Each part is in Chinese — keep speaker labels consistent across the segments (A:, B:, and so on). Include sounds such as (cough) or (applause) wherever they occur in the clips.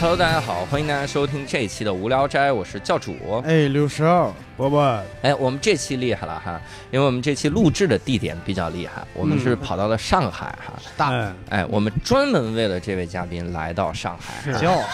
A: Hello，大家好，欢迎大家收听这一期的无聊斋，我是教主。
B: 哎，六十二，
C: 伯伯，
A: 哎，我们这期厉害了哈，因为我们这期录制的地点比较厉害，我们
C: 嗯
A: 是跑到了上海哈。
B: 大
C: 哎
A: 哎，我们专门为了这位嘉宾来到上海，哎
B: 叫
C: 啊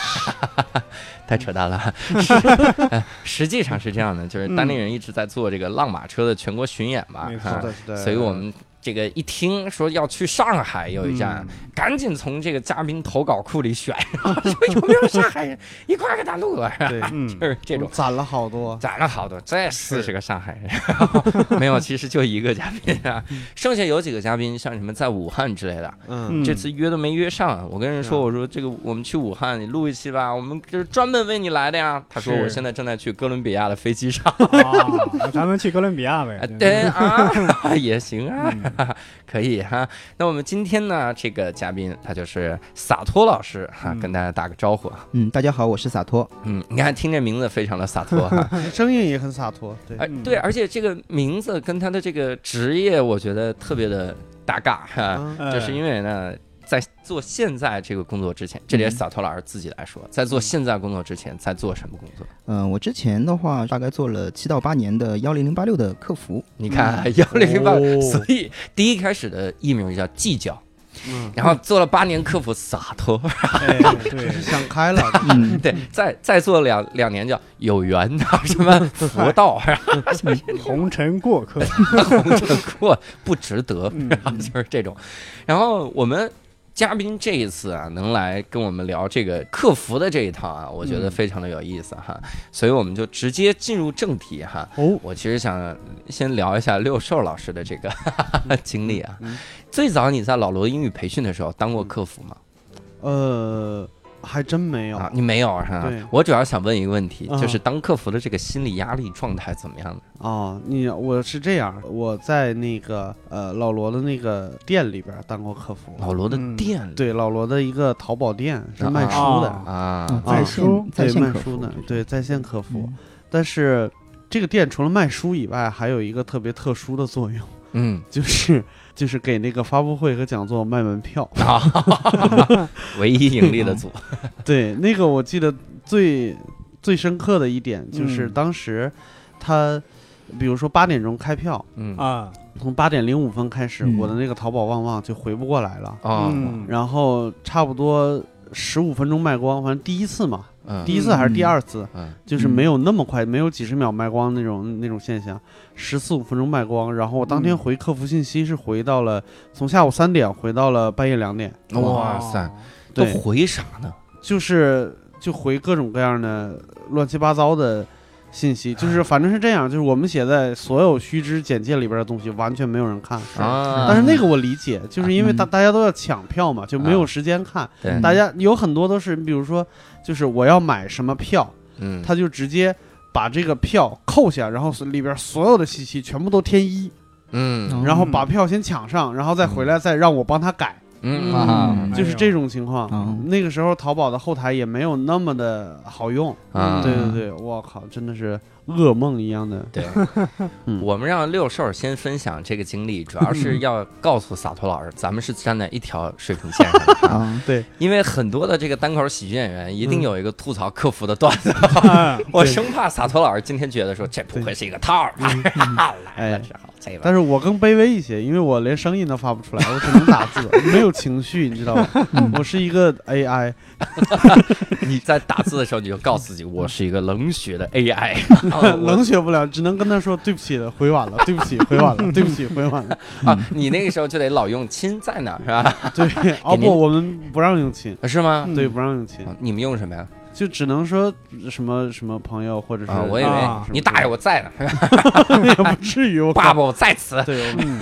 A: 太扯淡了。 (laughs) 哎实际上是这样的，就是当地人一直在做这个浪马车的全国巡演嘛
C: 嗯没，错
A: 哈
B: 是的，是的，
A: 所啊以我
C: 嗯
A: 们。这个一听说要去上海有一
C: 嗯
A: 站，赶紧从这个嘉宾投稿库里选， (laughs) 说有没有上海人，一块儿给他录了， (laughs)
B: 对
C: 嗯
A: 就，是这种。
B: 攒了好多，
A: 攒了好多，这四十个上海人， (laughs) 没有，其实就一个嘉宾啊，剩下有几个嘉宾，像什么在武汉之类的，
B: 嗯，
A: 这次约都没约上。我跟人说，
B: 是啊
A: 我说这个我们去武汉，你录一期吧，我们就是专门为你来的呀。他说
C: 是
A: 我现在正在去哥伦比亚的飞机上，
C: 啊，那咱们去哥伦比亚呗
A: 啊，对啊， (laughs) 也行啊， (laughs) 可以哈。那我们今天呢，这个嘉宾他就是洒脱老师哈，
C: 嗯
A: 跟大家打个招呼啊。
D: 嗯，大家好，我是洒脱。
A: 嗯，你看听这名字非常的洒脱哈，
B: 声音也很洒脱，对，
A: 哎，
C: 嗯
A: 对，而且这个名字跟他的这个职业，我觉得特别的搭嘎哈，
B: 嗯
C: 嗯
A: 就是因为呢。在做现在这个工作之前，这里是洒脱老师自己来说，在做现在工作之前，在做什么工作？
D: 嗯、我之前的话大概做了七到八年的幺零零八六的客服。
A: 你看幺零零八，
C: 哦
A: 所以第一开始的艺名叫计较，
B: 嗯，
A: 然后做了八年客服洒脱，
C: 哎
A: (laughs)
C: 对
B: 真是想开了，
D: 嗯，
A: 对，再再做两两年叫有缘啊，什么佛道，然后
C: 红尘
A: (laughs)
C: 过客，
A: 红尘过不值得，
C: 嗯
A: 然后 (laughs) 就是这种。然后我们嘉宾这一次啊，能来跟我们聊这个客服的这一套啊，我觉
B: 嗯
A: 得非常的有意思哈，所以我们就直接进入正题哈。
C: 哦，
A: 我其实想先聊一下六兽老师的这个 (laughs) 经历啊
B: 嗯。
A: 最早你在老罗英语培训的时候当过客服吗？
B: 呃，还真没有
A: 啊，，你没有哈
B: 对。
A: 我主要想问一个问题，
B: 啊
A: 就是当客服的这个心理压力状态怎么样呢？
B: 哦，你我是这样，我在那个呃老罗的那个店里边当过客服，
A: 老罗的
C: 嗯
A: 店里
B: 对，老罗的一个淘宝店是卖书的
C: 啊，
A: 啊，
D: 啊
B: 在
D: 在
C: 书
D: 线在
B: 对，
D: 线
B: 卖
D: 客
B: 书
D: 服
B: 的，，对，在线客服
D: 嗯，
B: 但是这个店除了卖书以外，还有一个特别特殊的作用。
A: 嗯
B: 就是就是给那个发布会和讲座卖门票。
A: 啊， (laughs) 唯一盈利的组
B: 对，那个我记得最最深刻的一点就是
C: 嗯
B: 当时他，比如说八点钟开票，
A: 嗯
C: 啊，
B: 从八点零五分开始，
D: 嗯
B: 我的那个淘宝旺旺就回不过来了，
A: 啊，
C: 嗯
B: 然后差不多。十五分钟卖光，反正第一次嘛，
A: 嗯
B: 第一次还是第二次，
A: 嗯
B: 就是没有那么快，没有几十秒卖光那种那种现象，十四五分钟卖光。然后我当天
C: 嗯
B: 回客服信息是回到了、从下午三点回到了半夜两点，
A: 哇塞，都
B: 对，
A: 回啥呢？
B: 就是就回各种各样的乱七八糟的信息，
A: 哎
B: 就是反正是这样，就是我们写在所有须知简介里边的东西，完全没有人看。
A: 啊，
B: 但是那个我理解，就是因为大
D: 嗯
B: 大家都要抢票嘛，就没有时间看。
A: 对
B: 大家有很多都是，比如说，就是我要买什么票，
A: 嗯，
B: 他就直接把这个票扣下，然后里边所有的信息全部都添一，
A: 嗯
B: 然后把票先抢上，然后再回来再让我帮他改。
A: 嗯啊
C: 哎
B: 就是
C: 呦
B: 这种情况。
D: 哦
B: 那个时候淘宝的后台也没有那么的好用。
A: 啊，
B: 对对对，我靠，真的是噩梦一样的。
A: (laughs) 对
B: 嗯
A: 我们让六兽先分享这个经历，主要
B: (laughs)
A: 是要告诉洒脱老师，咱们是站在一条水平线上的，
D: 啊，
A: 因为很多的这个单口喜剧演员
B: 嗯
A: 一定有一个吐槽客服的段子， (laughs)
C: 啊
A: 我生怕洒脱老师今天觉得说这不会是一个套儿吧，(laughs)
B: 嗯
A: 来了之后这
B: 哎但
A: 个
B: 是我更卑微一些，因为我连声音都发不出来，我只能打
A: (laughs)
B: 字，没有情绪，你知道吗？
A: 嗯
B: 我是一个 AI，
A: (laughs) 你在打字的时候你就告诉自己，我是一个冷血的哦
B: (laughs)
A: AI，
B: 冷血不了，只能跟他说对不起的，回晚了，对不起，回
A: (laughs)
B: 晚了，对不起，回晚了。
A: 啊，你那个时候就得老用亲在哪儿是吧？ (laughs)
B: 对，哦
A: 您嗯
B: 不，我们不让用亲，
A: 是吗？
B: 对，不让用
D: 嗯
B: 亲，
A: 啊你们用什么呀？
B: 就只能说什么什么朋友或者是
A: 啊，我以为
C: 啊
A: 你大爷，我在呢，是吧
B: (laughs) 也不至于，我靠
A: 爸爸我在此，
D: (laughs)
B: 对，我们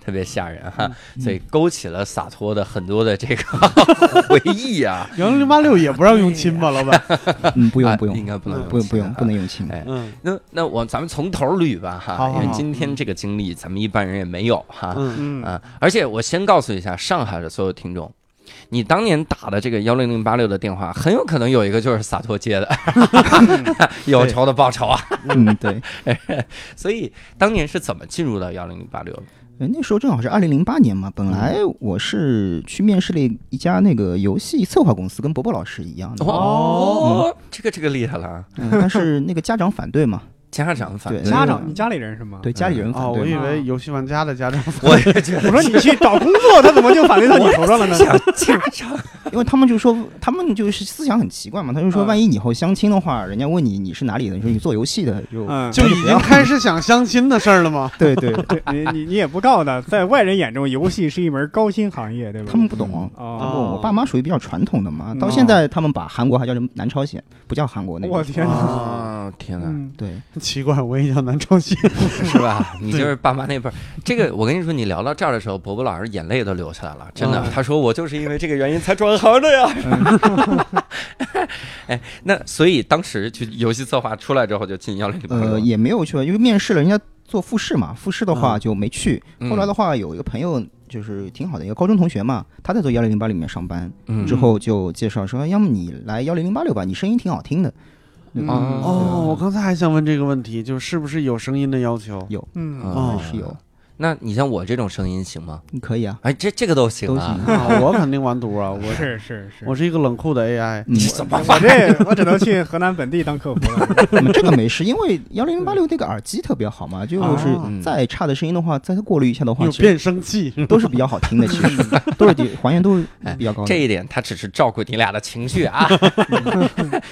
A: 特别吓人
D: 嗯
A: 哈，所以勾起了洒脱的很多的这个 (laughs) 回忆啊。
B: 幺零零八六也不让用亲吧，老板？
D: 嗯， (laughs) 不
A: 啊
D: 用不
A: 应
D: 用，
A: 该不能
D: 不用不
A: 啊
D: 用，不能用
A: (laughs)
D: 情。
A: 哎
B: (laughs) 嗯
A: 那那我咱们从头捋吧哈，
B: 好
A: 因
B: 好
A: 为
B: 好
A: 今天这个经历咱们一般人也没有哈
C: 嗯，
B: 嗯。
A: 啊。而且我先告诉一下上海的所有听众，你当年打的这个幺零零八六的电话，很有可能有一个就是洒脱接的， (laughs) 有仇的报仇啊。
D: 嗯嗯，对，
A: (laughs) 所以当年是怎么进入到幺零零八六的？
D: 呃那时候正好是二零零八年嘛，
A: 嗯
D: 本来我是去面试了一家那个游戏策划公司，跟伯伯老师一样的，
A: 哦，这个这个厉害了啊，
D: 嗯但是那个家长反对嘛，
A: 家长反
D: 对
A: 对，
C: 家长，你家里人是吗？嗯
D: 对家里人
B: 哦，
D: 反
B: 我
D: 对
B: 以
D: 嘛，
B: 为游戏玩家的家长
A: 我也觉
C: 我
A: 得
C: 说你去找工作，他怎么就反对到你头上了呢？
A: 家长
D: 因为他们就说他们就是思想很奇怪嘛，他就说
C: 嗯
D: 万一以后相亲的话，人家问你你是哪里的，你说你做游戏的，就
C: 嗯，
B: 就已经开始想相亲的事儿了吗？
D: 对对，
C: (laughs) 对你你你也不告诉他，在外人眼中，游戏是一门高薪行业，对吧？
D: 他们不懂。
B: 啊
C: 哦，
D: 不，我爸妈属于比较传统的嘛，到
C: 嗯
D: 现在他们把韩国还叫成南朝鲜，不叫韩国那
C: 我
D: 个。
C: 天哪！
A: (laughs) 哦，天哪！
C: 嗯
D: 对，
B: 奇怪，我也叫南昌西。
A: 是
C: (laughs)
A: 吧？你就是爸妈那辈儿。这个我跟你说，你聊到这儿的时候，伯伯老师眼泪都流下来了，真的
C: 嗯。
A: 他说我就是因为这个原因才转行的呀。(laughs)
C: 嗯
A: 哎，那所以当时就游戏策划出来之后就进幺零零八
D: 呃，也没有去，因为面试了，人家做复试嘛，复试的话
B: 嗯
D: 就没去。
A: 嗯
D: 后来的话，有一个朋友就是挺好的一个高中同学嘛，他在做幺零零八里面上班，
A: 嗯
D: 之后就介绍说，要么你来幺零零八六吧，你声音挺好听的。
C: 嗯
A: 哦
B: 哦，我刚才还想问这个问题，就是是不是有声音的要求？
C: 嗯
A: 哦
D: 还是有，
A: 那你像我这种声音行吗？
D: 你可以啊，
A: 哎，这这个都行
D: 都
A: 啊
D: 行。
B: 啊，我肯定完犊啊！我
C: 是是是，
B: (laughs) 我是一个冷酷的 AI。
D: 嗯，
C: 我我这我只能去河南本地当客服了。
D: 嗯这个没事，因为幺零零八六那个耳机特别好嘛，就是
B: 啊
D: 再差的声音的话，再过滤一下的话，
B: 有
D: 其实
B: 变声器，
D: 都是比较好听的，其实都是比还原度比较高的。
A: 这一点，他只是照顾你俩的情绪
D: (laughs)
A: 啊，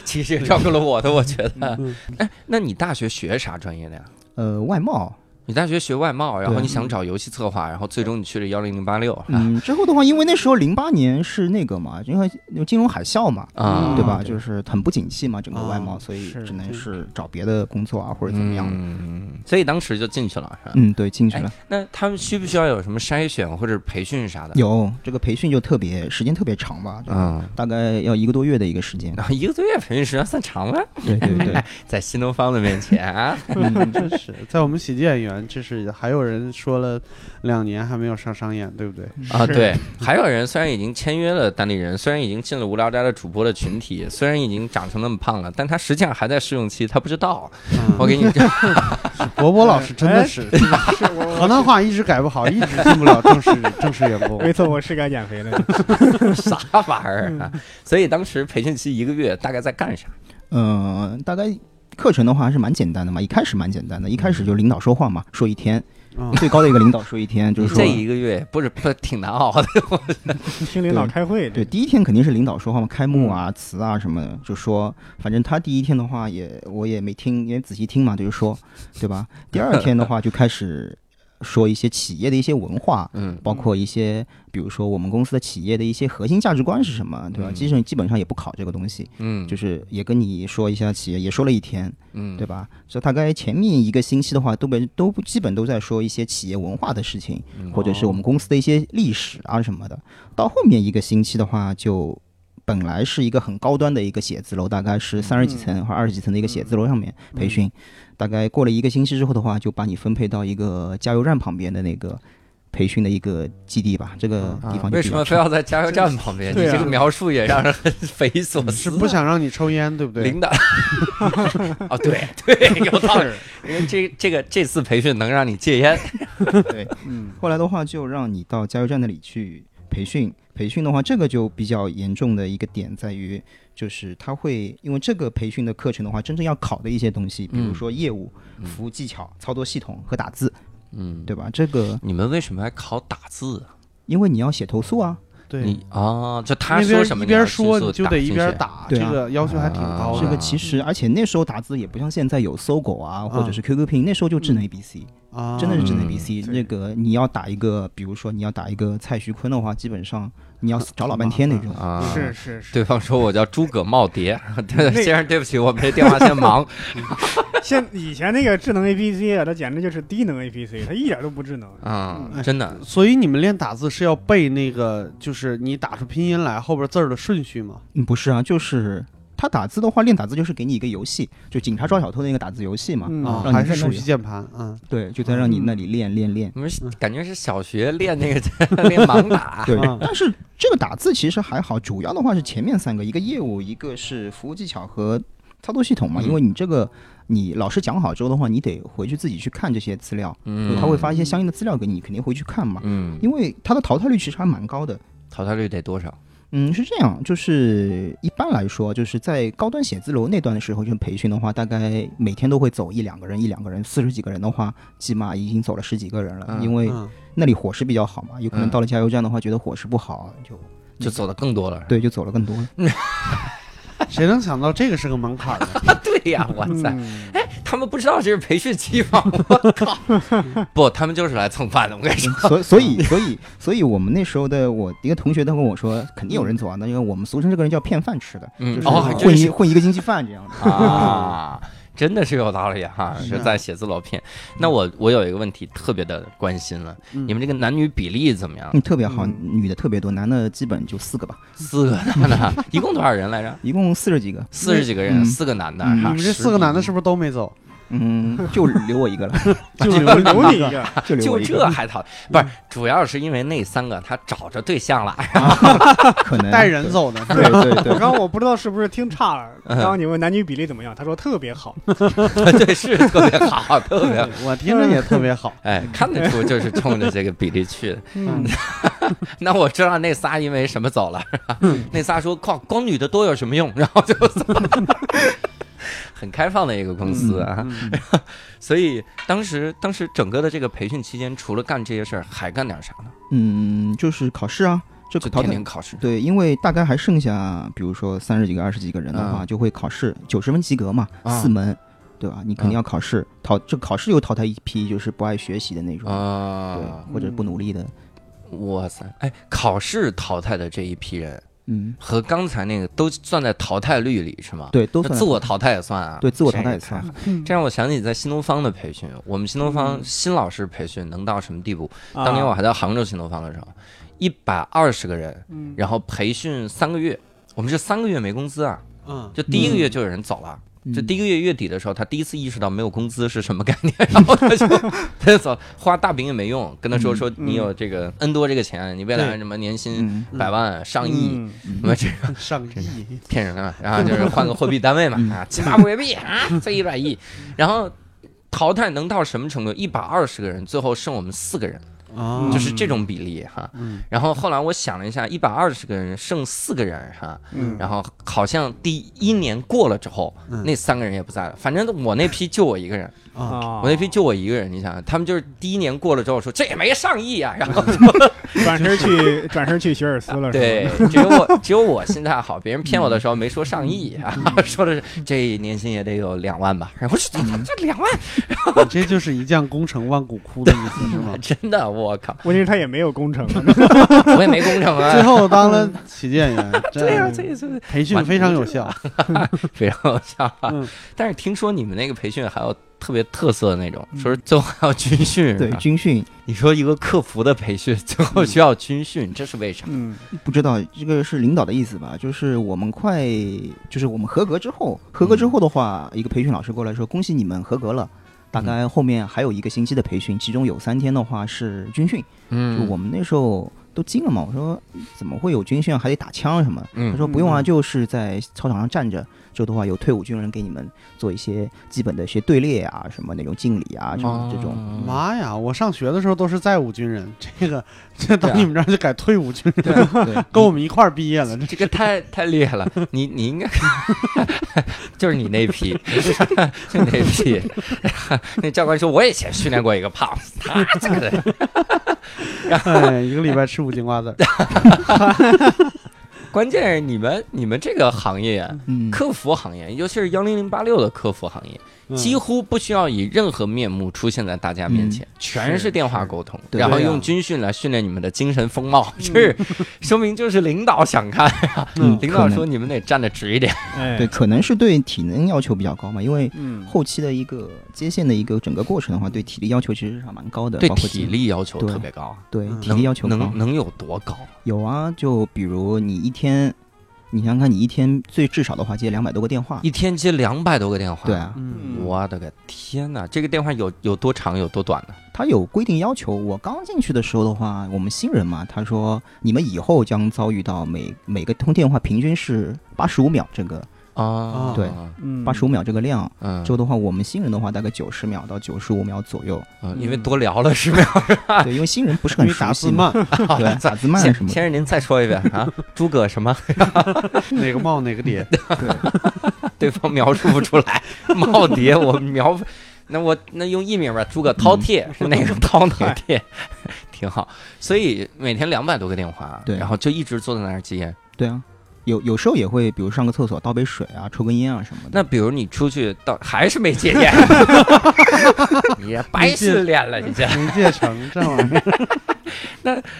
A: 其实也照顾了我的，我觉
D: 嗯
A: 得。哎，那你大学学啥专业的呀？
D: 呃，外贸，
A: 你大学学外贸，然后
D: 对
A: 你想找游戏策划，然后最终你去了幺零零八六，
D: 嗯，之后的话，因为那时候零八年是那个嘛，因为金融海啸嘛，
A: 啊，
D: 对吧？
C: 对
D: 就是很不景气嘛，整个外贸，
B: 啊
D: 所以
C: 是
D: 只能
C: 对
D: 是找别的工作啊，或者怎么样的。
A: 嗯，所以当时就进去了，是吧？
D: 嗯，对，进去了。
A: 那他们需不需要有什么筛选或者培训啥的？，
D: 有这个培训就特别时间特别长吧，就是
A: 嗯，
D: 大概要一个多月的一个时间。
A: 然后一个多月培训时间算长吗？
D: 对对对，
A: 在新东方的面前啊，
D: 嗯
B: 真是在我们喜剧演员，这是还有人说了两年还没有上商演，对不对？
A: 啊，
C: 是
A: 对，还有人虽然已经签约了单立人，虽然已经进了无聊斋的主播的群体，虽然已经长成那么胖了，但他实际上还在试用期，他不知道。
B: 嗯
A: 我给你 (laughs) 讲，
B: 啊博博老师真的是
C: 是我
B: 河南话一直改不好，一直进不了正式正式员
C: (laughs)
B: 工
C: 我。没错，我是该减肥
A: (laughs)
C: 了。
A: 啥玩意儿啊？所以当时培训期一个月，大概在干啥？
D: 嗯，大概课程的话还是蛮简单的嘛，一开始蛮简单的，一开始就领导说话嘛，说一天，
B: 嗯
D: 最高的一个领导说一天，就
A: 你
D: 是
A: 这
D: 说。
A: 一个月不是不挺难熬的？
C: 听领导开会，
D: 对，第一天肯定是领导说话嘛，开幕
A: 嗯
D: 啊、词啊什么的，就说，反正他第一天的话也我也没听，也仔细听嘛，就是说，对吧？第二天的话就开始说一些企业的一些文化，
A: 嗯
D: 包括一些比如说我们公司的企业的一些核心价值观是什么，对吧？
A: 嗯
D: 基本基本上也不考这个东西，
A: 嗯，
D: 就是 (laughs) 也跟你说一下企业，也说了一天，
A: 嗯
D: 对吧？所以大概前面一个星期的话，都被都基本都在说一些企业文化的事情，
A: 嗯
D: 或者是我们公司的一些历史啊什么的。到后面一个星期的话，就本来是一个很高端的一个写字楼，大概是三十几层或二十几层的一个写字楼上面培训。大概过了一个星期之后的话，就把你分配到一个加油站旁边的那个培训的一个基地吧。这个地
A: 啊
D: 方就
A: 为
D: 比
A: 什
D: 较
A: 么非
D: 差
A: 要在加油站旁边？
C: 对
A: 你
C: 啊
A: 这个描述也让人很匪夷所思。
B: 是不想让你抽烟，对不对？
A: 领导，哦，对对，有道理。因为这这个这次培训能让你戒烟，
D: 对？
C: 嗯，
D: 后来的话，就让你到加油站那里去培训。培训的话，这个就比较严重的一个点在于，就是他会因为这个培训的课程的话，真正要考的一些东西，比如
A: 嗯
D: 说业务、
A: 嗯
D: 服务技巧、操作系统和打字，
A: 嗯，
D: 对吧？这个
A: 你们为什么还考打字啊？
D: 因为你要写投诉啊，
B: 对，
A: 你啊，就他
B: 那
A: 说
B: 边
A: 什么
B: 一边
A: 你要
B: 说
A: 迅速
B: 你就得一边
A: 打
B: 打，
D: 对
B: 这
D: 啊
B: 个要求还挺高
A: 啊
D: 这
B: 的
D: 个其实，而且那时候打字也不像现在有搜狗啊，或者是 QQ 拼，那时候就智能 ABC，
B: 啊，
D: 真的是智
A: 嗯
D: 能 ABC。
C: 对
D: 那个你要打一个，比如说你要打一个蔡徐坤的话，基本上你要找老半天那种
A: 进去。啊，
C: 是。是是。
A: 对方说我叫诸葛茂蝶， (laughs) 对
C: 那
A: 先生对不起，我们这电话线忙。
C: 现以前那个智能 APC 啊，它简直就是低能 APC，它一点都不智能。
A: 啊，
B: 嗯
A: 真的，
B: 所以你们练打字是要背那个，就是你打出拼音来后边字儿的顺序吗？
D: 嗯，不是啊，就是他打字的话，练打字就是给你一个游戏，就警察抓小偷的那个打字游戏嘛。
C: 嗯
B: 啊，
D: 让你
B: 还是
D: 在那
B: 熟
D: 里
B: 悉键盘啊？
D: 对，就在让你那里练练练。
A: 你们是感觉是小学练那个 (laughs) 练盲打，
D: 对
B: 啊，
D: 但是这个打字其实还好，主要的话是前面三个，一个业务，一个是服务技巧和操作系统嘛，
A: 嗯
D: 因为你这个你老师讲好之后的话，你得回去自己去看这些资料，
A: 嗯，
D: 他会发一些相应的资料给你，你肯定回去看嘛。
A: 嗯，
D: 因为它的淘汰率其实还蛮高的，
A: 淘汰率得多少？
D: 嗯，是这样，就是一般来说，就是在高端写字楼那段的时候，就培训的话，大概每天都会走一两个人，一两个人，四十几个人的话，起码已经走了十几个人了，
A: 嗯
D: 因为
B: 嗯
D: 那里伙食比较好嘛，有可能
A: 嗯
D: 到了加油站的话，觉得伙食不好，就
A: 就走的更多了。
D: 对，就走了更多了。
B: 谁能想到这个是个门槛呢？
A: (laughs) 对呀，哇塞，哎
C: 嗯
A: 他们不知道这是培训机房，我靠！不，他们就是来蹭饭的。我跟你说，
D: 所所以所以所以我们那时候的我一个同学他跟我说，肯定有人走啊，那因为我们俗称这个人叫骗饭吃的，
A: 嗯
D: 就是
A: 哦，还
D: 混
A: 真
D: 一
A: 是
D: 混一个星期饭
A: (laughs)
D: 这样的。
A: 啊，真的是有道理
D: (laughs)
A: 哈，
B: 是
D: 啊
A: 就在写字楼骗。那我我有一个问题特别的关心了，
B: 嗯
A: 你们这个男女比例怎么样？
D: 嗯，特别好，
B: 嗯
D: 女的特别多，男的基本就四个吧，
A: 四个男
D: (laughs)
A: 的，一共多少人来着？
D: 一共四十几个，
A: 四十几个人，
D: 嗯
A: 四个男的。
D: 嗯
B: 你
A: 哈
B: 们这四个男的是
A: 11
B: 不是都没走？
D: 嗯，就留我
A: (laughs)
D: 一个了，
B: 就
C: 就
B: 留
C: 留你
B: 一
C: 一
B: 个。
C: 个，
D: 就留
A: 就
D: 我一个。嗯
A: 这还讨，不是，主要是因为那三个他找着对象了。 (laughs)
D: 可能
B: 带人走的，
D: 对对对
C: 我刚我不知道是不是听差了，
A: 嗯
C: 刚刚你问男女比例怎么样，他说特别好，
A: 对，是特别好，特
D: (laughs)
A: 别好。
B: 我听着也特别好。
A: 哎，看得出就是冲着这个比例去的。
C: 嗯，
A: (laughs) 那我知道那仨因为什么走了，
D: 嗯
A: 那仨说光光女的多有什么用，然后就 (laughs) 走了。很开放的一个公司啊，
D: 嗯
A: (laughs) 所以当时当时整个的这个培训期间，除了干这些事儿，还干点啥呢？
D: 嗯，就是考试啊，这
A: 就
D: 个淘
A: 天
D: 汰
A: 天。考试。
D: 对，因为大概还剩下，比如说三十几个、二十几个人的话，
A: 嗯
D: 就会考试，九十分及格嘛，
A: 啊
D: 四门，对吧？你肯定
A: 嗯
D: 要考试，淘这考试又淘汰一批，就是不爱学习的那种，
A: 啊
D: 对，，或者
B: 嗯
D: 不努力的，
A: 哇塞！哎，考试淘汰的这一批人
D: 嗯，
A: 和刚才那个都算在淘汰率里是吗？，
D: 对，都算
A: 自我淘汰也算啊。
D: 对自我淘汰也
A: 这个太
D: 算
A: 好了。这让我想起在新东方的培训，我们新东方
C: 嗯
A: 新老师培训能到什么地步？
C: 啊
A: 当年我还在杭州新东方的时候，一百二十个人，
C: 嗯
A: 然后培训三个月，我们这三个月没工资啊，
B: 嗯，
A: 就第一个月就有人走了。
D: 嗯
A: 就第一个月月底的时候，他第一次意识到没有工资是什么概念，然后他
D: (laughs)
A: 就他就走，花大饼也没用，跟他说
D: 嗯
A: 说你有这个 N 多这个钱，你未来
B: 对
A: 什么年薪
D: 嗯
A: 百万上亿，
C: 嗯
A: 那么这
B: 上亿，
A: 骗人啊，然后就是换个货币单位嘛，
D: (laughs)
A: 啊，津巴布韦币啊，这一百亿，然后淘汰能到什么程度？一百二十个人，最后剩我们四个人，
D: 嗯
B: 啊
A: 嗯就是这种比例哈。
B: 嗯
A: 然后后来我想了一下，一百二十个人剩四个人哈，
C: 嗯
A: 然后好像第一年过了之后，
B: 嗯
A: 那三个人也不在了，反正我那批就我一个人，
B: 啊，
C: 啊，
A: 我那批就我一个人，你想想，他们就是第一年过了之后说这也没上亿啊，然后
B: (laughs)
C: 转身去转身去学而思了，是吧
A: 对，只有我只有我心态好，别人骗我的时候没说上亿啊，(laughs)
B: 嗯
A: 说的是这年薪也得有两万吧。然后我说这这两万，？
B: 你这就是一将功成万骨枯的意思是吗
A: (laughs) 真的我靠，
C: 问题是他也没有工程啊，
A: 我也没工程
B: (laughs) 最
A: 啊。
B: 后当了喜剧演员，
A: 对呀、
B: 这
A: 这也是
B: 培训非常有效。
A: 非常好笑啊！
B: 嗯
A: 但是听说你们那个培训还有特别特色的那种，
B: 嗯
A: 说是最后还要军训是
D: 对
A: 吧。
D: 军训
A: 你说一个客服的培训最后需要军训，这是为啥？
C: 嗯
D: 不知道这个是领导的意思吧？就是我们快，就是我们合格之后，合格之后的话，
A: 嗯
D: 一个培训老师过来说，恭喜你们合格了。大概后面还有一个星期的培训，其中有三天的话是军训。就
A: 嗯，
D: 我们那时候都惊了嘛，我说怎么会有军训还得打枪什么？他
A: 嗯
D: 说不用啊，
C: 嗯
D: 就是在操场上站着，之后的话有退伍军人给你们做一些基本的一些队列啊，什么那种敬礼啊，什么这种。
A: 哦
B: 妈呀！我上学的时候都是在伍军人， (laughs) 这个这
D: 啊
B: 到你们这儿就改退伍军
D: 嗯
B: 人，
A: (laughs)
D: 对，
B: 跟我们一块儿毕业了。
D: (laughs)
B: 这
A: 这个太太厉害了，你你应该 (laughs) 就是你那批， (laughs) 就那批。 (laughs) 那教官说我以前训练过一个胖子， (laughs) 他这个人
B: 哎，一个礼拜吃五斤瓜子儿，
A: 关键是你们你们这个行业啊，
D: 嗯，
A: 客服行业，尤其是幺零零八六的客服行业，
B: 嗯
A: 几乎不需要以任何面目出现在大家面前，全是电话沟通，
D: 嗯对啊
A: 然后
B: 对啊
A: 用军训来训练你们的精神风貌，是 (laughs) 说明就是领导想看啊，
D: 嗯
A: 领导
D: 可能
A: 说你们得站得直一点，
C: 哎
D: 对，，可能是对体能要求比较高嘛，因为
C: 嗯
D: 后期的一个接线的一个整个过程的话，对体力要求其实是还蛮高的，
A: 对
D: 包括
A: 体力要求
D: 对
A: 特别高，
D: 对
B: 嗯
D: 体力要求高
A: 能。能有多高？
D: 有啊，就比如你一天，你想想看，你一天最至少的话接两百多个电话，
A: 一天接两百多个电话，
D: 对啊，
B: 嗯，
A: 我的个天哪！这个电话有有多长，有多短呢？
D: 他有规定要求。我刚进去的时候的话，我们新人嘛，他说你们以后将遭遇到每每个通电话平均是八十五秒这个
A: 啊，
D: 对
C: 嗯，
D: 八十五秒这个量。
A: 嗯，
D: 这个的话，我们新人的话大概九十秒到九十五秒左右，
A: 嗯因为多聊了十秒，
D: 对，因为新人不是
B: 因
D: 很
B: 为
D: 熟
B: 打
D: 悉
B: 字
D: 嘛，
B: 慢，
A: (laughs)
D: 对，打字慢
A: 先
D: 什么的。
A: 先生您再说一遍
D: (laughs)
A: 啊，诸葛什么？
B: 哪个冒哪个点，
A: (laughs) 对方描述不出来， (laughs) 耄耋我描，那我那用艺名吧，诸葛饕餮是那个饕哪餮， (laughs) 挺好。所以每天两百多个电话，
D: 对
A: 然后就一直坐在那儿接。
D: 对啊，有有时候也会，比如上个厕所倒杯水啊，抽根烟啊什么的。
A: 那比如你出去到还是没戒烟，你 (laughs) 也白失恋了，你这。
B: 没戒成这玩
D: (laughs)
B: 意儿。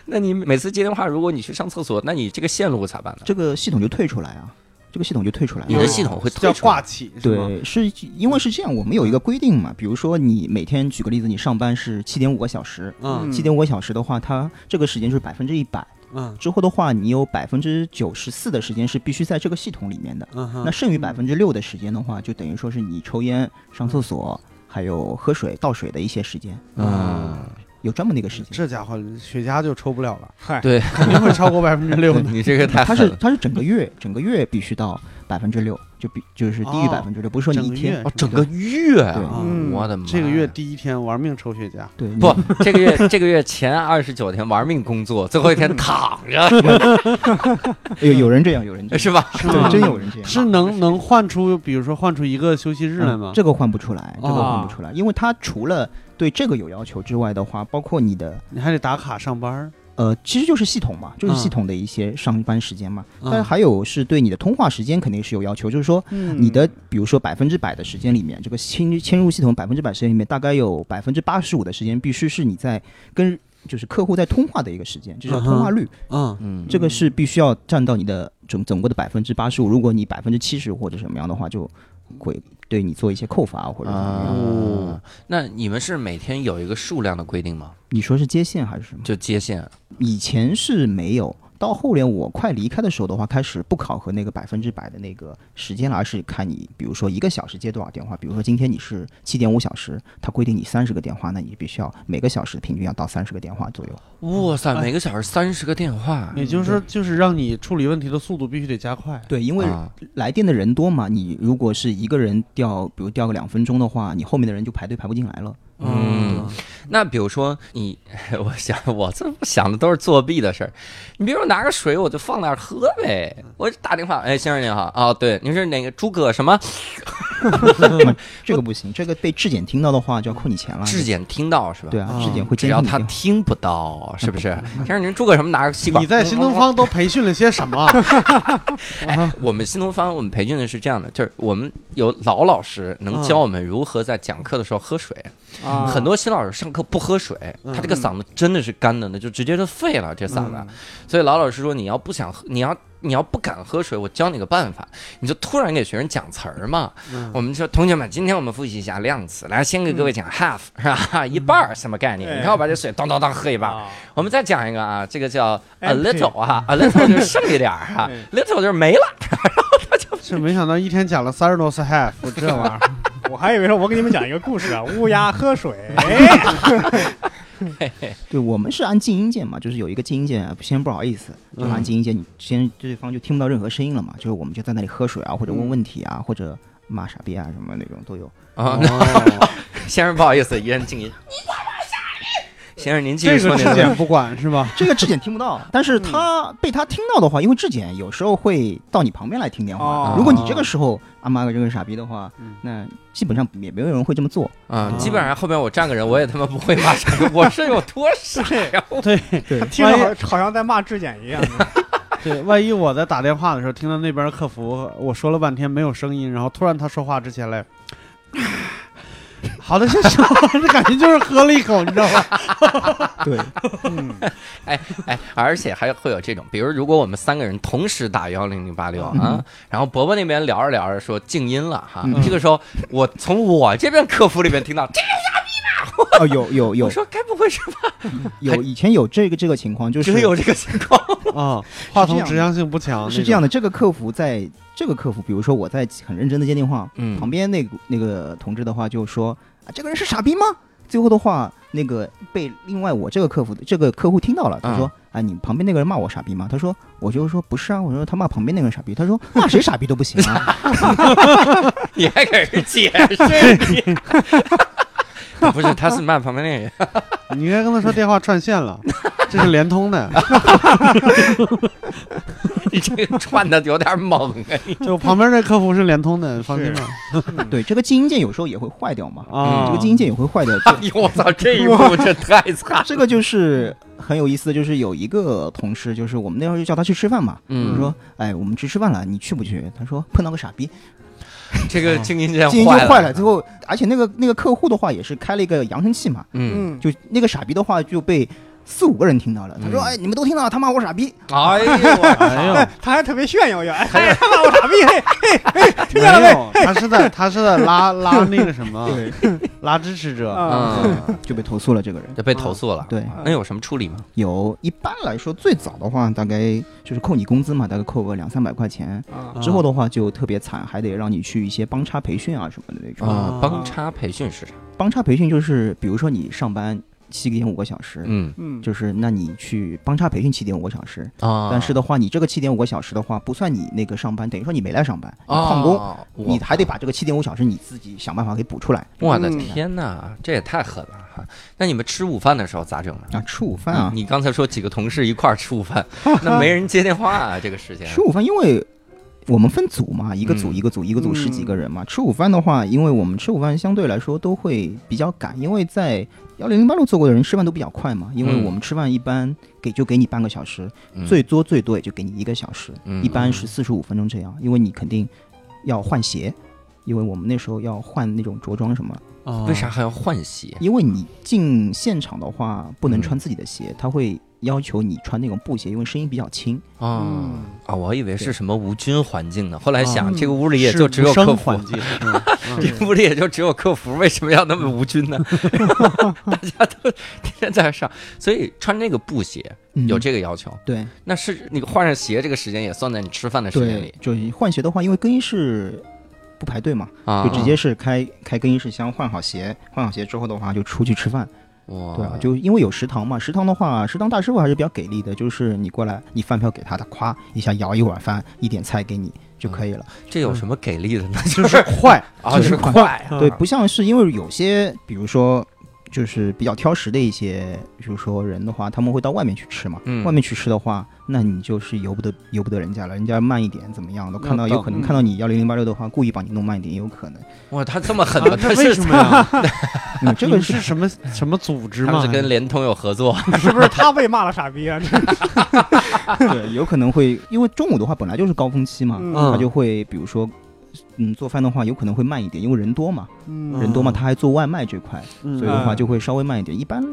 A: 那你每次接电话，如果你去上厕所，那你这个线路咋办呢？
D: 这个系统就退出来啊，这个系统就退出来
A: 你
D: 了
A: 的。系统会退
B: 叫
A: 出来
B: 挂起，是吗，
D: 对，是因为是这样，我们有一个规定嘛，比如说你每天，举个例子，你上班是七点五个小时，
B: 嗯
D: 七点五个小时的话，它这个时间就是百分之一百，
B: 嗯
D: 之后的话，你有百分之九十四的时间是必须在这个系统里面的，
B: 嗯哼，
D: 那剩余
C: 嗯
D: 百分之六的时间的话，就等于说是你抽烟、上厕所，还有喝水、倒水的一些时间，
A: 嗯，
D: 有专门的一个时间。
B: 这家伙雪茄就抽不了了，
C: 嗨，
A: 对，
B: 肯定会超过百分
D: (laughs)
B: 之六的。
A: (laughs) 你这个太
D: 它
A: 狠
D: 是
A: 了。
D: 它是整个月，整个月必须到百分之六，就比就是低于百
B: 哦
D: 分之六，不是说
B: 整
D: 你一
B: 个
D: 天
B: 月
A: 哦，整个月啊，
D: 对
B: 啊，
C: 嗯
A: 我的妈呀！
B: 这个月第一天玩命抽雪茄，
D: 对你
A: 不，这个月这个月前二十九天玩命工作，最后一天躺着，
D: 有有人这样，有人这样，
A: 哎是吧？
B: 是吗
D: 对，真有人这样。
B: 是能能换出，比如说换出一个休息日来吗啊
D: 嗯？这个换不出来，这个换
C: 哦
D: 不出来，因为它除了对这个有要求之外的话，包括你的
B: 你还得打卡上班儿，
D: 呃，其实就是系统嘛，就是
B: 嗯
D: 系统的一些上班时间嘛。
B: 嗯
D: 但还有是对你的通话时间肯定是有要求，就是说
C: 嗯
D: 你的比如说百分之百的时间里面，这个侵侵入系统百分之百时间里面，大概有百分之八十五的时间必须是你在跟就是客户在通话的一个时间，就是
B: 嗯哼
D: 通话率，
B: 嗯
A: 嗯
D: 这个是必须要占到你的整整个的百分之八十五。如果你百分之七十或者什么样的话，就会对你做一些扣罚或者怎么样。
A: 啊，那你们是每天有一个数量的规定吗？
D: 你说是接线还是什么？
A: 就接线
D: 以前是没有，到后来我快离开的时候的话，开始不考核那个百分之百的那个时间了，而是看你，比如说一个小时接多少电话，比如说今天你是七点五小时，它规定你三十个电话，那你必须要每个小时平均要到三十个电话左右。
A: 哇
D: 哎
A: 塞，每个小时三十个电话，
B: 也就是
D: 嗯
B: 说，就是让你处理问题的速度必须得加快。
D: 对，因为
A: 啊
D: 来电的人多嘛，你如果是一个人调，比如调个两分钟的话，你后面的人就排队排不进来
A: (laughs)
D: 了。
A: 嗯，那比如说你， (laughs) 我想我这想的都是作弊的事儿。你比如拿个水，我就放那儿喝呗。我打电话，哎，先生您好，哦，对，您是哪个诸葛什么？
D: 啊这个不行，这个被质检听到的话就要扣你钱了。
A: 质检听到是吧？
D: 对啊，
B: 啊
D: 质检会
A: 只
D: 监
A: 要
D: 控你嗯
A: 他
D: 电话。
A: 听不到，是不是？先生您诸葛什么？拿个吸管。
B: 你在新东方都培训了些什么？ (laughs)
A: 哎，我们新东方我们培训的是这样的，就是我们有老老师能
D: 嗯
A: 教我们如何在讲课的时候喝水。
B: 嗯
C: 啊
A: 很多新老师上课不喝水，他这个嗓子真的是干的呢，就直接就废了这嗓子。
B: 嗯
A: 所以老老师说，你要不想喝，你要你要不敢喝水，我教你个办法，你就突然给学生讲词儿嘛。
B: 嗯
A: 我们说，同学们，今天我们复习一下量词，来，先给各位
B: 嗯
A: 讲 half 是吧？一半儿什么概
B: 哎
A: 念？
C: 对
A: 你看我把这水当当当喝一半儿。
C: 啊，
A: 我们再讲一个啊，这个叫 a
C: Empty
A: little 啊，a little 就是剩一点
B: (laughs)
A: 儿哈
B: 哎
A: ，little 就是没了。
B: 这没想到一天讲了三十多次 half 这玩意儿。
C: 我还以为说我给你们讲一个故事啊，乌鸦喝
D: (laughs)
C: 水，哎
D: 对我们是按静音键嘛，就是有一个静音键，先不好意思，就
A: 嗯
D: 按静音键，你先对方就听不到任何声音了嘛，就是我们就在那里喝水啊，或者问问题啊，
A: 嗯
D: 或者骂傻逼啊什么那种都有。
A: 啊，先生不好意思，一人静音。先生，您继续
B: 这
A: 说
B: 个
A: 您
B: 质
A: 的。
B: 检不管
A: (laughs)
B: 是吧？
D: 这个质检听不到，但是他
A: 嗯
D: 被他听到的话，因为质检有时候会到你旁边来听电话，
C: 哦
D: 如果你这个时候啊骂个这个傻逼的话，
A: 嗯
D: 那基本上也没有人会这
A: (laughs)
D: 么做。
A: 啊，基本上后面我站个人，我也他妈不会骂
D: (laughs)
A: 傻逼，我是有多傻呀？
B: 对
D: 对
C: 他听着好好像在骂质检一样。
B: 对，万一我在打电话的时候听到那边客服我说了半天没有声音，然后突然他说话之前嘞， (laughs) 好的先生，这感觉就是喝了一口，你知道吧？
D: 对，
C: 嗯，
A: 哎，而且还会有这种，比如如果我们三个人同时打幺零零八六啊，然后伯伯那边聊着聊着说静音了哈，
D: 嗯
A: 这个时候我从我这边客服里面听
D: (laughs)
A: 到，这
D: 哦，有有有
A: 我说该不会是
D: 有，以前有这个这个情况，就是
A: 真有这个情况？
B: 啊、话筒指向性不强，
D: 是这样
B: 的。
D: 的，这个客服在这个客服，比如说我在很认真的接电话，
A: 嗯
D: 旁边那个那个同志的话就说啊，这个人是傻逼吗？最后的话，那个被另外我这个客服这个客户听
A: 嗯
D: 到了，他说：“啊，你旁边那个人骂我傻逼吗？”他说：“我就是说不是啊，我说他骂旁边那个人傻逼。”他说：“骂谁傻逼都不行
A: (laughs)
D: 啊。
A: 你还给人解释？你 (laughs) 不是，他是骂旁边那
D: (laughs)
A: 人。
B: 你应该跟他说电话串线了，这是联通
D: (laughs)
B: 的，
A: 你这个串的有点猛啊！你
B: 就旁边那客服是联通的，放心吧。
C: 嗯”
D: 对，这个基因键有时候也会坏掉嘛，
B: 啊，
D: 这个基因键也会
A: (laughs)
D: 坏掉。
A: 哎呦，我操，这
D: (laughs)
A: 一步这太惨了。
D: 这个就是很有意思的，就是有一个同事，就是我们那时候就叫他去吃饭嘛，我
A: 嗯，
D: 说：“哎，我们去吃饭了，你去不去？”他说：“碰到个傻逼，
A: 嗯这个静音键
D: 基因就
A: 坏
D: 坏了。”最后，而且那个那个客户的话也是开了一个扬声器嘛，
A: 嗯，
C: 嗯，
D: 就那个傻逼的话就被四五个人听到了。他说：“
A: 嗯
D: 哎，你们都听到了，他骂我傻逼。
A: 哎呦我操，
B: 哎呦， (laughs)
C: 哎，他还特别炫耀呀，哎，他骂我傻逼，嘿，
B: 没有，哎他是在他是在 (laughs) 拉拉那个什么，拉支持者。
C: 啊，
A: 嗯，”
D: (laughs) 就被投诉了这个人。
A: 就被投诉了。
D: 对，
A: 那有什么处理吗？
D: 有一般来说，最早的话大概就是扣你工资嘛，大概扣个两三百块钱。
B: 嗯
C: 啊，
D: 之后的话就特别惨，还得让你去一些帮差培训啊什么的那种。
A: 啊
B: 啊，
A: 帮差培训是啥？
D: 帮差培训就是，比如说你上班七点五个小时，
A: 嗯
C: 嗯，
D: 就是那你去帮差培训七点五个小时，
A: 啊，
D: 但是的话，你这个七点五个小时的话不算你那个上班，等于说你没来上班，你旷工，
A: 哦，我
D: 你还得把这个七点五小时你自己想办法给补出来。
A: 我的
C: 嗯
A: 天哪，这也太狠了哈！那你们吃午饭的时候咋整啊？
D: 啊，吃午饭啊，
A: 你你刚才说几个同事一块儿吃午饭，那没人接电话啊，这个时间。
D: 吃午饭，因为我们分组嘛，一个组
A: 嗯
D: 一个组一个组
C: 嗯
D: 十几个人嘛。吃午饭的话，因为我们吃午饭相对来说都会比较赶，因为在幺零零八路做过的人吃饭都比较快嘛。因为
A: 嗯
D: 我们吃饭一般给就给你半个小时，
A: 嗯
D: 最多最多也就给你一个小时，
A: 嗯
D: 一般是四十五分钟这样。因为你肯定要换鞋，因为我们那时候要换那种着装什么。
B: 啊
A: 为啥？还要换鞋？
D: 因为你进现场的话不
A: 嗯
D: 能穿自己的鞋，他会要求你穿那种布鞋，因为声音比较轻。
A: 啊
C: 嗯
A: 啊！我以为是什么无菌环境呢，后来
B: 啊
A: 想
C: 嗯
A: 这个屋里也就只有
B: 是无
A: 客
B: 声
A: 服，
B: 环 (laughs) 境，
A: 这 (laughs)
B: 嗯
A: 个屋里也就只有客服，为什么要那么无菌呢？ (laughs) 大家都 (laughs) 天天在上，所以穿那个布鞋
D: 嗯
A: 有这个要求。
D: 对。
A: 那是你换上鞋这个时间也算在你吃饭的时间
D: 对
A: 里，嗯
D: 就是换鞋的话，因为更衣室不排队嘛，
A: 啊，
D: 就直接是开开更衣室箱，换好鞋，换好鞋之后的话就出去吃饭。
A: 哇，
D: 对啊，就因为有食堂嘛，食堂的话，食堂大师傅还是比较给力的，就是你过来，你饭票给他，他咵一下舀一碗饭，一点菜给你就可以了。
A: 这有什么给力
D: (laughs)
A: 的呢？ (laughs) 嗯
B: 就
A: 就是是
B: 快，
A: 啊，
D: 嗯就是
A: 是 (laughs)
D: 快
A: 快
D: 对，不像是因为有些，比如说。就是比较挑食的一些，比如说人的话，他们会到外面去吃嘛。
A: 嗯
D: 外面去吃的话，那你就是由不得由不得人家了，人家慢一点怎么样的？看到
B: 要
D: 有可能
C: 等
D: 看到你幺零零八六的话，故意把你弄慢一点也有可能。
A: 哇，他这么狠
B: 啊
A: 吗？
B: 这
A: 他
B: 为
A: 是
B: 什么呀？
D: 嗯，
B: 这
D: 这个
B: 个 (laughs)
D: 是
B: 是
A: (laughs)
B: 什么什么组织
A: 他
B: 吗
A: 们是？跟联通有合
D: (laughs)
A: 作，
C: 是不是他被骂了傻逼啊？ (laughs) 这
D: 对，有可能会因为中午的话本来就是高峰期嘛，
B: 嗯
D: 他就会比如说，嗯，做饭的话有可能会慢一点，因为人多嘛，
C: 嗯
D: 人多
B: 嗯
D: 嘛，他还做外卖这块，
B: 嗯
D: 所以的话
C: 嗯
D: 就会稍微慢一点。一般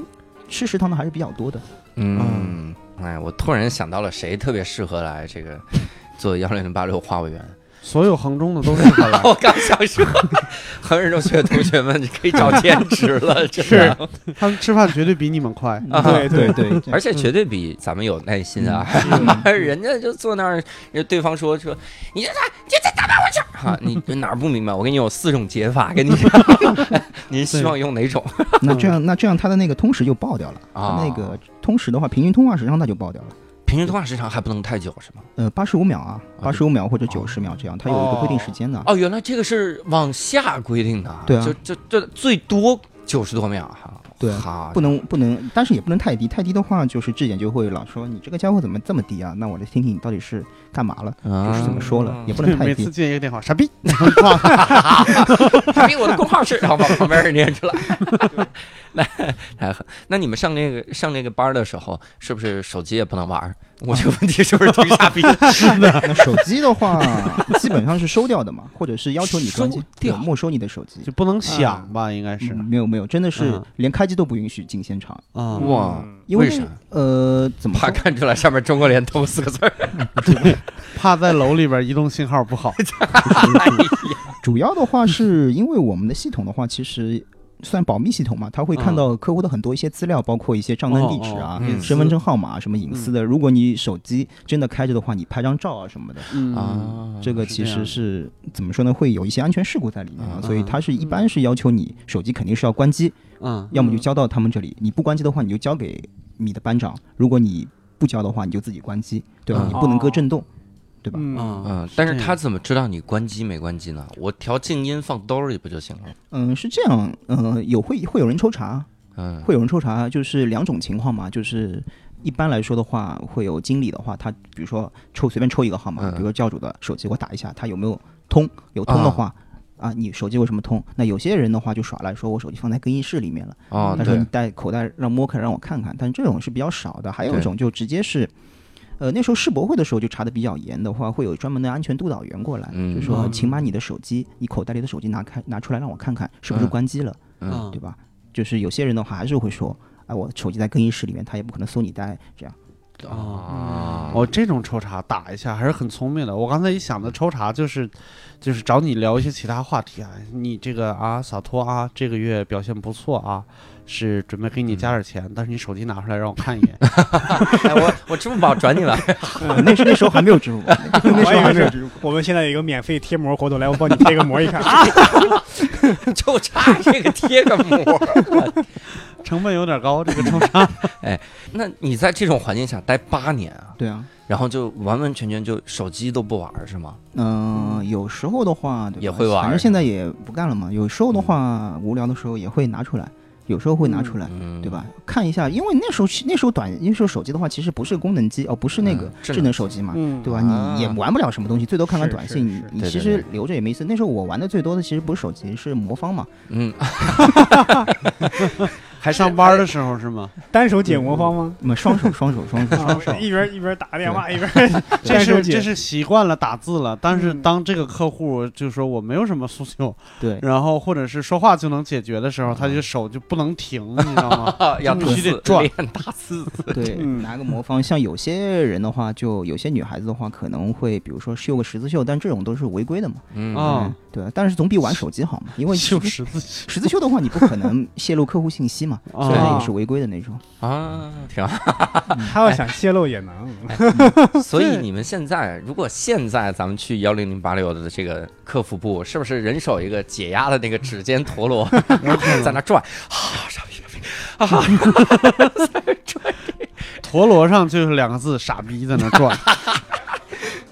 D: 吃食堂的还是比较多的。
A: 嗯，哎，我突然想到了谁特别适合来这个
D: (laughs)
A: 做幺零零八六话务员。 (laughs)
B: 所有衡中的都是他 (laughs) 来
A: 我刚想说， (laughs) 衡水中学的同学们，你可以找兼职
D: (laughs)
A: 了，真的。
B: 他们吃饭绝对比你们 (laughs) 快。
A: 啊
D: 对
C: 对
D: 对，嗯
A: 而且绝对比咱们有耐心啊！ (laughs) 人家就坐那儿，人家对方说说，你这咋你这咋办我去？ (laughs) 哈、你你哪儿不明白？我给你有四种解法，给你讲，
D: (laughs)
A: 您希望用哪种？
D: 那这样那这样他的那个通时就爆掉了，
A: 啊
D: (laughs) 他那个通时的话，平均通话时长那就爆掉了。
A: 平均通话时长还不能太久是吗？
D: 呃，八十五秒啊，
A: 啊
D: 八十五秒或者九十秒这样，它有一个规定时间的。
A: 哦，原来这个是往下规定的，
D: 对啊
A: 就就就最多九十多秒哈，
D: 对啊
A: 好，
D: 不能不能，但是也不能太低，太低的话就是质检就会老说你这个家伙怎么这么低啊？那我来听听你到底是干嘛了，就是这么说
A: 啊
D: 了，也
A: (laughs)
D: 不能太
B: 每
D: 低
B: 次。接一个电话，傻逼，
A: (laughs) 他比我的工号是，然后把旁边人念出来。 (laughs) 那那那你们上那个上那个班的时候，是不是手机也不能玩儿？我这个问题是不是挺傻 (laughs) 逼的？
D: 那手机的话，基本上是收掉的嘛，或者是要求你关机
A: 收，掉
D: 对没收你的手机。
B: 就不能
A: 嗯
B: 想吧？应该是
D: 嗯没有没有，真的是
B: 嗯
D: 连开机都不允许进现场，
B: 啊，
A: 啊哇
D: 因为
A: 为啥
D: 呃，怎么
A: 怕
D: 说？
A: 看出来上面“中国联通”四个字儿。
B: 怕在楼里边移动信号不好。
A: (laughs) 哎呀
D: 主要的话是因为我们的系统的话，其实算保密系统嘛，他会看
B: 嗯
D: 到客户的很多一些资料，包括一些账单地址
A: 哦哦、
D: 啊
A: 嗯
D: 身份证号码、什么隐私的。如果你手机真的开着的话，你拍张照啊什么的，
B: (laughs) 嗯
A: 啊
D: 这个
B: 是
D: 其
B: 这样
D: 实是怎么说呢？会有一些安全事故在里面啊，所以它是一般是要求你手机肯定是要关机，
B: 嗯
D: 要么就交到他们这里，你不关机的话，你就交给你的班长；如果你不交的话，你就自己关机，对吧？
A: 嗯
D: 你不能
B: 哦
D: 搁震动，对吧？
C: 嗯，
A: 嗯，但是
B: 这样
A: 他怎么知道你关机没关机呢？我调静音放兜里不就行了？
D: 嗯，是这样，呃，有会会有人抽查，
A: 嗯，
D: 会有人抽查，就是两种情况嘛，就是一般来说的话，会有经理的话，他比如说抽随便抽一个号码，
A: 嗯
D: 比如说教主的手机，我打一下，他有没有通？有通的话，啊你手机为什么通？那有些人的话就耍赖，说我手机放在更衣室里面了，
A: 哦，
D: 他说你
A: 对，
D: 带口袋让摸开让我看看，但这种是比较少的。还有一
A: 对
D: 种就直接是。呃，那时候世博会的时候就查的比较严的话，会有专门的安全督导员过来，
A: 嗯
D: 就说
B: 嗯
D: 请把你的手机，你口袋里的手机拿开拿出来让我看看是不是
A: 嗯
D: 关机了。
A: 嗯
D: 对吧？就是有些人的话还是会说，哎，我手机在更衣室里面，他也不可能搜你带这样。
A: 啊，
B: 哦，这种抽查打一下还是很聪明的。我刚才一想
D: 嗯
B: 的抽查就是，就是找你聊一些其他话题啊，你这个啊洒脱啊，这个月表现不错啊，是准备给你
D: 嗯
B: 加点钱，但是你手机拿出来让我看一眼。
A: 哎，我我支付宝转你了， (laughs)
D: 那时那时候还没有支付宝，那
C: 我
D: 时
C: 也
D: 候还
C: 有这
D: 是
C: 个植入我们现在有一个免费贴膜活动，来，我帮你贴个膜一
D: (laughs)
C: 看啊，
A: 就差这个贴个膜。
B: 成本有点高，这个
D: (laughs)
B: 抽查
A: 那你在这种环境下待八年啊，
D: 对啊。
A: 然后就完完全全就手机都不玩儿是吗？
D: 嗯、有时候的话对吧
A: 也会玩嗯
D: 反正现在也不干了嘛。有时候的话，无聊的时候也会拿出来，有时候会拿出来，
A: 嗯，
D: 对？吧？看一下，因为那时候那时候短那时候手机的话，其实不是功能机哦，不是那个
A: 嗯智能
D: 智能手机嘛，
C: 嗯
D: 对吧？
A: 啊
D: 你也玩不了什么东西，最多看看
C: 是
D: 短
C: 是
D: 信。
C: 是
D: 你
A: 对
D: 其
A: 对
D: 实留着也没意思。那时候我玩的最多的其实不是手机，是魔方嘛。
A: 嗯，还是
B: 上班的时候是吗？
C: 单手解魔方吗？
D: 那么双手，双手，双手，双嗯手
C: 啊。一边一边打电话一边 (laughs)
B: 这
C: 单手
B: 是
C: 解
B: 这是习惯了打字了，但是
C: 嗯
B: 当这个客户就说我没有什么诉求，
D: 对，嗯
B: 然后或者是说话就能解决的时候，他就手就不能停，你知道吗？
A: 啊，要
B: 必须得
A: 打四
B: 转
A: 脸打四次。
D: 对，
C: 嗯
D: 拿个魔方，像有些人的话，就有些女孩子的话，可能会比如说绣个十字绣，但这种都是违规的嘛。
A: 嗯
B: 啊哦
D: (laughs) 嗯，对，但是总比玩手机好嘛，因为
B: 就
D: 十
B: 十字
D: 字
B: 绣
D: 十字绣的话，你不可能泄露客户信息嘛，
B: 啊
D: 虽然也是违规的那种。 (laughs)
A: 啊，挺好。
C: 他要想泄露也能，
A: 所以你们现在，如果现在咱们去幺零零八六的这个客服部，是不是人手一个解压的那个指尖陀
D: (laughs)
A: 螺， (laughs) 在那转？
B: 陀螺上就是两个字“傻逼”在那转，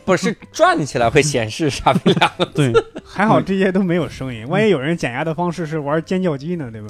A: 不是转起来会显示啥不了？
B: 对，
C: 还好这些都没有声音。万一有人减压的方式是玩尖叫鸡呢，对吧？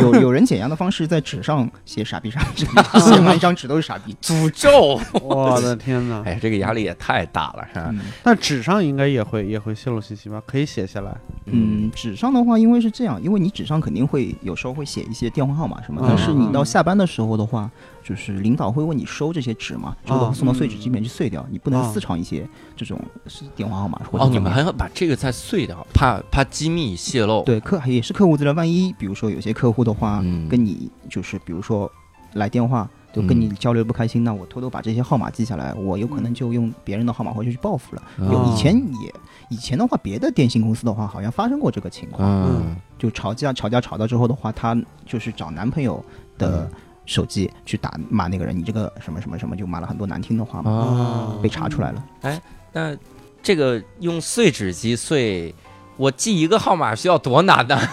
D: 有有人解压的方式在纸上写傻逼傻逼傻逼，写满一张纸都是傻逼。
A: 诅咒！
B: 我的天哪！
A: 哎，这个压力也太大了，是吧？
D: 嗯
B: 但纸上应该也会也会泄露信息吧？可以写下来。
D: 嗯，纸上的话，因为是这样，因为你纸上肯定会有时候会写一些电话号码什
A: 嗯
D: 么，但是你到下班的时候的话，就是领导会问你收这些纸嘛，
A: 嗯
D: 收
B: 啊
D: 了送到碎纸机里面去碎掉，你不能
B: 啊
D: 私藏一些这种是电话号码或者
A: 哦，你
D: 怎么
A: 们
D: 样
A: 还要把这个再碎掉，怕怕机密泄露。，
D: 对客也是客户资料，万一比如说有些客户的话，
A: 嗯
D: 跟你就是比如说来电话。就跟你交流不开心，那我偷偷把这些号码记下来，我有可能就用别人的号码回去去报复了。有
A: 嗯
B: 哦
D: 以前也以前的话，别的电信公司的话，好像发生过这个情况。
A: 嗯
D: 就吵架，吵架吵到之后的话，她就是找男朋友的手机去打骂那个人，你这个什么什么什么，就骂了很多难听的话嘛，
A: 啊，
D: 被查出来了。
A: 那这个用碎纸机碎，我记一个号码需要多难呢？ (laughs)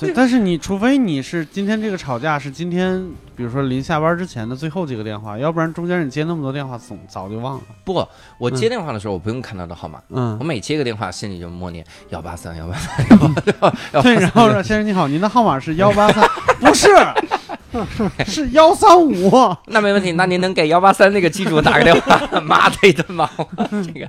B: 对，但是你除非你是今天这个吵架是今天，比如说临下班之前的最后几个电话，要不然中间你接那么多电话，总早就忘了。
A: 不，我接电话的时候我不用看他的号码，我
B: 嗯，
A: 每接一个电话心里就默念幺八三幺八三 (laughs) 幺
B: (laughs) 对，
A: 八
B: 然后说先生你好，您的号码是幺八三， (laughs) 不是，是幺三五。
A: 那没问题，那您能给幺八三那个机主打个电话，骂他一顿吗？这个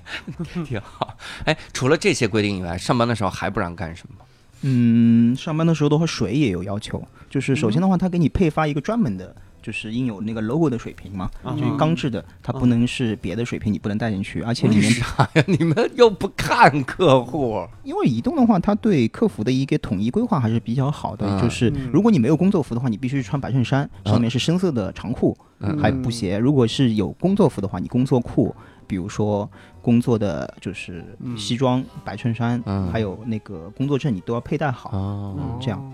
A: 挺好。哎，除了这些规定以外，上班的时候还不让干什么吗？
D: 嗯，上班的时候的话，水也有要求，就是首先的话，他给你配发一个专门的。就是印有那个 logo 的水瓶嘛，
B: 嗯
D: 就是钢制的，它不能是别的水瓶，你不能带进去。而且里面，
A: 哎呀，你们又不看客户，
D: 因为移动的话，它对客服的一个统一规划还是比较好的。
A: 嗯
D: 就是
C: 嗯
D: 如果你没有工作服的话，你必须穿白衬衫，上面是深色的长裤，
A: 嗯
D: 还有布鞋。如果是有工作服的话，你工作裤，比如说工作的就是
B: 嗯
D: 西装、白衬衫，
A: 嗯
D: 还有那个工作证，你都要佩戴好。
A: 哦
D: 这样，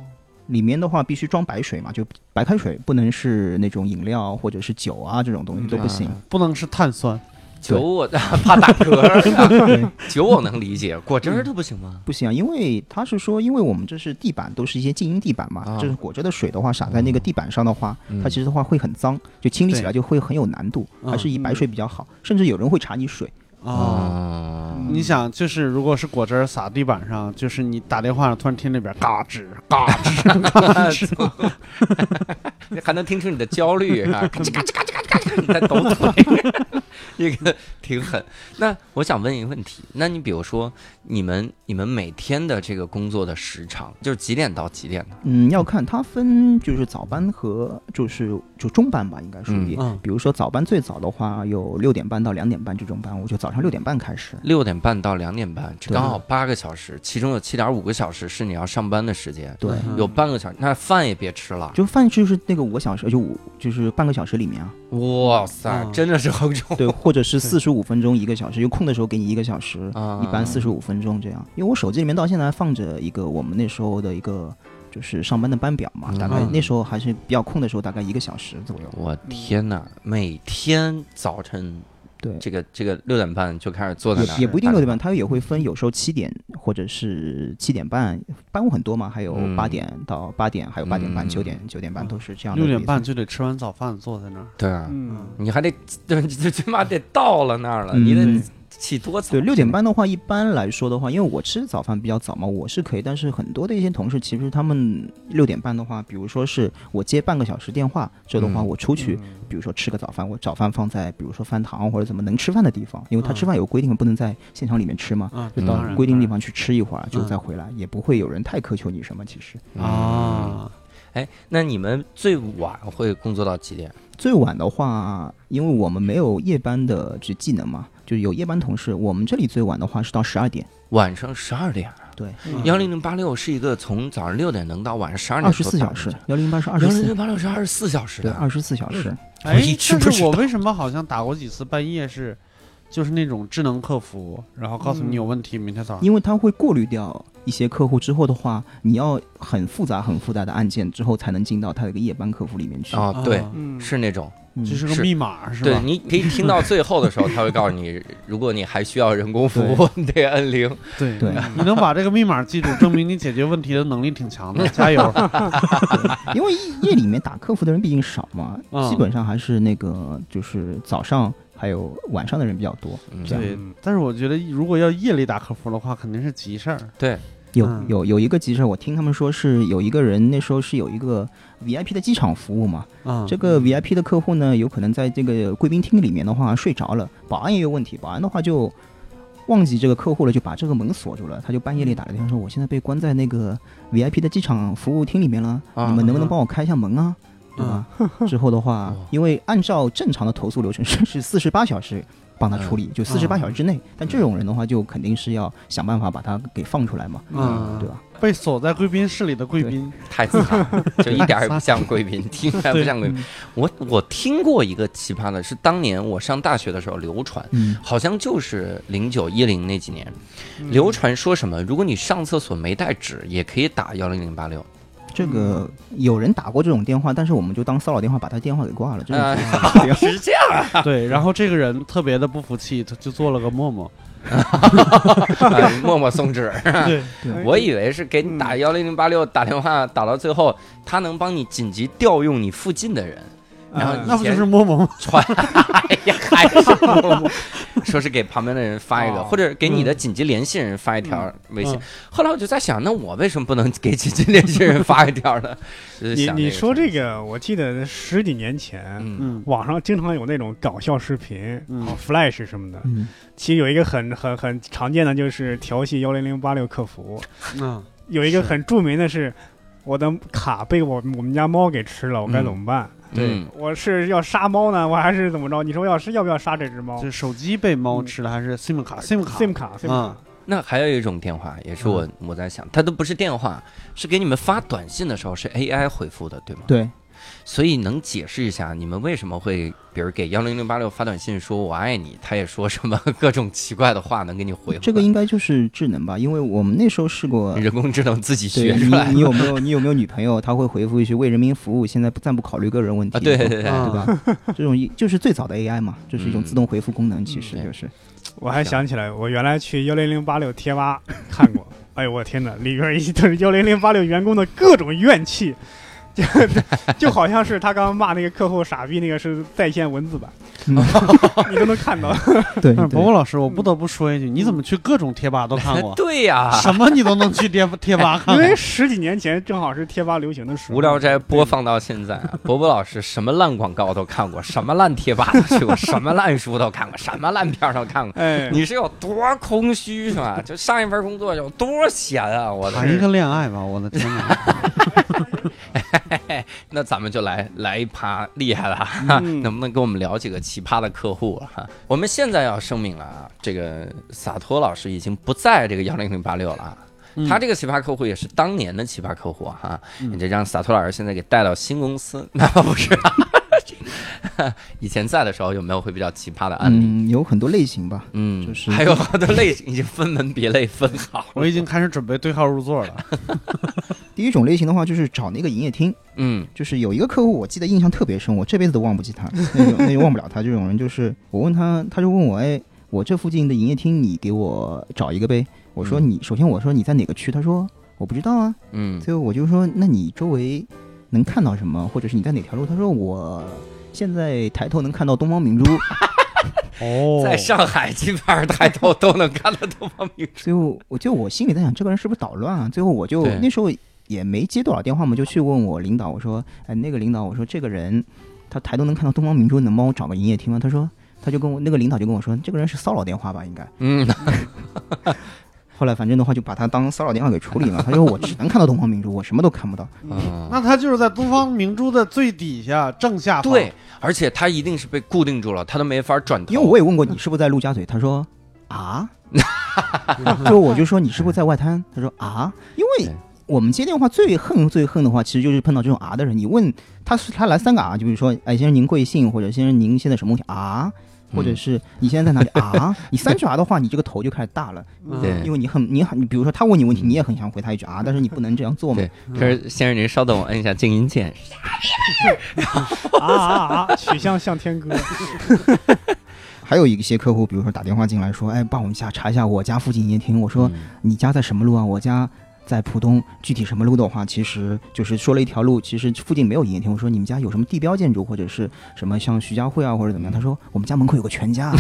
D: 里面的话必须装白水嘛，就白开水，不能是那种饮料或者是酒啊这种
B: 嗯
D: 东西都不行。
B: 不能是碳酸，
A: 酒我怕打嗝儿，
D: 对，
A: 酒我能理解，果汁儿都不行吗？
D: 不行啊，因为他是说，因为我们这是地板，都是一些静音地板嘛，
A: 啊
D: 就是果汁的水的话洒在那个地板上的话，
A: 嗯
D: 它其实的话会很脏，就清理起
B: 对
D: 来就会很有难度，
B: 嗯
D: 还是以白水比较好。甚至有人会查你水，
B: 啊。
A: 哦
B: 你想，就是如果是果汁儿洒地板上，就是你打电话突然听那边嘎吱嘎吱
A: (laughs)
B: 嘎吱，
A: 还能听出你的焦 (laughs) 虑啊，嘎吱嘎吱嘎吱嘎吱嘎吱，你在抖腿，这个挺狠。那我想问一个问题，那你比如说，你们你们每天的这个工作的时长，就是几点到几点呢？
D: 嗯，要看它分就是早班和就是就中班吧，应该属于。
B: 嗯嗯
D: 比如说早班最早的话有六点半到两点半这种班，我就早上六点半开始。
A: 六点半到两点半，这
D: 对
A: 刚好八个小时，其中有七点五个 (laughs) 小时是你要上班的时间，
D: 对，
B: 嗯
A: 有半个小时，那饭也别吃了。
D: 就饭就是那个五个小时，就五就是半个小时里
B: (laughs)
D: 面啊，
A: 哇塞，
B: 嗯
A: 真的是很重。
D: 对，或者是
B: 对
D: 四十五分钟一个小时，有空的时候给你一个小时，
A: 啊
D: 一般四十五分钟这样。因为我手机里面到现在还放着一个我们那时候的一个就是上班的班表嘛，大概
B: 嗯
D: 那时候还是比较空的时候，大概一个小时左右。
A: 我天哪！每天早晨
D: 对，
A: 这个这个六点半就开始坐在那儿，
D: 也也不一定
A: 打
D: 六点半，它也会分，有时候七点或者是七点半，班务很多嘛，还有
A: 嗯
D: 八点到八点，还有八点半、
A: 嗯
D: 九点、九点半都是这样的
B: 六
D: 比
B: 点
D: 赛。
B: 半就得吃完早饭坐在那儿。
A: 对啊，
C: 嗯，
A: 你还得这这起码得到了那儿了，
D: 嗯
A: 你
D: 对
A: 得起多早？
D: 对，六点半的话，一般来说的话，因为我吃早饭比较早嘛，我是可以。但是很多的一些同事，其实他们六点半的话，比如说是我接半个小时电话，这的话
A: 嗯
D: 我出去，比如说吃个早饭，我早饭放在比如说饭堂或者怎么能吃饭的地方，因为他吃
B: 嗯
D: 饭有规定，不能在现场里面吃嘛，
A: 嗯
B: 啊，
D: 就
A: 当
D: 到
B: 然
D: 规定地
B: 当
D: 方去吃一会儿，就
B: 嗯
D: 再回来，也不会有人太苛求你什么。其实
B: 然啊，
A: 哎，那你们最晚会工作到几点？
D: 最晚的话，因为我们没有夜班的这技能嘛，就是有夜班同事，我们这里最晚的话是到十二点，
A: 晚上十二点啊。
D: 对，
B: 嗯
A: 幺零零八六是一个从早上六点能到晚上十二点
D: 二十四小时，幺零八是
A: 幺
D: 二十
A: 零
D: 四
A: 零。八六是二十四小时啊
D: 对，
A: 的。
D: 二十四小时。
A: 我
B: 哎
A: 一，直不
B: 但
A: 知
B: 是我
A: 道
B: 为什么好像打过几次半夜是，就是那种智能客服，然后告诉你有问题，明天早上。
D: 因为它会过滤掉一些客户之后的话，你要很复杂、很复杂的案件之后才能进到它这个夜班客服里面去。
A: 啊，对，
B: 啊
C: 嗯，
A: 是那种，
D: 嗯
B: 就是
A: 是
B: 个密码是
A: 对，
B: 吧？
A: 你可以听到最后的时候，他会告诉你， (laughs) 如果你还需要人工服务，你得摁铃。
B: 对
D: 对
B: 你能把这个密码记住，证明你解决问题的能力挺强的，加 (laughs) 油！
D: 因为夜里面打客服的人毕竟少嘛，
B: 嗯
D: 基本上还是那个就是早上还有晚上的人比较多。
A: 嗯
D: 这样
B: 对，但是我觉得如果要夜里打客服的话，肯定是急事儿。
A: 对，
D: 有
B: 嗯
D: 有有一个急事儿，我听他们说是有一个人那时候是有一个 VIP 的机场服务嘛，
B: 啊，
D: 这个 VIP 的客户呢，有可能在这个贵宾厅里面的话睡着了，保安也有问题，保安的话就忘记这个客户了，就把这个门锁住了，他就半夜
B: 嗯
D: 里打来电话说，我现在被关在那个 VIP 的机场服务厅里面了，
A: 啊
D: 你们
B: 嗯
D: 能不能帮我开一下门啊？对吧？之后的话
A: 哦，
D: 因为按照正常的投诉流程是是四十八小时帮他处理，就四十八
B: 嗯
D: 小时之内。但这种人的话，就肯定是要想办法把他给放出来嘛，
B: 嗯
D: 对吧？
B: 被锁在贵宾室里的贵宾，
A: 太惨
B: (laughs)
A: 了，就一点儿也不像贵宾，听起来不像贵
B: 嗯
A: 宾。我我听过一个奇葩的，是当年我上大学的时候流传，
D: 嗯，
A: 好像就是零九一零那几年
C: 嗯
A: 流传说什么，如果你上厕所没带纸，也可以打幺零零八
B: (laughs)
A: 六。
D: 这个
B: 嗯
D: 有人打过这种电话，但是我们就当骚扰电话，把他电话给挂了，这种
A: 啊
B: 哎
D: 情况不要
A: 是这样啊， (laughs)
B: 对，然后这个人特别的不服气，他就做了个陌陌，
A: 哎
B: (laughs)
A: 默默送纸。
B: 对，嗯
C: 哎
A: (laughs) 我以为是给你打幺零零八六打电话，打到最后，他能帮你紧急调用你附近的人。然后
C: 嗯
B: 啊那不就是陌陌吗？
A: 传， (laughs) 哎呀，还是默默说是给旁边的人发一个，
B: 哦
A: 或者给你的紧急联系人发一条微信
B: 嗯。
A: 后来我就在想，那我为什么不能给紧急联系人发一条呢？就是
C: 你
A: 想
C: 你
A: 个
C: 说
A: 事
C: 这个，我记得十几年
A: 儿，
C: 前，
A: 嗯
B: 嗯
C: 网上经常有那种搞笑视频，
B: 嗯
C: 然后 Flash 什么的。
D: 嗯，
C: 其实有一个很很很常见的就是调戏幺零零八六客服，
B: 嗯，
C: 有一个
B: 是
C: 很著名的是。我的卡被我我们家猫给吃了，我该怎么办？
A: 对，
C: 我是要杀猫呢，我还是怎么着？你说要是要不要杀这只猫
B: 这手机被猫吃了还是 SIM 卡？SIM 卡
C: ？SIM 卡，SIM
B: 嗯
C: 卡，
A: 那还有一种电话，也是我我在想，它都不是电话，是给你们发短信的时候是 AI 回复的，对吗？
D: 对，
A: 所以能解释一下你们为什么会，比如给幺零零八六发短信说我爱你，他也说什么各种奇怪的话能给你回回
D: 这个应该就是智能吧，因为我们那时候试过。
A: 人工智能自己
D: 对
A: 学出来
D: 你，你有没有你有没有女朋友？她会回复一句“为人民服务”，现在不暂不考虑个人问题。
A: 啊对对对对
D: 对吧？这种一就是最早的 AI 嘛，就是一种自动回复功能，其实
A: 嗯
D: 就是。
C: 我还想起来，我原来去幺零零八六贴吧看过，哎呦我天哪，里边一堆幺零零八六员工的各种怨气， (laughs) 就就好像是他刚刚骂那个客户傻逼那个是在线文字版， (laughs) 你都能看到。
D: 对，
B: 但是伯
D: 对
B: 伯哎老师，我不得不说一句，你怎么去各种贴吧都看
A: (laughs)
B: 过？
A: 对呀、
B: 什么你都能去贴贴吧看
C: 因
B: (laughs) 过？
C: 为十几年前正好是贴吧流行的时候，
A: 无聊斋播放到现在啊，伯伯老师什么烂广告都看过，什么烂贴吧都去过，什么烂书都看过，什么烂片儿都看过。
C: 哎，
A: 你是有多空虚是吧？就上一份工作有多闲啊！我
B: 谈一
A: 的，
B: 个恋爱吧，我的天哪！
A: (laughs) 那咱们就来来一趴厉害的啊，(laughs)
C: 嗯
A: 能不能给我们聊几个奇葩的客户啊？我们现在要声明了啊，这个洒脱老师已经不在这个幺零零八六了啊。
B: 嗯
A: 他这个奇葩客户也是当年的奇葩客户啊哈、
B: 嗯
A: 你这让洒脱老师现在给带到新公司，那不是、 (laughs) 啊？以前在的时候有没有会比较奇葩的案例？
D: 嗯，有很多类型吧。
A: 嗯，
D: 就是
A: 还有好多类型已经分门别类分好了。
B: 我已经开始准备对号入座了。
D: 第一种类型的话，就是找那个营业厅，
A: 嗯
D: 就是有一个客户，我记得印象特别深，我这辈子都忘不记他，那种那种忘不了他这种人，就是我问他，他就问我，哎，我这附近的营业厅，你给我找一个呗。我说
A: 嗯
D: 你，首先我说你在哪个区，他说我不知道啊。
A: 嗯
D: 最后我就说，那你周围能看到什么，或者是你在哪条路？他说我现在抬头能看到东方明珠。
A: (laughs)
B: 哦
A: 在上海基本上抬头都能看到东方明珠。
D: 最后我就我心里在想，这个人是不是捣乱啊？最后我就
A: 对
D: 那时候也没接多少电话嘛，就去问我领导，我说，哎，那个领导，我说这个人他抬头能看到东方明珠，能帮我找个营业厅吗？他说，他就跟我那个领导就跟我说，这个人是骚扰电话吧，应该。
A: 嗯，
D: 后来反正的话就把他当骚扰电话给处理了。他说我只能看到东方明珠，我什么都
A: (laughs)
D: 看不到。
A: 嗯
B: 那他就是在东方明珠的最底下正下方。
A: 对，而且他一定是被固定住了，他都没法转头。
D: 因为我也问过你是不是在陆家嘴，他说啊， (laughs) 就我就说你是不是在外滩，他说啊，因为
A: 对
D: 我们接电话最恨最恨的话，其实就是碰到这种啊的人，你问他是他来三个啊，就比如说哎先生您贵姓，或者先生您现在什么问题啊。或
A: 嗯
D: 者是你现在在哪里啊？你三句啊的话，你这个头就开始大了，
B: 嗯
A: 对
D: 因为你很你很，你比如说他问你问题，
A: 嗯
D: 你也很想回他一句啊，但是你不能这样做嘛
A: 对。可是先生，您稍等，我摁一下静音键。
C: 啊啊啊！曲项向天歌，
D: 还有一些客户，比如说打电话进来说，哎，帮我们家查一下我家附近营业厅。我说，
A: 嗯
D: 你家在什么路啊？我家在浦东，具体什么路啊的话，其实就是说了一条路，其实附近没有营业厅。我说你们家有什么地标建筑，或者是什么像徐家汇啊，或者怎么样？他
B: 嗯
D: 说我们家门口有个全家，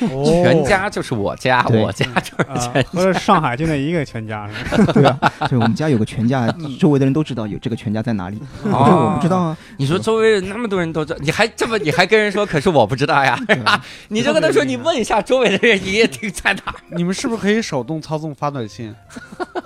C: 哦
A: 全家就是我家，
D: 对
A: 我家就是
C: 啊，合着上海就那一个全家是吧？
D: 对啊，对，我们家有个全家，周围的人都知道有这个全家在哪里。我
A: 哦
D: 说我不知道啊，
A: 你说周围那么多人都知道，你还这么，你还跟人说，可是我不知道呀，是吧？你就跟他说，你问一下周围的人，你也听在哪儿？
B: 你们是不是可以手动操纵发短信？ (laughs)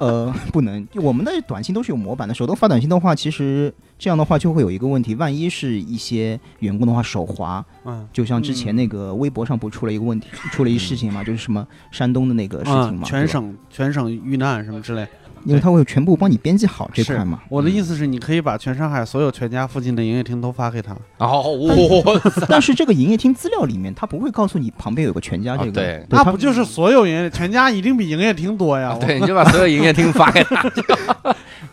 B: 啊
D: 呃，不能，我们的短信都是有模板的，手动发短信的话，其实这样的话就会有一个问题，万一是一些员工的话手滑，
B: 嗯，
D: 就像之前那个微博上不出了一个问题，出了一事情嘛，就是什么山东的那个事情
B: 嗯
D: 嘛，
B: 全
D: 对吧，
B: 省全省遇难什么之类。
D: 因为他会全部帮你编辑好这块嘛。 (laughs)
B: 是我的意思是，你可以把全上海所有全家附近的营业厅都发给他。
A: 哦，我
D: 但是这个营业厅资料里面，他不会告诉你旁边有个全家
A: 哦
D: 这个，
A: 对
B: 那
D: 他
B: 不就是所有营业全家一定比营业厅多呀？
A: 啊对，你就把所有营业厅发给他，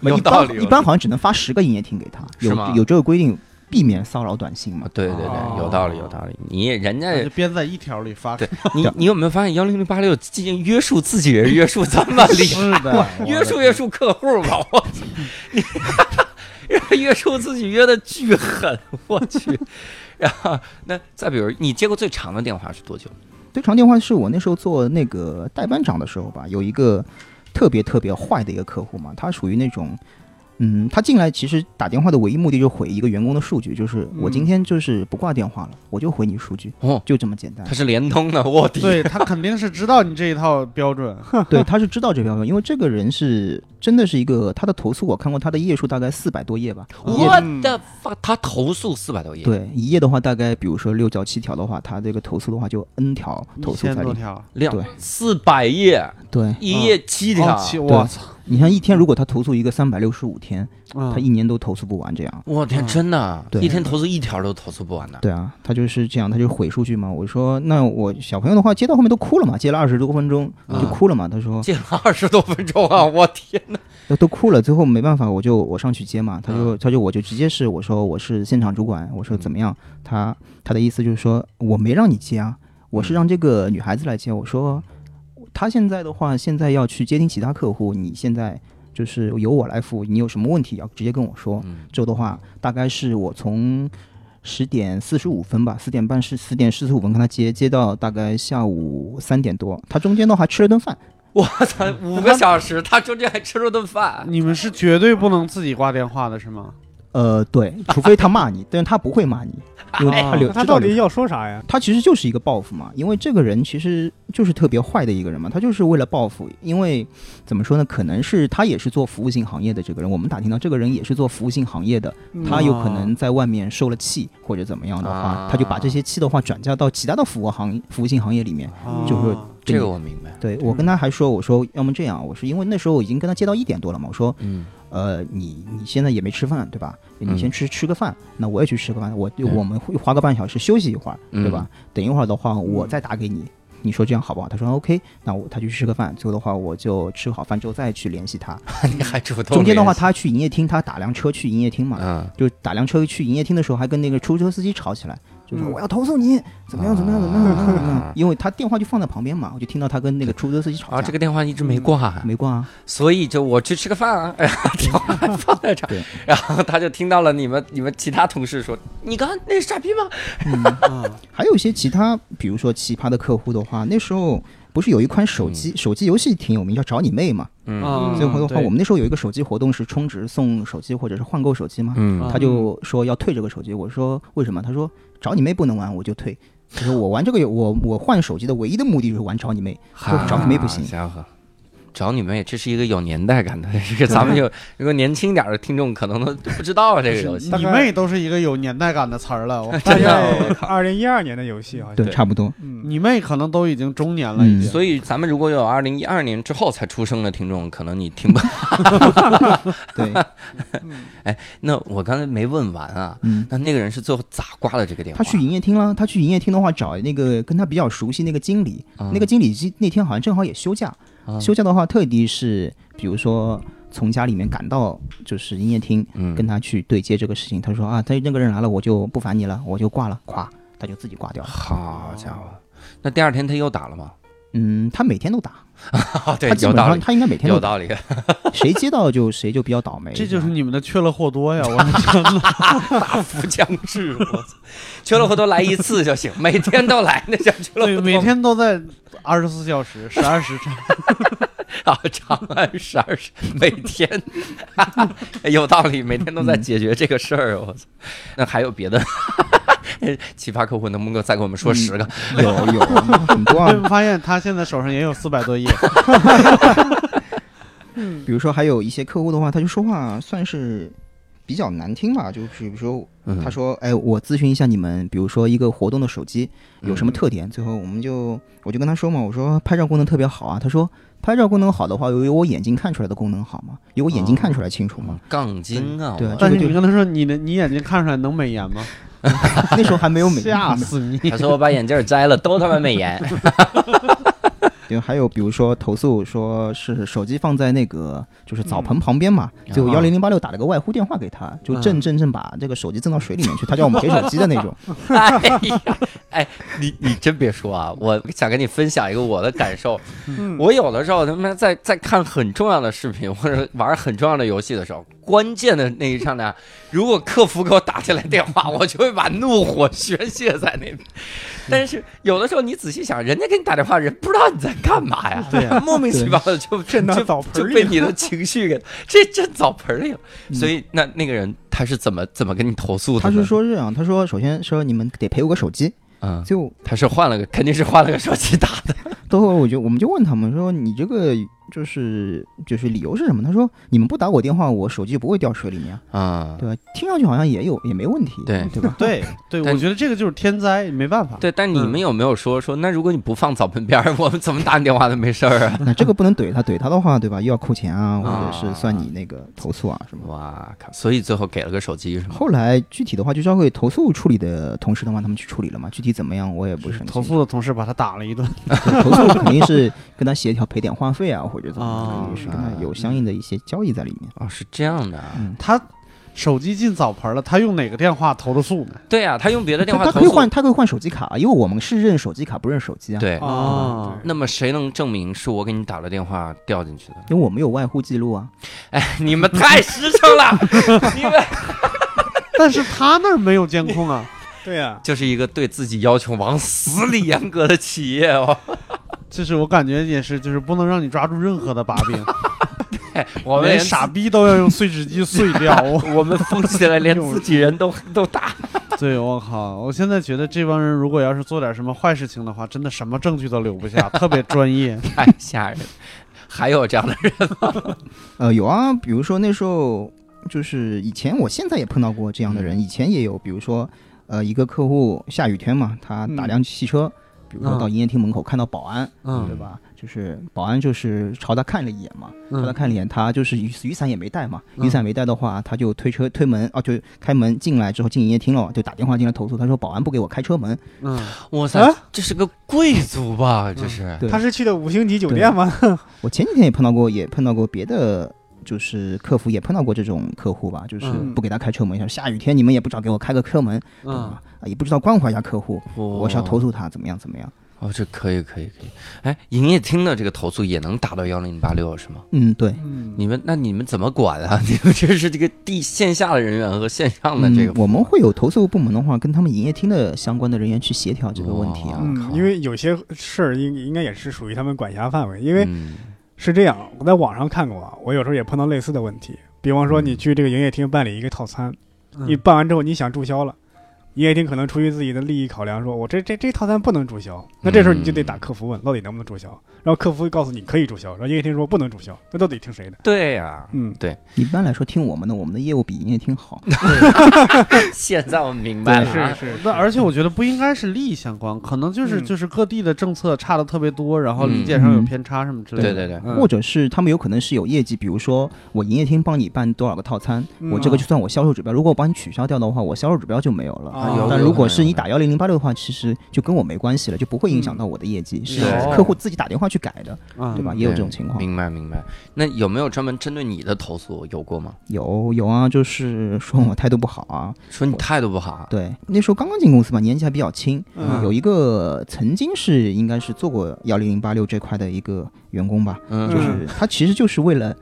A: 有
D: 一
A: 道理
D: 般一般好像只能发十个营业厅给他，
A: 是
D: 有
A: 吗
D: 有这个规定，避免骚扰短信嘛
A: 啊。对对对，有道理有道理。你也人家
B: 我就编在一条里发。
A: 对你你有没有发现幺零零八六进行约束自己人约束这么厉害？
B: (laughs) 是的，
A: 约束约
B: (laughs)
A: 束客户吧，我操你 (laughs) 约束自己约的巨狠，我去。然后那再比如，你接过最长的电话是多久？
D: 最长电话是我那时候做那个代班长的时候吧，有一个特别特别坏的一个客户嘛，他属于那种，嗯，他进来其实打电话的唯一目的就回一个员工的数据，就是我今天就是不挂电话了，我就回你数据，
A: 嗯哦，
D: 就这么简单
A: 它。是联通的，卧底。
B: 对他肯定是知道你这一套标准。
D: 对，他是知道这标准，因为这个人是真的是一个他的投诉，我看过他的页数大概四百多页吧。
A: 我的发，他投诉四百多页，
D: 嗯对，一页的话大概比如说六角七条的话，他这个投诉的话就 N 条投
B: 一
D: 诉
B: 千
D: 才
B: 多
D: 领。
B: 条，
A: 两
D: 对嗯
A: 四百页，
D: 对，
A: 一啊页七
B: 哦
A: 条，
B: 七
D: 对
B: 我操，
D: 你像一天如果他投诉一个三百六十五天，他
B: 嗯
D: 一年都投诉不完这样。
A: 我天，真的，
D: 嗯对
A: 一天投诉一条都投诉不完的。
D: 对啊，他就是这样，他就毁数据嘛。我说那我小朋友的话接到后面都哭了嘛，接了二十多分钟
B: 嗯
A: 啊
D: 就哭了嘛。他说
A: 借了二十多分钟啊！我
D: (laughs)
A: 天哪！
D: 都都哭了，最后没办法，我就我上去接嘛，他就他就我就直接是我说我是现场主管，我说怎么样？他他的意思就是说我没让你接啊，我是让这个女孩子来接。我说她现在的话，现在要去接听其他客户，你现在就是由我来付，你有什么问题要直接跟我说。
A: 嗯
D: 这的话大概是我从十点四十五分吧，四点半是四点四十五分跟他接，接到大概下午三点多，他中间的话吃了顿饭。
A: 我操，五个小时，他中间还吃了顿饭。
B: 你们是绝对不能自己挂电话的是吗？
D: 呃，对，除非他骂你，但 (laughs) 是他不会骂你，因为他
B: 哎
D: 留、
C: 那他
D: 知道
C: 到
D: 留
C: 底要说啥呀？
D: 他其实就是一个报复嘛，因为这个人其实就是特别坏的一个人嘛，他就是为了报复。因为怎么说呢，可能是他也是做服务性行业的这个人，我们打听到这个人也是做服务性行业的，
C: 嗯
D: 他有可能在外面受了气或者怎么样的
A: 啊
D: 话，他就把这些气的话转嫁到其他的服务行服务性行业里面。
B: 啊
D: 就是
A: 这个我明白。
D: 对我跟他还说，我说要么这样，我说因为那时候我已经跟他接到一点多了嘛，我说
A: 嗯，
D: 呃，你你现在也没吃饭，对吧？
A: 嗯
D: 你先吃吃个饭，那我也去吃个饭，我
A: 嗯
D: 我们会花个半小时休息一会儿，
A: 嗯
D: 对吧？等一会儿的话，我再打给你，你说这样好不好？他说 OK，那我他去吃个饭，最后的话我就吃好饭之后再去联
A: (laughs)
D: 系他。
A: 你还主动
D: 嗯中间的话，
A: 联系，
D: 他去营业厅，他打辆车去营业厅嘛，
A: 嗯，
D: 就打辆车去营业厅的时候，还跟那个出租车司机吵起来，就说
C: 嗯
D: 我要投诉你，怎么样怎么样怎么样怎么样怎么
A: 啊
D: 样，因为他电话就放在旁边嘛，我就听到他跟那个出租车司机吵
A: 啊，
D: 架，
A: 这个电话一直没挂，
D: 没挂啊，
A: 所以就我去吃个饭啊，哎 (laughs) 呀，电话放在这儿
D: 对，
A: 然后他就听到了你们你们其他同事说，你刚刚那是傻逼吗？
D: 还有一些其他，比如说奇葩的客户的话，那时候不是有一款手机、手机游戏挺有名，叫找你妹嘛。
A: 嗯
B: 啊，
D: 嗯所以回头的话，
B: 对
D: 我们那时候有一个手机活动是充值送手机或者是换购手机嘛。
A: 嗯
D: 他就说要退这个手机，我说为什么？他说找你妹不能玩，我就退。他说我玩这个游，我我换手机的唯一的目的就是玩找你妹。
A: 好
D: 找你妹不行
A: 家伙。找你妹，这是一个有年代感的，这个咱们
D: (laughs)
A: 就如果年轻点儿的听众可能都不知道啊这个游戏
C: 大
B: 你
C: 概
B: 妹都是一个有年代感的词儿了，我
C: 大
A: 真的
C: 概
A: 我
C: 二零一二年的游戏好像。
D: 对，差不多。
C: 嗯，
B: 你妹可能都已经中年了，已经。
A: 所以咱们如果有二零一二年之后才出生的听众，可能你听
D: (laughs)
A: 不。
D: 对，
A: 那我刚才没问完啊，
D: 嗯，
A: 那那个人是最后咋挂了这个电话？
D: 他去营业厅了，他去营业厅的话找那个跟他比较熟悉那个经理，
A: 嗯
D: 那个经理机那天好像正好也休假，
A: 啊
D: 休假的话特地是比如说从家里面赶到就是营业厅，
A: 嗯
D: 跟他去对接这个事情。他说啊，他那个人来了，我就不烦你了，我就挂了，咵，他就自己挂掉了。
A: 好家伙，那第二天他又打了吗？
D: 嗯，他每天都打，
A: 哦， (laughs) 对
D: 他，基
A: 有
D: 本
A: 道
D: 上
A: 理，
D: 他应该每天
A: 有
D: 都打，
A: 道 (laughs) 理。
D: 谁接到就谁就比较倒霉。
B: 这
D: 这
B: 就
D: 样
B: 是你们的缺了货多呀！我
A: 大幅降智，我操，缺了回头来一次就行，每天都来，那叫缺了回 (laughs)
B: 对
A: 头。
B: 每天都在二十四小时、十二时辰。
A: 啊，长按十二时，每天 (laughs) 有道理，每天都在解决这个事儿。我操，那还有别的 (laughs) 奇葩客户，能不能再给我们说十个？
D: 有有很多
B: 我
D: 啊，
B: 发现他现在手上也有四百多页，
D: 比如说还有一些客户的话，他就说话算是比较难听吧，就是比如说
A: 嗯
D: 他说：“哎，我咨询一下你们，比如说一个活动的手机有什么
C: 嗯
D: 特点？”最后我们就我就跟他说嘛，我说拍照功能特别好啊。他说拍照功能好的话，有有我眼睛看出来的功能好吗？有我眼睛看出来清楚吗？
A: 杠精啊！
D: 对
A: 我
B: 但是你跟他说你的你眼睛看出来能美颜吗？
A: (laughs)
D: 那时候还没有美
B: 吓死你！
A: 他说我把眼镜摘了，都他妈美颜。
D: (laughs) 对，还有比如说投诉说是手机放在那个就是澡盆旁边嘛，就幺零零八六打了个外呼电话给他，就正正正把这个手机震到水里面去，他叫我们给手机的那种。
A: (laughs) 哎呀，哎，你你真别说啊，我想跟你分享一个我的感受。
C: 嗯
A: 我有的时候他妈在在看很重要的视频或者玩很重要的游戏的时候，关键的那一刹那，如果客服给我打进来电话，我就会把怒火宣泄在 (laughs) 那边。但是有的时候你仔细想，人家给你打电话，人不知道你在干嘛呀，
B: 对呀
A: 莫名其妙的就
C: 震到
A: 就
C: 澡盆
A: 就
C: 儿里
A: 被
C: 了
A: 你的情绪给这这澡盆儿里了。所以那那个人他是怎么怎么跟你投诉的？
D: 他是，说这样，他说首先说你们得赔我个手机，
A: 嗯，
D: 就
A: 他是换了个，肯定是换了个手机打的。
D: 最后我就我们就问他们说，你这个就是就是理由是什么？他说你们不打我电话，我手机不会掉水里面啊，
A: 啊，
D: 对吧？听上去好像也有也没问题，
A: 对
D: 对
A: (laughs)
D: 吧？
B: 对对，
A: 但
B: 我觉得这个就是天灾，没办法。
A: 对，但你们有没有说说，那如果你不放澡盆边儿，我 (laughs) 们怎么打你电话都没事儿啊？
D: 那这个不能怼他，怼他的话，对吧？又要扣钱啊，或者
A: 啊
D: 是算你那个投诉啊什么
A: (laughs)
D: 的。
A: 哇靠！所以最后给了个手机是吗？
D: 后来具体的话就交给投诉处理的同事的话，他们去处理了嘛。具体怎么样我也不是很
B: 投
D: 清楚
B: 诉的同事把他打了一顿，
D: 投诉肯定是跟他协调赔点话费啊，或者怎么
B: 啊
D: 的，也是跟他有相应的一些交易在里面。嗯
A: 哦，是这样的啊。
B: 他手机进澡盆了，他用哪个电话投的诉呢？
A: 对啊，他用别的电话
D: 他
A: 投
D: 可以
A: 诉
D: 换，。他可以换手机卡，啊因为我们是认手机卡不认手机啊。，
A: 对，
B: 哦
C: 对
A: 那么谁能证明是我给你打了电话掉进去的？
D: 因为我们有外呼记录啊。
A: 哎， (laughs) 你们太实诚 (laughs) 了，你们
B: 但是他那儿没有监控啊，
C: 对呀，
A: 就是一个对自己要求往死里严格的企业哦。
B: 就是我感觉也是，就是不能让你抓住任何的把柄，
A: 哎我们
B: 连
A: 连
B: 傻逼都要用碎纸机碎
A: (laughs)
B: 掉。我
A: 我们疯起来，连自己人都都打。
B: (laughs) 对我靠，我现在觉得这帮人如果要是做点什么坏事情的话，真的什么证据都留不下，特别专业。
A: 太吓人了。还有这样的人，
D: 呃，有啊，比如说那时候就是以前，我现在也碰到过这样的人，以前也有，比如说呃，一个客户下雨天嘛，他打辆汽车，比如说到营业厅门口看到保安，对
B: 嗯
D: 吧？就是保安就是朝他看了一眼嘛，朝他
B: 嗯
D: 看了一眼，他就是雨雨伞也没带嘛，
B: 嗯
D: 雨伞没带的话，他就推车推门啊，就开门进来之后进营业厅了，就打电话进来投诉，他说保安不给我开车门，
B: 嗯，
A: 哇塞，这是个贵族吧？这是
D: 对
C: 他是去的五星级酒店吗？
D: 我前几天也碰到过，也碰到过别的，就是客服也碰到过这种客户吧，就是
B: 嗯
D: 不给他开车门，像下雨天你们也不知道给我开个车门，对
B: 嗯
D: 吧？啊也不知道关怀一下客户，
A: 我
D: 我是要投诉他怎么样怎么样。
A: 哦，这可以可以可以。哎，营业厅的这个投诉也能打到幺零八六是吗？
D: 嗯，对。
C: 嗯，
A: 你们那你们怎么管啊？ (laughs) 你们这是这个地线下的人员和线上的这个
D: 嗯，我们会有投诉部门的话，跟他们营业厅的相关的人员去协调这个问题啊。
A: 哇
C: 嗯，
A: 靠
C: 因为有些事儿应应该也是属于他们管辖范围，因
A: 因
C: 为是这样，我在网上看过啊，我有时候也碰到类似的问题。比方说，你去这个营业厅办理一个套餐，
A: 嗯
C: 你办完之后你想注销了，营业厅可能出于自己的利益考量，说我这这这套餐不能注销，那这时候你就得
A: 嗯
C: 打客服问到底能不能注销，然后客服会告诉你可以注销，然后营业厅说不能注销，那到底听谁的？
A: 对呀、
C: 嗯，
D: 一般来说，听我们的，我们的业务比营业厅好。
A: (laughs) 现在我明白了啊，
C: 是是，
B: 那而且我觉得不应该是利益相关，可能就是、
C: 嗯
B: 就是各地的政策差的特别多，然后理
A: 嗯
B: 解上有偏差什么之类的。
A: 对对对
B: 嗯
D: 或者是他们有可能是有业绩，比如说我营业厅帮你办多少个套餐，
C: 嗯
D: 我这个就算我销售指标，如果我帮你取消掉的话，我销售指标就没有了。
C: 啊有
D: 但
A: 有
D: 如
A: 可
D: 果
A: 能
D: 是你
A: 有可
D: 打幺零零八六的话，其实就跟我没关系了，就不会影响到我的业绩，是
A: 是
D: 客户自己打电话去改的，
B: 嗯
D: 对吧？也有
A: 对
D: 这种情况。
A: 明白明白。那有没有专门针对你的投诉有过吗？
D: 有有啊，就是说我态度不好啊。
A: 说你态度不好啊，
D: 对，那时候刚刚进公司嘛，年纪还比较轻，
C: 嗯
D: 有一个曾经是应该是做过幺零零八六这块的一个员工吧，
A: 嗯，
D: 就
C: 嗯
D: 是他其实就是为了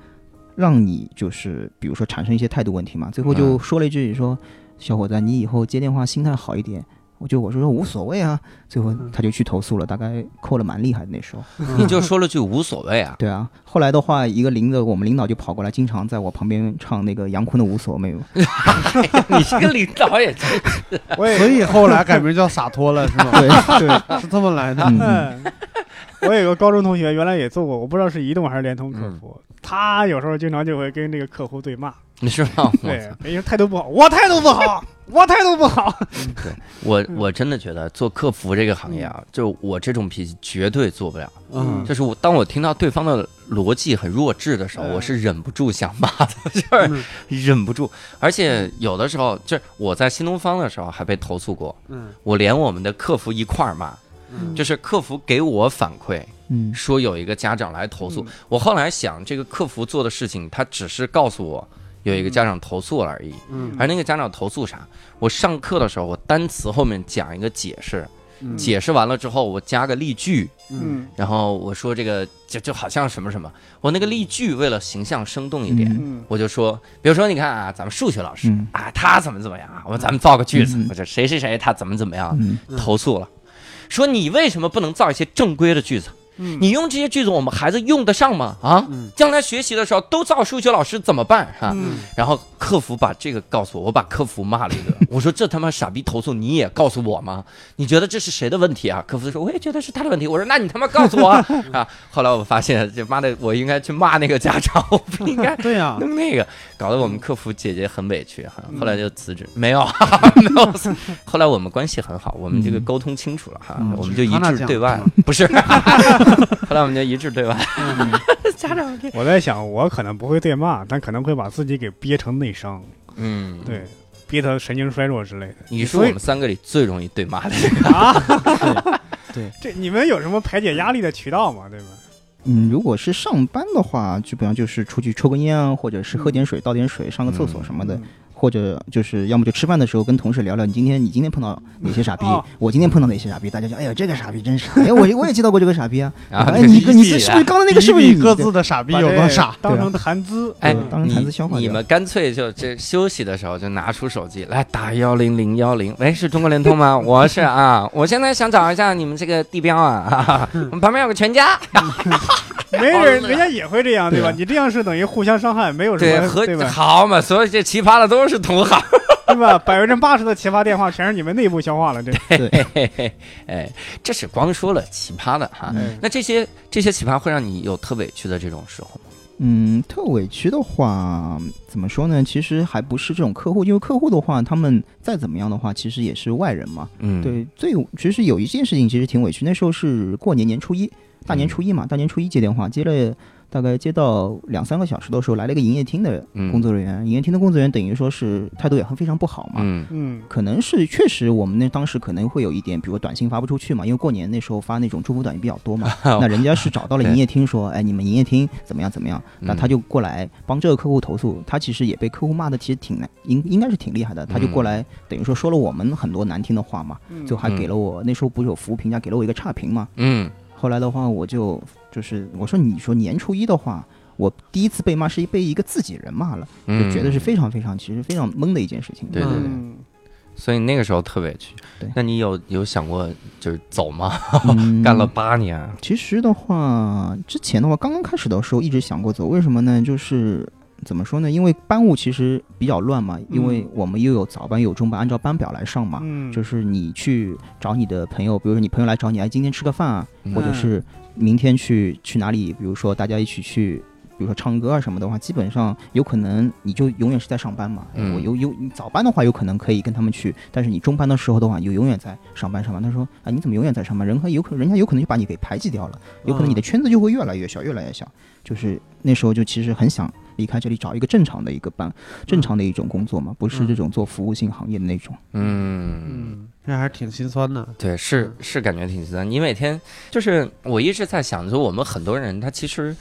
D: 让你就是比如说产生一些态度问题嘛，最后就
A: 嗯
D: 说了一句说、小伙子，你以后接电话心态好一点。我就我说说无所谓啊，最后
A: 嗯
D: 他就去投诉了，大概扣了蛮厉害的那时候。
A: 你就说了句无所谓 (laughs) 啊，
D: 对啊，后来的话，一个领导我们领导就跑过来，经常在我旁边唱那个杨坤的无所谓嘛。
A: 你这个领导也真
C: 我也
B: 所以后来改名叫洒脱了，是吗？对对， (laughs) 是这么来
D: (laughs)
B: 的。
A: (laughs)
D: 嗯，嗯
C: 嗯，我有个高中同学，原来也做过，我不知道是移动还是联通
A: 嗯
C: 客服，他有时候经常就会跟这个客户对骂，
A: 你是吗？
C: 对，人家态度不好，我态度不好， (laughs) 我态度不好，
A: 我我真的觉得做客服这个行业啊，就我这种脾气绝对做不了。
B: 嗯
A: 就是我当我听到对方的逻辑很弱智的时候，
C: 嗯
A: 我是忍不住想骂的， (laughs) 就是忍不住。而且有的时候，就是我在新东方的时候还被投诉过，
B: 嗯
A: 我连我们的客服一块儿骂，
B: 嗯
A: 就是客服给我反馈
D: 嗯
A: 说有一个家长来投诉
C: 嗯，
A: 我后来想这个客服做的事情，他只是告诉我有
C: 嗯
A: 一个家长投诉了而已。
B: 嗯
A: 而那个家长投诉啥？我上课的时候，我单词后面讲一个解释，
B: 嗯
A: 解释完了之后，我加个例句，
B: 嗯
C: 嗯
A: 然后我说这个就就好像什么什么，我那个例句为了形象生动一点，
D: 嗯
C: 嗯
A: 我就说，比如说你看啊，咱们数学老师、
D: 嗯
A: 啊，他怎么怎么样啊，我咱们造个句子，
D: 嗯嗯
A: 我说谁谁谁他怎么怎么样，
D: 嗯
A: 投诉了，说你为什么不能造一些正规的句子？
B: 嗯
A: 你用这些句子，我们孩子用得上吗？啊，
B: 嗯
A: 将来学习的时候都造数学老师怎么办？哈、
C: 嗯
A: 然后客服把这个告诉我，我把客服骂了一
B: (laughs)
A: 顿。我说这他妈傻逼投诉你也告诉我吗？你觉得这是谁的问题啊？客服说我也觉得是他的问题。我说那你他妈告诉我啊！啊后来我发现这妈的我应该去骂那个家长，我不应该
B: 对呀，
A: 弄那个，搞得我们客服姐姐很委屈哈。后来就辞职，没有，哈哈没有辞。后来我们关系很好，我们这个沟通清楚了哈，
B: 嗯
A: 我们就一
B: 他那
A: 致
B: 讲
A: 对外，不是。后来我们就一致对外，家长给
C: 嗯我在想，我可能不会对骂，但可能会把自己给憋成内伤，
A: 嗯，
C: 对，憋得神经衰弱之类的。
A: 你是我
C: 所以
A: 们三个里最容易对骂的。
C: 这你们有什么排解压力的渠道吗？对吧？
D: 嗯，如果是上班的话，基本上就是出去抽根烟啊，或者是喝点水、倒点水、上个厕所什么的，
C: 嗯
D: 或者就是要么就吃饭的时候跟同事聊聊，你今天你今天碰到哪些傻逼，
C: 哦
D: 我今天碰到哪些傻逼，大家就哎呀这个傻逼真傻，哎我我也见到过这个傻逼啊，
A: 然后
D: 哎
A: 就
D: 你
A: 一啊
D: 你
A: 起
D: 是是
A: 来
D: 不是刚才那个是不是
B: 比
D: 你
B: 比各自的傻逼
C: 把
B: 有
C: 这
B: 多傻？
C: 当
D: 对啊
C: 成谈资。
A: 哎
C: 嗯，
D: 当成孩子消化
A: 你
D: 掉
A: 们干脆就这休息的时候就拿出手机来打幺零零幺零，喂，是中国联通吗？我是啊，我现在想找一下你们这个地标啊，哈哈我们旁边有个全家，
C: 没人，人家也会这样，对吧？你这样是等于互相伤害，没有什
A: 对，
C: 么，
A: 和
C: 对吧？
A: 好嘛，所以这奇葩的都是同行，
C: 对吧？百分之八十的奇葩电话全是你们内部消化了，这
A: (laughs) 嘿嘿嘿，哎，这是光说了奇葩的哈。
D: 嗯
A: 那这些这些奇葩会让你有特委屈的这种时候吗？
D: 嗯，特委屈的话，怎么说呢？其实还不是这种客户，因为客户的话，他们再怎么样的话，其实也是外人嘛。
A: 嗯，
D: 对，最其实有一件事情其实挺委屈，那时候是过年年初一，大
A: 嗯
D: 年初一嘛，大年初一接电话，接了大概接到两三个小时的时候，来了一个营业厅的
A: 嗯
D: 工作人员，营业厅的工作人员等于说是态度也很非常不好嘛。
A: 嗯
C: 嗯
D: 可能是确实，我们那当时可能会有一点，比如短信发不出去嘛，因为过年那时候发那种祝福短信比较多嘛。
A: (laughs)
D: 那人家是找到了营业厅说，哎，你们营业厅怎么样怎么样？
A: 嗯
D: 那他就过来帮这个客户投诉，他其实也被客户骂的其实挺难，应应该是挺厉害的。他就
A: 嗯
D: 过来等于说说了我们很多难听的话嘛，
C: 嗯，
D: 最后还给了我那时候不是有服务评价给了我一个差评嘛。
A: 嗯
D: 后来的话，我就就是我说你说年初一的话。我第一次被骂是被一个自己人骂了，
A: 嗯，
D: 就觉得是非常非常其实非常懵的一件事情。
A: 对对对
C: 嗯
A: 所以那个时候特委屈
D: 对。
A: 那你有有想过就是走吗？(laughs)
D: 嗯
A: 干了八年，
D: 其实的话，之前的话，刚刚开始的时候一直想过走，为什么呢？就是怎么说呢？因为班务其实比较乱
A: 嗯
D: 嘛，因为我们又有早班又有中班，按照班表来上嘛。
C: 嗯，
D: 就是你去找你的朋友，比如说你朋友来找你，哎，今天吃个饭啊，
A: 嗯
D: 或者是明天去去哪里，比如说大家一起去，比如说唱歌啊什么的话，基本上有可能你就永远是在上班嘛。哎
A: 嗯
D: 我有有你早班的话，有可能可以跟他们去，但是你中班的时候的话，你就永远在上班上班。他说啊，你怎么永远在上班？人和有可人家有可能就把你给排挤掉了，有可能你的圈子就会越来越小，越来越小。就是那时候就其实很想离开这里，找一个正常的一个班，正常的一种工作嘛，不是这种做服务性行业的那种。
A: 嗯
B: 嗯，这还是挺心酸的。
A: 对，是是感觉挺心酸。你每天就是我一直在想，就我们很多人他其实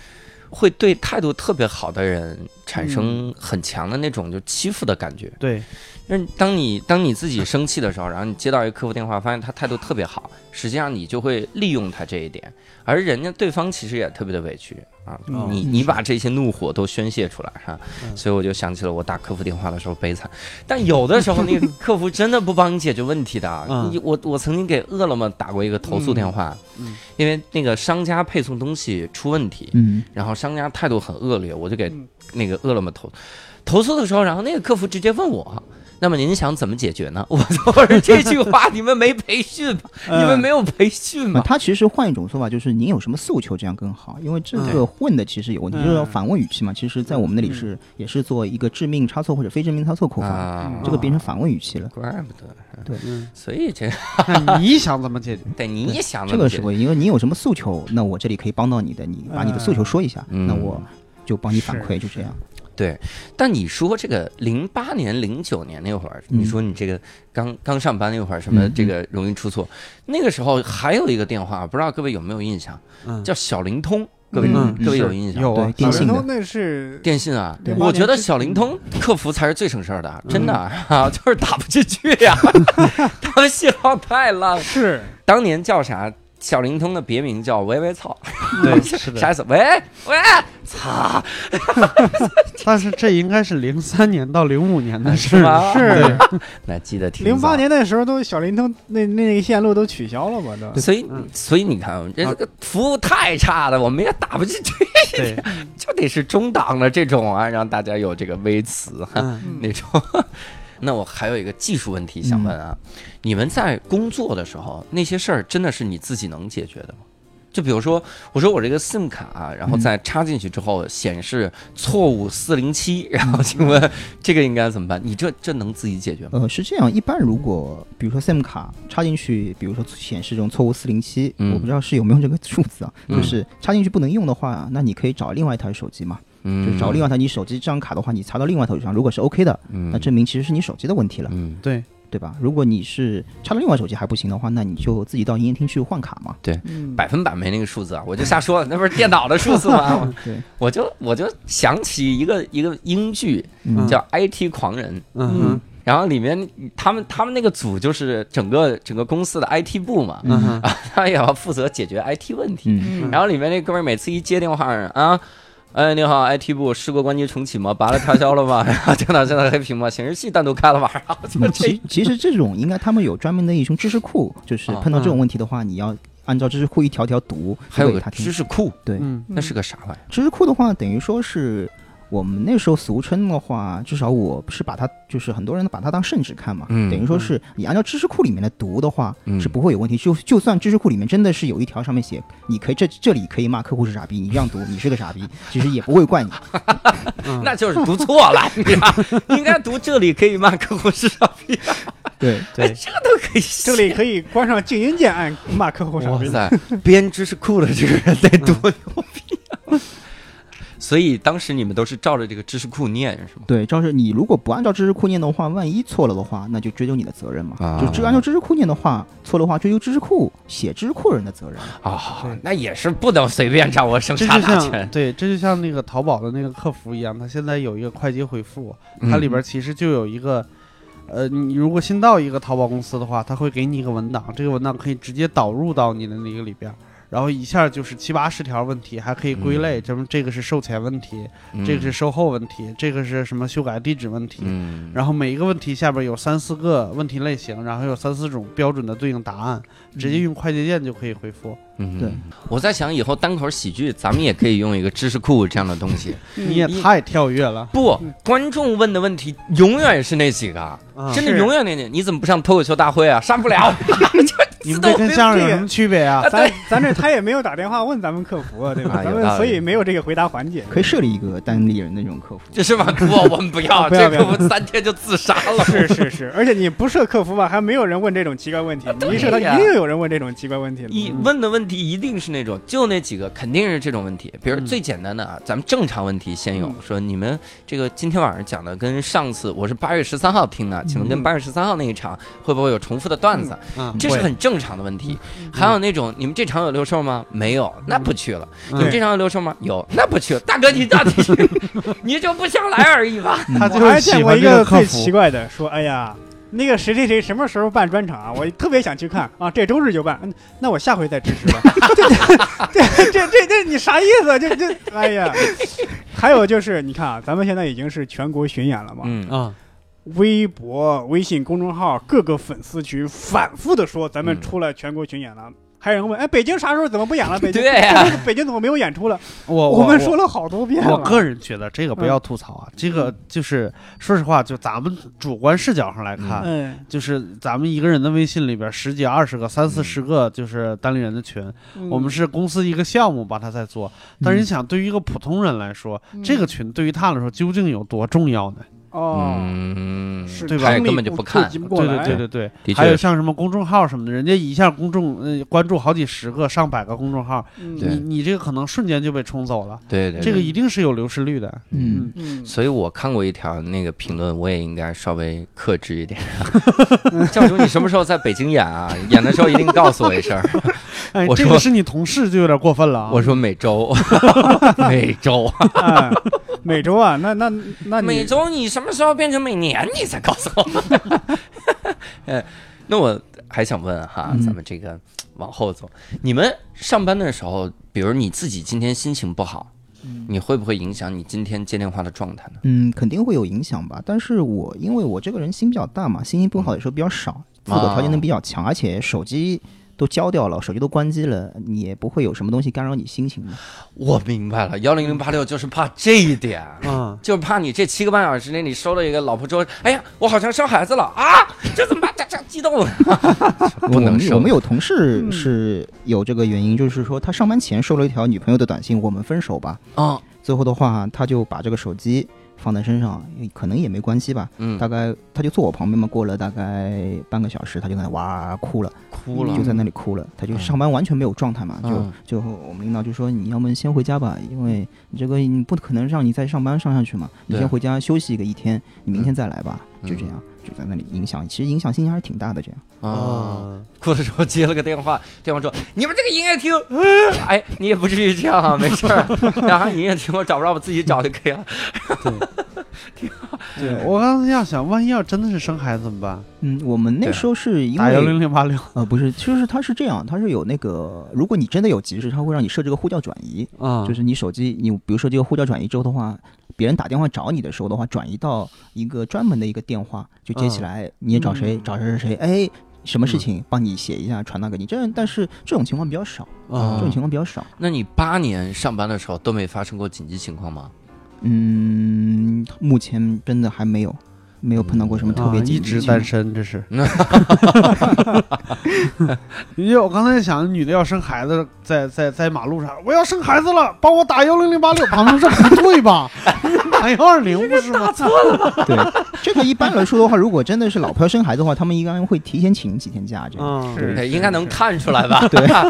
A: 会对态度特别好的人产生很强的那种就欺负的感觉。
B: 对，
A: 就是当你当你自己生气的时候，然后你接到一个客服电话，发现他态度特别好，实际上你就会利用他这一点，而人家对方其实也特别的委屈啊。
B: 哦
A: 你
D: 嗯
A: 你
D: 是
A: 把这些怒火都宣泄出来哈、
B: 嗯
A: 所以我就想起了我打客服电话的时候悲惨。但有的时候那个客服真的不帮你解决问题的。啊
B: 嗯
A: 你我我曾经给饿了么打过一个投诉电话，
B: 嗯嗯
A: 因为那个商家配送东西出问题，
D: 嗯
A: 然后商家态度很恶劣，我就给
C: 嗯
A: 那个饿了么投投诉的时候，然后那个客服直接问我。那么您想怎么解决呢？我说我说这句话你们没培训吗？
B: 嗯
A: 你们没有培训
D: 那
A: 吗？
D: 他其实换一种说法，就是您有什么诉求，这样更好，因为这个问的其实有问题，
C: 嗯
D: 就是要反问语气嘛。其实，在我们那里是也是做一个致命差错或者非致命差错口法，
A: 嗯啊，
D: 这个变成反问语气了。
A: 怪不得。
B: 嗯，
A: 所以这
B: 那你想怎么解决？
A: 得你也想
D: 这
A: 怎么
D: 个
A: 解
D: 是
A: 决
D: 会，因为您有什么诉求，那我这里可以帮到你的，你把你的诉求说一下，
A: 嗯
D: 那我就帮你反馈，
C: 是
D: 就这样。
A: 对，但你说这个零八年、零九年那会儿，
D: 嗯
A: 你说你这个刚刚上班那会儿，什么
D: 嗯
A: 这个容易出错，那个时候还有一个电话，不知道各位有没有印象，
B: 嗯，
A: 叫小灵通，各位、
B: 嗯
A: 各位
B: 是
A: 有印象？
B: 有啊
D: 对，电信
C: 小
D: 的
C: 灵通，那是
A: 电信啊
C: 对，嗯
A: 我觉
C: 八年
A: 得
C: 之
A: 小灵通客服才是最省事儿的，真的
C: 嗯
A: 啊， (laughs)
C: (laughs)
A: 就是打不进去呀、他们信号太烂了。
C: 是
A: 当年叫啥？小灵通的别名叫“喂喂操
B: (laughs)
A: (laughs)
B: 对，是”，的。
A: 啥意思？喂喂操，
B: 但是这应该是零三年到零五 (laughs) 年的事
A: 是
B: 儿，
A: 吗？
B: 对
C: 是
A: 那记得挺早
C: 零八。年那时候都小灵通那那个线路都取消了嘛，都
A: 啊所以
B: 嗯，
A: 所以你看，啊这这个服务太差了，我们也打不进去，
B: (laughs) 对，
A: 就得是中档的这种啊，让大家有这个微词啊哈。
B: 嗯
C: 嗯
A: 那种。 (laughs) 那我还有一个技术问题想问啊，
D: 嗯
A: 你们在工作的时候那些事儿真的是你自己能解决的吗？就比如说，我说我这个 SIM 卡啊、然
D: 嗯
A: 后再插进去之后显示错误四零七，然后请
D: 嗯
A: 问 (laughs) 这个应该怎么办？你这这能自己解决吗？
D: 呃，是这样，一般如果比如说 SIM 卡插进去，比如说显示这种错误四零七，
A: 嗯
D: 我不知道是有没有这个数字啊，
A: 嗯
D: 就是插进去不能用的话，那你可以找另外一台手机嘛，就
A: 嗯，
D: 是找另外一台你手机这张卡的话，你插到另外一台手机上，如果是 OK 的，
A: 嗯，
D: 那证明其实是你手机的问题了，
A: 嗯
B: 对，
D: 对吧？如果你是插到另外手机还不行的话，那你就自己到营业厅去换卡
A: (laughs)
D: 嘛。
C: 嗯
A: 百分百没那个数字啊，我就瞎说，那不是电脑的数字吗？我
D: (laughs) 对，
A: 我就我就想起一个一个英剧
D: 嗯
A: 叫《IT 狂人》，
B: 嗯
A: 然后里面他们他们那个组就是整个整个公司的 IT 部嘛，啊
B: 哼嗯哼，
A: 他也要负责解决 IT 问题。
D: 嗯，
C: 嗯
A: 然后里面那哥们儿每次一接电话啊，哎你好 IT 部事故关机重启吗？拔了调消了吗？然 (laughs) 后电脑现在黑屏吗？显示器单独开了吗？然后就这
D: 其其实这种应该他们有专门的一种知识库，就是
A: 啊
D: 碰到这种问题的话，你要按照知识库一条条读，
A: 还有
D: 读给
A: 个
D: 他听
A: 知识库，
D: 对。
B: 嗯
A: 那是个啥玩意儿？
D: 知识库的话，等于说是我们那时候俗称的话，至少我是把它，就是很多人把它当圣旨看嘛，
A: 嗯
D: 等于说是你按照知识库里面的读的话，
A: 嗯
D: 是不会有问题。就就算知识库里面真的是有一条上面写，你可以这这里可以骂客户是傻逼，你这样读你是个傻逼，其实也不会
A: (laughs)
D: 怪你。
B: 嗯
A: 那就是读错了，你知道 (laughs) 应该读这里可以骂客户是傻逼，
D: 对，
A: (laughs)
B: 对，
A: 这都可以写。
C: 这里可以关上静音键，按骂客户傻
A: 哇
C: 逼。
A: 塞，嗯编知识库的这个人得多牛逼啊！所以当时你们都是照着这个知识库念是吗？
D: 对，要是你如果不按照知识库念的话，万一错了的话，那就追究你的责任嘛。
A: 啊
D: 就只按照知识库念的话，错的话追究知识库写知识库人
A: (laughs)
D: 的责任。
A: 啊、
B: 对
A: 那也是不能随便掌握生
B: 这
A: 杀
B: 就
A: 大权
B: 像。对，这就像那个淘宝的那个客服一样，它现在有一个快捷回复，它里边其实就有一个，呃，你如果新到一个淘宝公司的话，它会给你一个文档，这个文档可以直接导入到你的那个里边。然后一下就是七八十条问题，还可以归类，什么这个是售前问题，
A: 嗯
B: 这个是售后问题，这个是什么修改地址问题，
A: 嗯，
B: 然后每一个问题下边有三四个问题类型，然后有三四种标准的对应答案，直
C: 嗯
B: 接用快捷键就可以回复。
A: 嗯
D: 对，
A: 我在想以后单口喜剧咱们也可以用一个知识库这样的东西。
C: 嗯
B: 你也
A: 你
B: 太跳跃了，
A: 不，观众问的问题永远是那几个，
B: 啊、
A: 真的
C: 是
A: 永远那几个。你怎么不上脱口秀大会啊？上不 (laughs) 了，就
B: 你
A: 自
B: 们这
A: 动
B: 跟
C: 回
B: 相声有
C: 复
B: 什么区别啊？
C: 咱咱这他也没有打电话问咱们客服啊，对吧？
A: 啊
C: 咱
A: 有道理
C: 们所以没有这个回答环节。
D: 可以设立一个单立人的这种客服。
A: 这是吧？不，我啊们不要，
C: 不要
A: 这
C: 不
A: 个
C: 要
A: 我们三天就自杀 (laughs) 了。
C: 是是是，而且你不设客服吧，还没有人问这种奇怪问题。你一设，他
A: 啊对呀
C: 一定有人问这种奇怪问题
A: 一
C: 的。
A: 问的问题一定是那种，就那几个，肯定是这种问题。比如
B: 嗯
A: 最简单的啊，咱们正常问题先有
C: 嗯，
A: 说你们这个今天晚上讲的跟上次我是八月十三号听的，请问跟八月十三号那一场会不会有重复的段子？
C: 呃
B: 啊，
A: 这是很正常的问题。还有那种，你们这场有六兽吗？没有，那不去了。你们
B: 嗯
A: 这场有六兽吗？有，那不去了。大哥，你到底你就不想来而已吧？
B: 他
C: 我
B: 就
C: 还
B: 是喜
C: 见过
B: 欢
C: 一
B: 这个客
C: 最奇
B: 服，
C: 怪的，说哎呀，那个谁谁谁什么时候办专场啊？我特别想去看啊，这周日就办，嗯那我下回再支持
A: (laughs)
C: 吧。这这这这这你啥意思啊？这这哎呀！还有就是，你看啊，咱们现在已经是全国巡演了嘛，
A: 嗯
B: 啊，
C: 微博、微信公众号各个粉丝群反复的说咱们
A: 嗯
C: 出了全国巡演了。还有人问，哎，北京啥时候怎么不演了？
A: (laughs)
C: 北京，
A: 对呀哦
C: 北京北京怎么没有演出了？
B: 我
C: 们说了嗯好多遍
B: 我
C: 了。
B: 个人觉得这个不要吐槽啊，这个就是说实话，就咱们主观视角上来看，
C: 嗯，
B: 就是咱们一个人的微信里边十几、二十个、三四
A: 嗯
B: 十个就是单立人的群，
C: 嗯
B: 我们是公司一个项目把它在做。但
D: 嗯
B: 是你想，对于一个普通人来说，这个群对于他来说究竟有多重要呢？
C: 哦，
A: 嗯，
C: 是
B: 对吧
A: 他也
C: 精力
A: 根本就不看
C: 顾及不过
B: 对
C: 来
B: 对对对
A: 的
B: 对，还有
A: 确是，
B: 像什么公众号什么的，人家一下公众呃关注好几十个、上百个公众号，
C: 嗯
A: 对
B: 你你这个可能瞬间就被冲走了，
A: 对对，对
B: 这个一定是有流失率的。
D: 嗯
A: (laughs)
C: 嗯，
A: 所以我看过一条那个评论，我也应该稍微克制一点。
C: (laughs)
A: 教主，你什么时候在北京演啊？演的时候一定告诉我一声儿。
B: 哎，
A: 我
B: 这
A: 说
B: 个是你同事就有点过分了啊！
A: 我说每
C: (laughs)
A: 周，每周，
C: 哎每周啊，那那那
A: 每
C: 你
A: 周，你什么时候变成每年？你再
C: (laughs)
A: 告诉我。呃，那我还想问哈，
D: 嗯
A: 咱们这个往后走。你们上班的时候，比如你自己今天心情不好，
C: 嗯
A: 你会不会影响你今天接电话的状态呢？
D: 嗯，肯定会有影响吧。但是我因为我这个人心比较大嘛，心情
A: 嗯
D: 不好有时候比较少，自我调节能比较强，而且手机都交掉了，手机都关机了，你也不会有什么东西干扰你心情的。
A: 我明白了，幺零零八六就是怕这一点。
B: 嗯，
A: 就是怕你这七个半小时内，你收了一个老婆说：“哎呀，我好像生孩子了啊！”这怎么办？这这激动，不
D: 我
A: 能嗯
D: 们
A: 收
D: 我们有同事是有这个原因，就是说他上班前收了一条女朋友的短信，我们分手吧。
A: 啊，
D: 最后的话，他就把这个手机放在身上，可能也没关系吧。
A: 嗯
D: 大，概他就坐我旁边嘛，过了大概半个小时，他就在那哇哭了，
A: 哭了
D: 就在那里哭了。他就上班完全没有状态嘛，
A: 嗯
D: 就就我们领导就说你要么先回家吧，因为你这个你不可能让你再上班上下去嘛，你
A: 对
D: 先回家休息个一天，你明天再来吧，
A: 嗯
D: 就这样。就在那里影响，其实影响心情还是挺大的。这样，
A: 啊。哭的时候接了个电话，电话说：“你们这个音乐厅，呃哎，你也不至于这样啊，没事儿。然后音乐厅我找不着，我自己找就可以了。
B: 对我刚才要想，万一要真的是生孩子怎么办？
D: 嗯，我们那
A: 对啊
D: 时候是因
B: 打幺
D: 为
B: 零零八六，
D: 呃不是，就是它是这样，它是有那个，如果你真的有急事，它会让你设置个呼叫转移，
B: 嗯，
D: 就是你手机，你比如说这个呼叫转移之后的话，别人打电话找你的时候的话，转移到一个专门的一个电话，就接起来，你也找谁，
C: 嗯
D: 找谁谁谁，哎，什么事情，帮你写一下，传达给你。这但是这种情况比较少，
B: 嗯
D: 这种情况比较少。
A: 那你八年上班的时候都没发生过紧急情况吗？
D: 嗯，目前真的还没有，没有碰到过什么特别
B: 啊、
D: 紧
B: 一
D: 急
B: 直
D: 的情
B: 单
D: 况。
B: 身，这是。 (laughs) 因为我刚才想，女的要生孩子，在在在马路上，我要生孩子了，帮我打幺零零八六。旁边说不对吧？打幺二零不是吗？
D: 对，这个一般来说的话，如果真的是老婆要生孩子的话，他们应该会提前请几天假这样。
B: (laughs) 嗯，
C: 是
A: 对，哎应该能看出来 (laughs) 吧？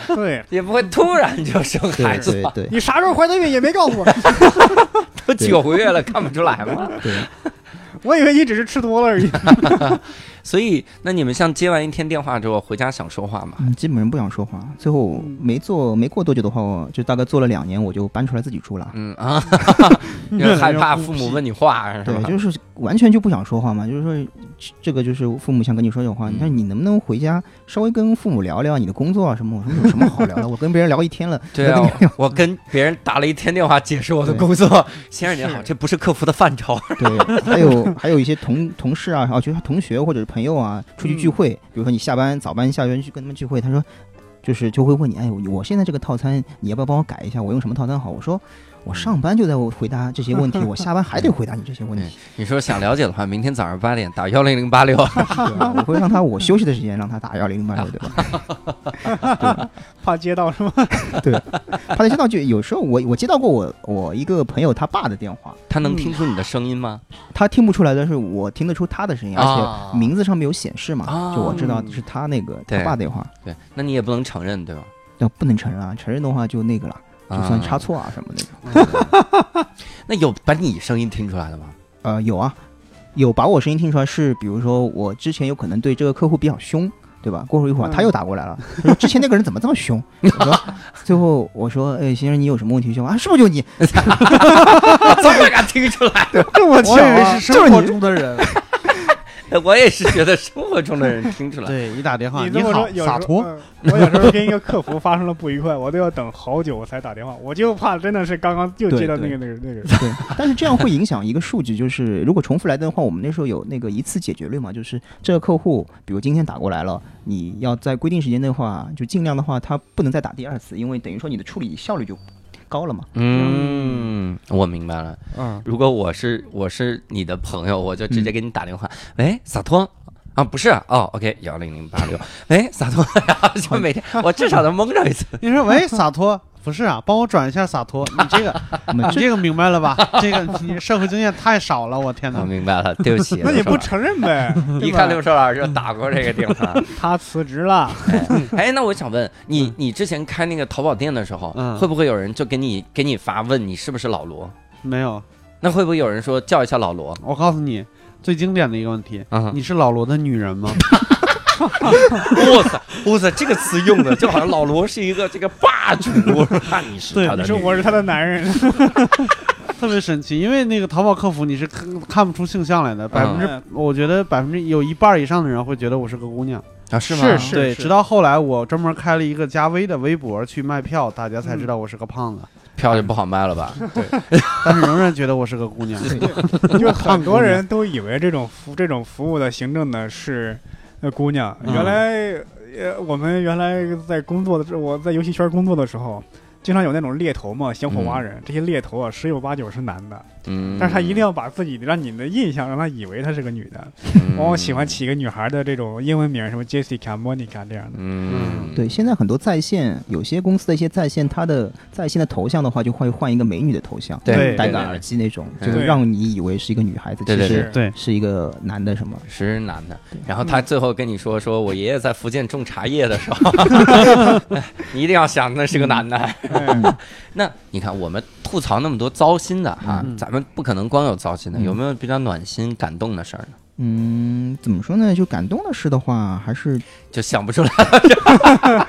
C: 对
A: 也不会突然就生孩
D: 对
A: 子
D: 对
A: 吧？
D: 对
C: 你啥时候怀的孕也没告诉我，
A: 都九个月了，看不出来吗？
D: 对，
C: 我以为你只是吃多了而已。
A: 所以，那你们像接完一天电话之后回家想说话吗？
D: 嗯，基本上不想说话。最后
A: 嗯
D: 没做没过多久的话，我就大概做了两年，我就搬出来自己住了。
A: 嗯啊，因
B: 嗯
A: 为害怕父母问你话嗯是
D: 对，
A: 吧？
D: 就是完全就不想说话嘛，就是说这这个就是父母想跟你说这种话，
A: 嗯
D: 那、你能不能回家稍微跟父母聊聊你的工作啊什么？我说有什么好聊的？我跟别人聊一天了，
A: 对啊
D: 能跟你，
A: 我跟别人打了一天电话解释我的工 (laughs) 作，先生您好，这不是客服的范畴。
D: 对，还有 (laughs) 还有一些同同事啊，啊，就是同学或者是朋友啊，出去聚会，
A: 嗯
D: 比如说你下班早班下班去跟他们聚会，他说就是就会问你，哎，我我现在这个套餐你要不要帮我改一下？我用什么套餐好？我说我上班就在我回答这些
A: (laughs)
D: 问题，我下班还得回答你这些问题。
A: (laughs) 你说想了解的话，明天早上八点打幺零零八 (laughs) 六。
D: 对吧我会让他我休息的时间让他打幺零零八六，
A: (laughs)
D: 对吧？
C: 怕接到是吗？
D: 他接到就有时候我我接到过我我一个朋友他爸的电话，
A: 他能听出你的声音吗？
D: 他听不出来，但是我听得出他的声音，
A: 啊
D: 而且名字上面有显示嘛，
A: 啊
D: 就我知道是他那个、
A: 对
D: 他爸电话，
A: 对，那你也不能承认，对吧？
D: 那不能承认啊，承认的话就那个了，就算
A: 差
D: 差错啊什么的。
A: 那有把你声音听出来的 (laughs) 吗？
D: 呃，有啊，有把我声音听出来是，比如说我之前有可能对这个客户比较凶。对吧？过了一会儿，
C: 嗯
D: 他又打过来了。他说：“之前那个人怎么这么凶？” (laughs) 我说：“最后我说，哎，先生，你有什么问题凶啊？是不是就你？
A: 怎么敢听出来？
C: 这么巧
B: 我以为
C: 啊
B: 是！生活中的 (laughs) 人。
A: 我也是觉得生活中的人听出来。
B: 对，一打电话，
C: 你这么
B: 啊好
C: 说，，有时
B: 洒
C: 候
B: 脱。
C: 嗯我有时候跟一个客服发生了不愉快，我都要等好久我才打电话，我就怕真的是刚刚又接到那个那个那个人。
D: 对，但是这样会影响一个数据，就是如果重复来的话，我们那时候有那个一次解决率嘛，就是这个客户，比如今天打过来了，你要在规定时间内的话，就尽量的话，他不能再打第二次，因为等于说你的处理效率就高了嘛。
A: 嗯，我明白了。
B: 嗯，
A: 如果我是我是你的朋友，我就直
C: 嗯
A: 接给你打电话，喂，洒脱。啊，不是啊哦，OK，幺零零八六，喂，洒脱， (laughs) 然后就每天
C: 哦
A: 我至少能蒙着一次，
B: 嗯你说喂，洒脱。不是啊，帮我转一下洒脱。你这 (laughs) 个，
D: 我们
B: 你这个明白了吧？这个你社会经验太少了，我天
A: 我
C: 啊
B: 哪！
A: 明白了， (laughs) 对不起，
C: 那你不
A: 刘硕
C: 承认呗？
A: 老师
C: 对
A: 一看
C: 吧
A: 刘硕老师就打过这个电
C: (laughs)
A: 话，
C: 他辞职了，
A: 哎哎，那我想问
C: 嗯
A: 你，你之前开那个淘宝店的时候，
B: 嗯
A: 会不会有人就给你给你发问你是不是老罗？
B: 没有，
A: 那会不会有人说叫一下老罗？
B: 我告诉你，最经典的一个问题，
A: 啊，
B: 你是老罗的女
A: (laughs)
B: 人吗？
A: 哇塞，哇塞，这个词用的就好像老罗是一个这个霸主，那你是
B: 对
A: 他的
C: 你说
A: 女
C: 我是他的男人，
B: 特别神奇，因为那个淘宝客服你是
A: 啊
C: (laughs)
B: 看看不出性向来的，百分之、
C: 嗯
B: 我觉得百分之有一半以上的人会觉得我是个姑娘，
A: 啊，是吗？
C: 是是
B: 对，直到后来我专门开了一个加微的微博去卖票，大家才知道
A: 嗯
B: 我是个胖子，
A: 票就不好卖了吧？
B: 但是仍然觉得我是个
A: (laughs)
B: 姑娘。
C: 就很多人都以为这种服这种服务的行政呢是呃姑娘。
B: 嗯
C: 原来呃我们原来在工作的时候，我在游戏圈工作的时候，经常有那种猎头嘛，小火蛙人。这些猎头啊，十有八九是男的，
A: 嗯，
C: 但是他一定要把自己让你的印象让他以为他是个女的，
A: 嗯
C: 往往喜欢。起一个女孩的这种英文名，什么 Jessica、Monica 这样的。
A: 嗯，
D: 对，现在很多在线，有些公司的一些在线，它的在线的头像的话，就会换一个美女的头像，
A: 对
B: 对
D: 戴个耳机那种，就
A: 对
D: 让你以为是一个女孩子，
A: 对
D: 其
A: 对
D: 实
B: 对
D: 是一个男的什么。
A: 是男的，然后他最后跟你说，说我爷爷在福建种茶叶的时
D: (laughs)
A: 候，你一定要想那是个男的。
D: 嗯
C: 哎
A: (laughs) 那你看，我们吐槽那么多糟心的啊，
B: 嗯
A: 咱们不可能光有糟心的，
D: 嗯
A: 有没有比较暖心、感动的事儿呢？
D: 嗯，怎么说呢？就感动的事的话，还是
A: 就想不出来
D: (laughs)
A: 了。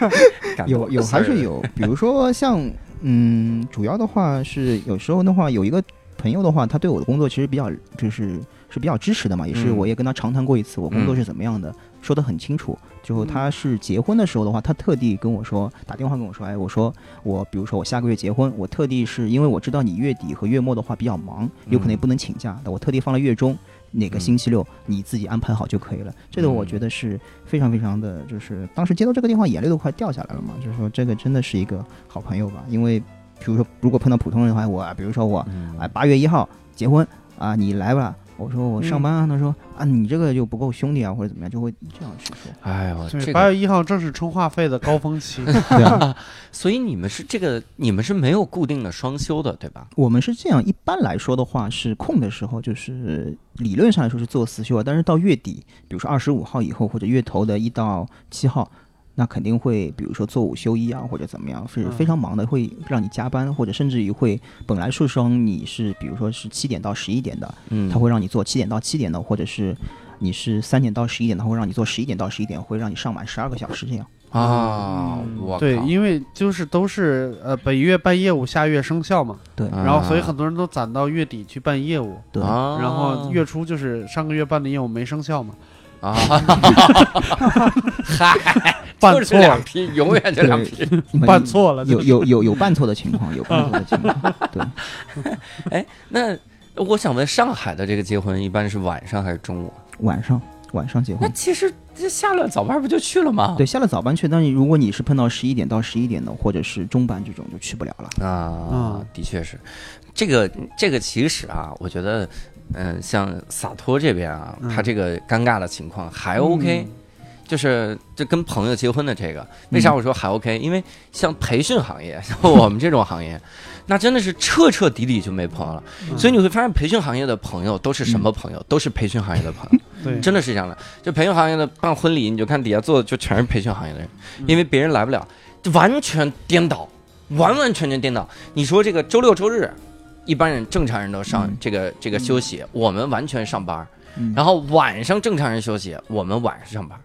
D: 有有还是，有，比如说像嗯，主要的话是有时候的话，有一个朋友的话，他对我的工作其实比较就是是比较支持的嘛，也是
A: 嗯
D: 我也跟他长谈过一次，我工作
A: 嗯
D: 是怎么样的，说得很清楚。最后他是结婚的时候的话，他特地跟我说打电话跟我说，哎，我说我比如说我下个月结婚，我特地是因为我知道你月底和月末的话比较忙，有可能也
A: 嗯
D: 不能请假，那我特地放了月中。哪个星期六你自己安排好就可以了。这个我觉得是非常非常的，就是当时接到这个电话，眼泪都快掉下来了嘛。就是说，这个真的是一个好朋友吧。因为比如说，如果碰到普通人的话，我比如说我
A: 嗯
D: 啊八月一号结婚啊，你来吧。我说我上班啊，他说啊你这个就不够兄弟啊，或者怎么样，就会这样去说。 (laughs)
A: 哎呦，这
B: 对，
A: 个
B: 八月一号正是充话费的高
A: (laughs)
B: 峰期，
D: 对啊，
A: 所以你们是这个，你们是没有固定的双休的，对吧？
D: 我们是这样，一般来说的话是空的时候，就是理论上来说是做私休啊，但是到月底，比如说二十五号以后或者月头的一到七号，那肯定会比如说做五休一啊或者怎么样，是
B: 嗯
D: 非常忙的，会让你加班或者甚至于会本来说上你是比如说是七点到十一点的，
A: 嗯
D: 他会让你做七点到七点的，或者是你是三点到十一点的，他会让你做十一点到十一点，会让你上满十二个小时这样。
A: 啊，我
B: 对，
A: 靠
B: 因为就是都是呃本月办业务，下月生效嘛，
D: 对，
A: 啊
B: 然后所以很多人都攒到月底去办业务，
D: 对，
A: 啊，
B: 然后月初就是上个月办的业务没生效嘛，
A: 啊， (laughs) 嗨，
B: 办
A: 就是
B: 错了
A: 两批，永远就两批。 (laughs)
B: 办错了，
D: 有有有有办错的情况，有办错的情况，对。
A: 那我想问，上海的这个结婚一般是晚上还是中午？
D: 晚上晚上结
A: 那
D: 婚。
A: 其实这下了早班不就去了吗？
D: 对，下了早班去，但是如果你是碰到十一点到十一点的，或者是中班这种，就去不了了。
A: 啊
B: 嗯，
A: 的确是，这个这个其实啊，我觉得，嗯、像洒脱这边啊，
B: 嗯
A: 他这个尴尬的情况还 OK，、就是这跟朋友结婚的这个，
B: 嗯
A: 为啥我说还 OK？、因为像培训行业， (laughs) 像我们这种行业，那真的是彻彻底底就没朋友了。
B: 嗯
A: 所以你会发现，培训行业的朋友都是什么朋友？都是培训行业的朋友。
B: (laughs) 对，
A: 真的是这样的。就培训行业的办婚礼，你就看底下坐的就全是培训行业的人，
B: 嗯
A: 因为别人来不了，就完全颠倒，完完全全颠倒。你说这个周六周日，一般人正常人都上
D: 嗯
A: 这个、这个休息，我们完全上班儿。
D: 嗯
A: 然后晚上正常人休息，我们晚上上班儿。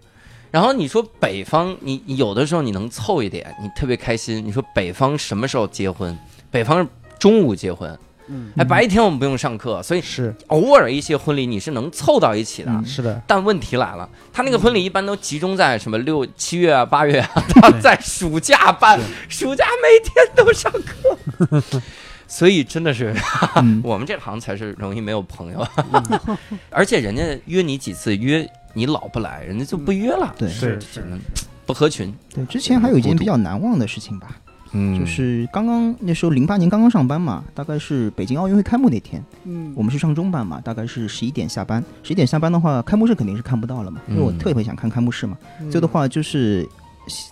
A: 然后你说北方，你你有的时候你能凑一点，你特别开心。你说北方什么时候结婚？北方是中午结婚，
B: 嗯
A: 哎，白天我们不用上课，所以
B: 是
A: 偶尔一些婚礼你是能凑到一起的。
D: 嗯
B: 是的，
A: 但问题来了，他那个婚礼一般都集中在什么六七月啊、八月啊，他在暑假办，暑假每天都上课，
D: (laughs)
A: 所以真的是 (laughs)
D: 嗯，
A: 我们这行才是容易没有朋友，啊
B: 嗯
A: 而且人家约你几次，约你老不来，人家就不约了，
D: 对
C: 是
A: 只能不合群。
D: 对，之前还有一件比较难忘的事情吧，
A: 嗯
D: 就是刚刚那时候零八年刚刚上班嘛，大概是北京奥运会开幕那天，
C: 嗯
D: 我们是上中班嘛，大概是十一点下班。十一点下班的话，开幕式肯定是看不到了嘛，因为我
A: 嗯
D: 特别想看开幕式嘛。
C: 嗯
D: 最后的话就是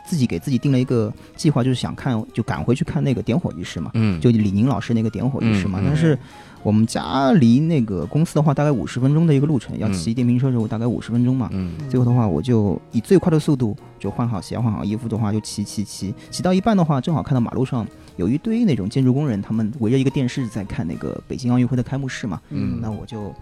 D: 自己给自己定了一个计划，就是想看就赶回去看那个点火仪式嘛。
A: 嗯
D: 就李宁老师那个点火仪式嘛。
A: 嗯嗯
D: 但是我们家离那个公司的话，大概五十分钟的一个路程，要骑电瓶车之后大概五十分钟嘛。
A: 嗯
D: 最后的话，我就以最快的速度就换好鞋、换好衣服的话，就骑骑骑，骑到一半的话，正好看到马路上有一堆那种建筑工人，他们围着一个电视在看那个北京奥运会的开幕式嘛。
A: 嗯
D: 那我就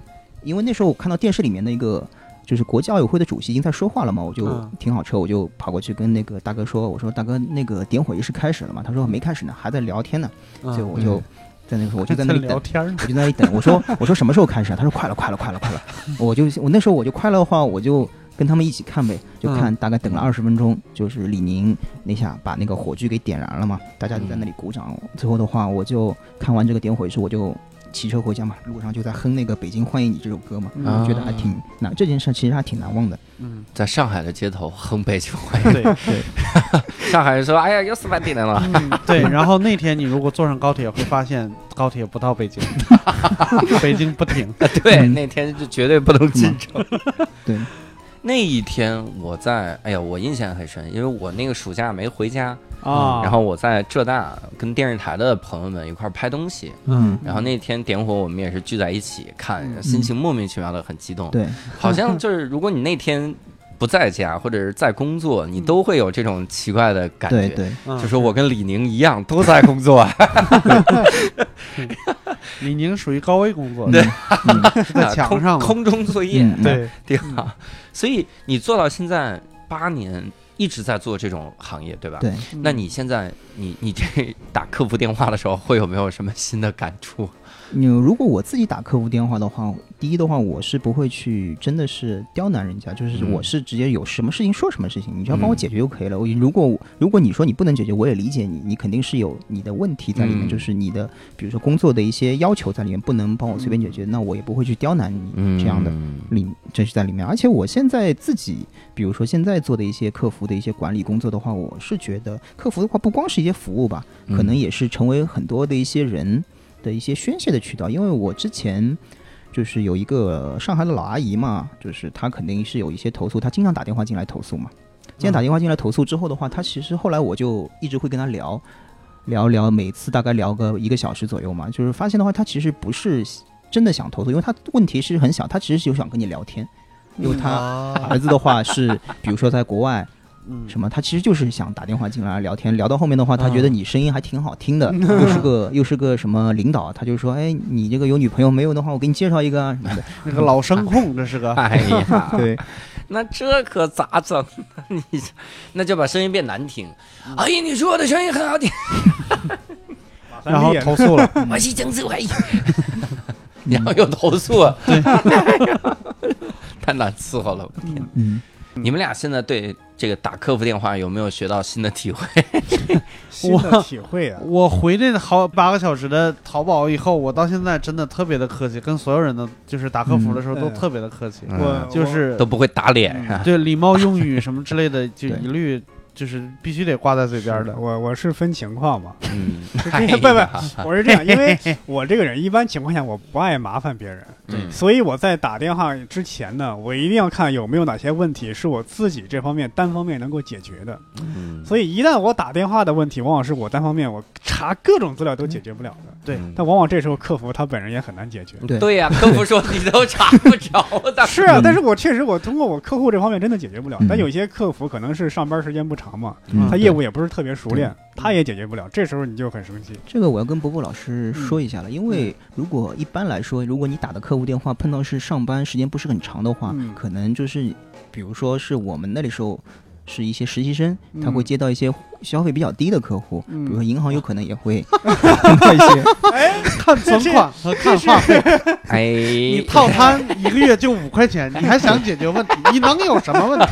D: 因为那时候我看到电视里面的一个。就是国际奥委会的主席已经在说话了嘛，我就
B: 嗯
D: 停好车，我就跑过去跟那个大哥说，我说大哥，那个点火仪式开始了嘛？他说没开始呢，还在聊天呢。
A: (laughs)
B: 嗯
D: 就我就
A: 嗯
D: 在那个时候，我
B: 还
D: 就在那里
B: 聊
D: 等，
B: 天呢，
D: 我就在那里等。我说我说什么时候开始啊？他说快了快了快了快了。我就我那时候我就快了的话，我就跟他们一起看呗，就
B: 嗯
D: 看大概等了二十分钟，就是李宁那下把那个火炬给点燃了嘛，大家就在那里鼓掌。最后的话，我就看完这个点火仪式，我就骑车回家嘛，路上就在哼那个《北京欢迎你》这首歌嘛，
B: 嗯
A: 啊
D: 我觉得还挺难，这件事其实还挺难忘的。
B: 嗯，
A: 在上海的街头哼北京欢
B: 对
D: 对，
A: 迎，上海人说：“哎呀，又四百点了。
B: 嗯 (laughs) 对。然后那天你如果坐上高铁，会发现高铁不到北京，北京不停。
A: (laughs) 对，
D: 嗯
A: 那天就绝对不能进城。
D: 对，
A: 那一天我在，哎呀，我印象很深，因为我那个暑假没回家，
C: 啊，
A: 嗯然后我在浙大跟电视台的朋友们一块儿拍东西，
B: 嗯
A: 然后那天点火我们也是聚在一起看，心情莫名其妙的很激动，
D: 对，
A: 好像就是如果你那天不在家或者是在工作，你都会有这种奇怪的感
D: 对，
A: 觉。
D: 对，
B: 嗯
A: 就说我跟李宁一样都在工作，
B: 李宁属于高危工作，
D: 对
B: 是在墙上嘛。
A: 啊空空中作业，
D: 嗯，
C: (laughs)
D: 嗯，
C: 对，
A: (laughs) 对吧？所以你做到现在八年，一直在做这种行业，对吧？
D: 对，
A: 那你现在，你你这打客服电话的时候，会有没有什么新的感触？
D: 你如果我自己打客服电话的话，第一的话，我是不会去真的是刁难人家，就是
A: 嗯
D: 我是直接有什么事情说什么事情，你只要帮我
A: 嗯
D: 解决就可以了。我如果我如果你说你不能解决，我也理解你，你肯定是有你的问题在里面，
A: 嗯
D: 就是你的比如说工作的一些要求在里面，不能帮我随便解
A: 嗯
D: 决，那我也不会去刁难你这样的。里这是在里面，而且我现在自己，比如说现在做的一些客服的一些管理工作的话，我是觉得客服的话不光是一些服务吧，
A: 嗯
D: 可能也是成为很多的一些人的一些宣泄的渠道。因为我之前就是有一个上海的老阿姨嘛，就是她肯定是有一些投诉，她经常打电话进来投诉嘛。经常打电话进来投诉之后的话，她其实后来我就一直会跟她聊，聊聊，每次大概聊个一个小时左右嘛。就是发现的话，她其实不是真的想投诉，因为她问题是很小，她其实就想跟你聊天。因为
B: (laughs)
D: 她
B: 他
D: 儿子的话是，比如说在国外，
B: 嗯
D: 啊什么，他其实就是想打电话进来聊天，聊到后面的话，他
B: 嗯
D: 觉得你声音还挺好
C: (laughs)
D: 听的，又是个又是个什么领导，他就说，哎，你这个有女朋友没有的话，我给你介绍一个啊什么的。
B: 那个老声控，这是个
A: 哎
D: (laughs)
C: 啊
A: 呀，
C: (laughs)
D: 对，
A: 那这可咋整？你那就把声音变难听。
D: 嗯
A: 阿姨，你说我的声音很好听，
B: 然后投诉了，
A: 我是曾志
D: (laughs)
A: 伟。
D: 嗯
A: 然后又投诉，哎呀 (laughs) 太难伺候了。
D: 嗯，
A: 你们俩现在对这个打客服电话有没有学到新的体会？
C: 新的体会啊，
B: 我回那好八个小时的淘宝以后，我到现在真的特别的客气，跟所有人的就是打客服的时候
C: 嗯
B: 都
C: 嗯
B: 特别的客气，
A: 嗯
C: 我
B: (laughs) 就是
A: 都不会打脸
C: 嗯
A: 是吧？
B: 对礼貌用语什么之类的，就
D: 对
B: 一律就是必须得挂在嘴边的。
C: 我我是分情况嘛，
A: 嗯，
C: (laughs) 这
A: 哎
C: 个
A: 呀
C: 我是这样，因为我这个人一般情况下我不爱麻烦别人，
A: 嗯
C: 所以我在打电话之前呢，我一定要看有没有哪些问题是我自己这方面单方面能够解决的。
A: 嗯
C: 所以一旦我打电话的问题，往往是我单方面我查各种资料都解决不了的。
B: 对
A: 嗯
C: 但往往这时候客服他本人也很难解决。
D: 对
A: 对呀、客服说你都查不着，咋
C: (laughs) 是啊
D: 嗯，
C: 但是我确实我通过我客户这方面真的解决不了
D: 嗯。
C: 但有些客服可能是上班时间不长嘛，
D: 嗯
C: 啊他
D: 对
C: 业务也不是特别熟练，他也解决不了。这时候你就很生气。
D: 这个我要跟伯伯老
C: 嗯
D: 师说一下了，因为如果一般来说，如果你打的客户电话碰到是上班时间不是很长的话，
C: 嗯
D: 可能就是比如说是我们那里时候是一些实习生，
C: 嗯
D: 他会接到一些消费比较低的客户，
C: 嗯
D: 比如说银行有可能也会碰到一些。
B: 看存款和看话费，
A: (laughs) 哎，
B: 你
A: 你
B: 套餐一个月就五块钱，你还想解决问题？你能有什么问题？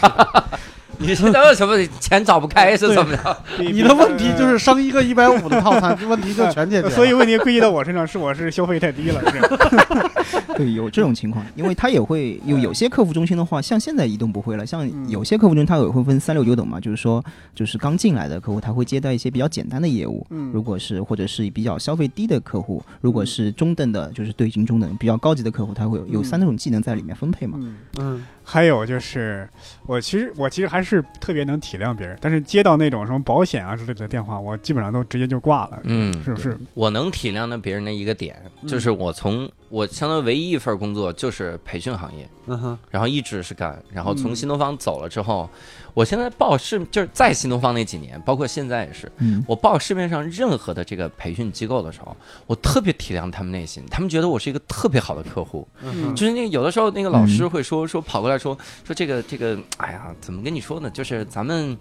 A: 你现在为什么钱找不开是怎么着？
C: (laughs)
B: 你的问题就是生一个一百五的套餐，问题就全解决了。
C: (laughs) 所以问题归结到我身上，是我是消费太低了。是吧
D: 对，有这种情况，因为他也会有有些客服中心的话，像现在移动不会了，像有些客服中心它也会分三六九等嘛，就是说就是刚进来的客户，他会接待一些比较简单的业务，如
C: 嗯，
D: 果是或者是比较消费低的客户，如果是中等的，就是对应中等比较高级的客户，他会有有
C: 嗯
D: 三种技能在里面分配嘛。
C: 嗯
B: 嗯，
C: 还有就是，我其实我其实还是特别能体谅别人，但是接到那种什么保险啊之类的电话，我基本上都直接就挂了，
A: 嗯，
C: 是不是？
A: 我能体谅到别人的一个点，就是我从我相当于唯一一份工作就是培训行业，
B: 嗯哼，
A: 然后一直是干，然后从新东方走了之后，我现在报市就是在新东方那几年，包括现在也是，
D: 嗯，
A: 我报市面上任何的这个培训机构的时候，我特别体谅他们内心，他们觉得我是一个特别好的客户，
B: 嗯
A: 就是那个有的时候那个老师会说说跑过来说说这个这个，哎呀，怎么跟你说呢？就是咱们。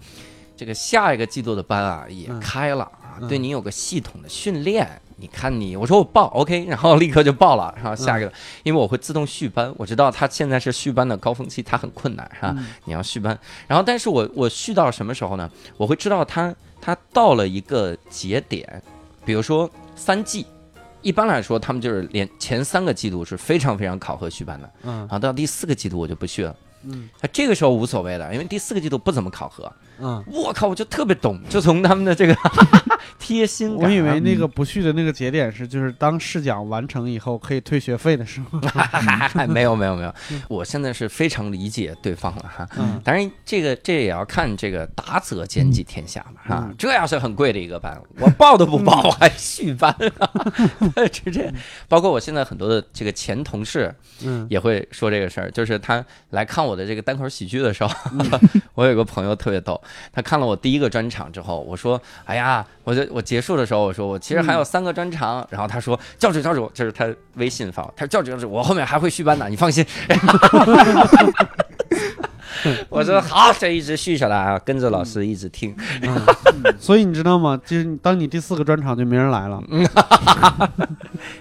A: 这个下一个季度的班啊也
B: 嗯
A: 开了啊，
B: 嗯
A: 对你有个系统的训练。你看你，我说我报 OK，然 (laughs) 后立刻就报了，然后下一个，
B: 嗯
A: 因为我会自动续班，我知道他现在是续班的高峰期，他很困难哈、
B: 嗯
A: 你要续班，然后但是我我续到什么时候呢？我会知道他他到了一个节点，比如说三季，一般来说他们就是连前三个季度是非常非常考核续班的，
B: 嗯
A: 然后到第四个季度我就不续了。
B: 嗯
A: 那这个时候无所谓了，因为第四个季度不怎么考核。
B: 嗯，
A: 我靠，我就特别懂，就从他们的这个 (laughs) 贴心感
B: 我
A: 啊，
B: 以为那个不续的那个节点是就是当试讲完成以后可以退学费的时候。
A: (laughs) 没有没有没有，我现在是非常理解对方了哈。
B: 嗯
A: 当然，这个这也要看这个达则兼济天下嘛，哈、
B: 嗯
A: 这要是很贵的一个班，我报都不报，我还续班、
B: (laughs)
A: 啊，是这样。包括我现在很多的这个前同事
B: 嗯
A: 也会说这个事儿，就是他来看我的这个单口喜剧的时候，
B: 嗯
A: (laughs) 我有个朋友特别逗，他看了我第一个专场之后，我说：“哎呀，我就我结束的时候，我说我其实还有三个专
B: 嗯
A: 场。然后他说：“教主，教主，这是他微信发我，他说教主，教主，我后面还会续班的，你放心。”我
D: 嗯
A: 说好，这一直续下来啊，跟着老师一直听。 (laughs)
B: 嗯， (laughs) 所以你知道吗？就是你当你第四个专场就没人来了。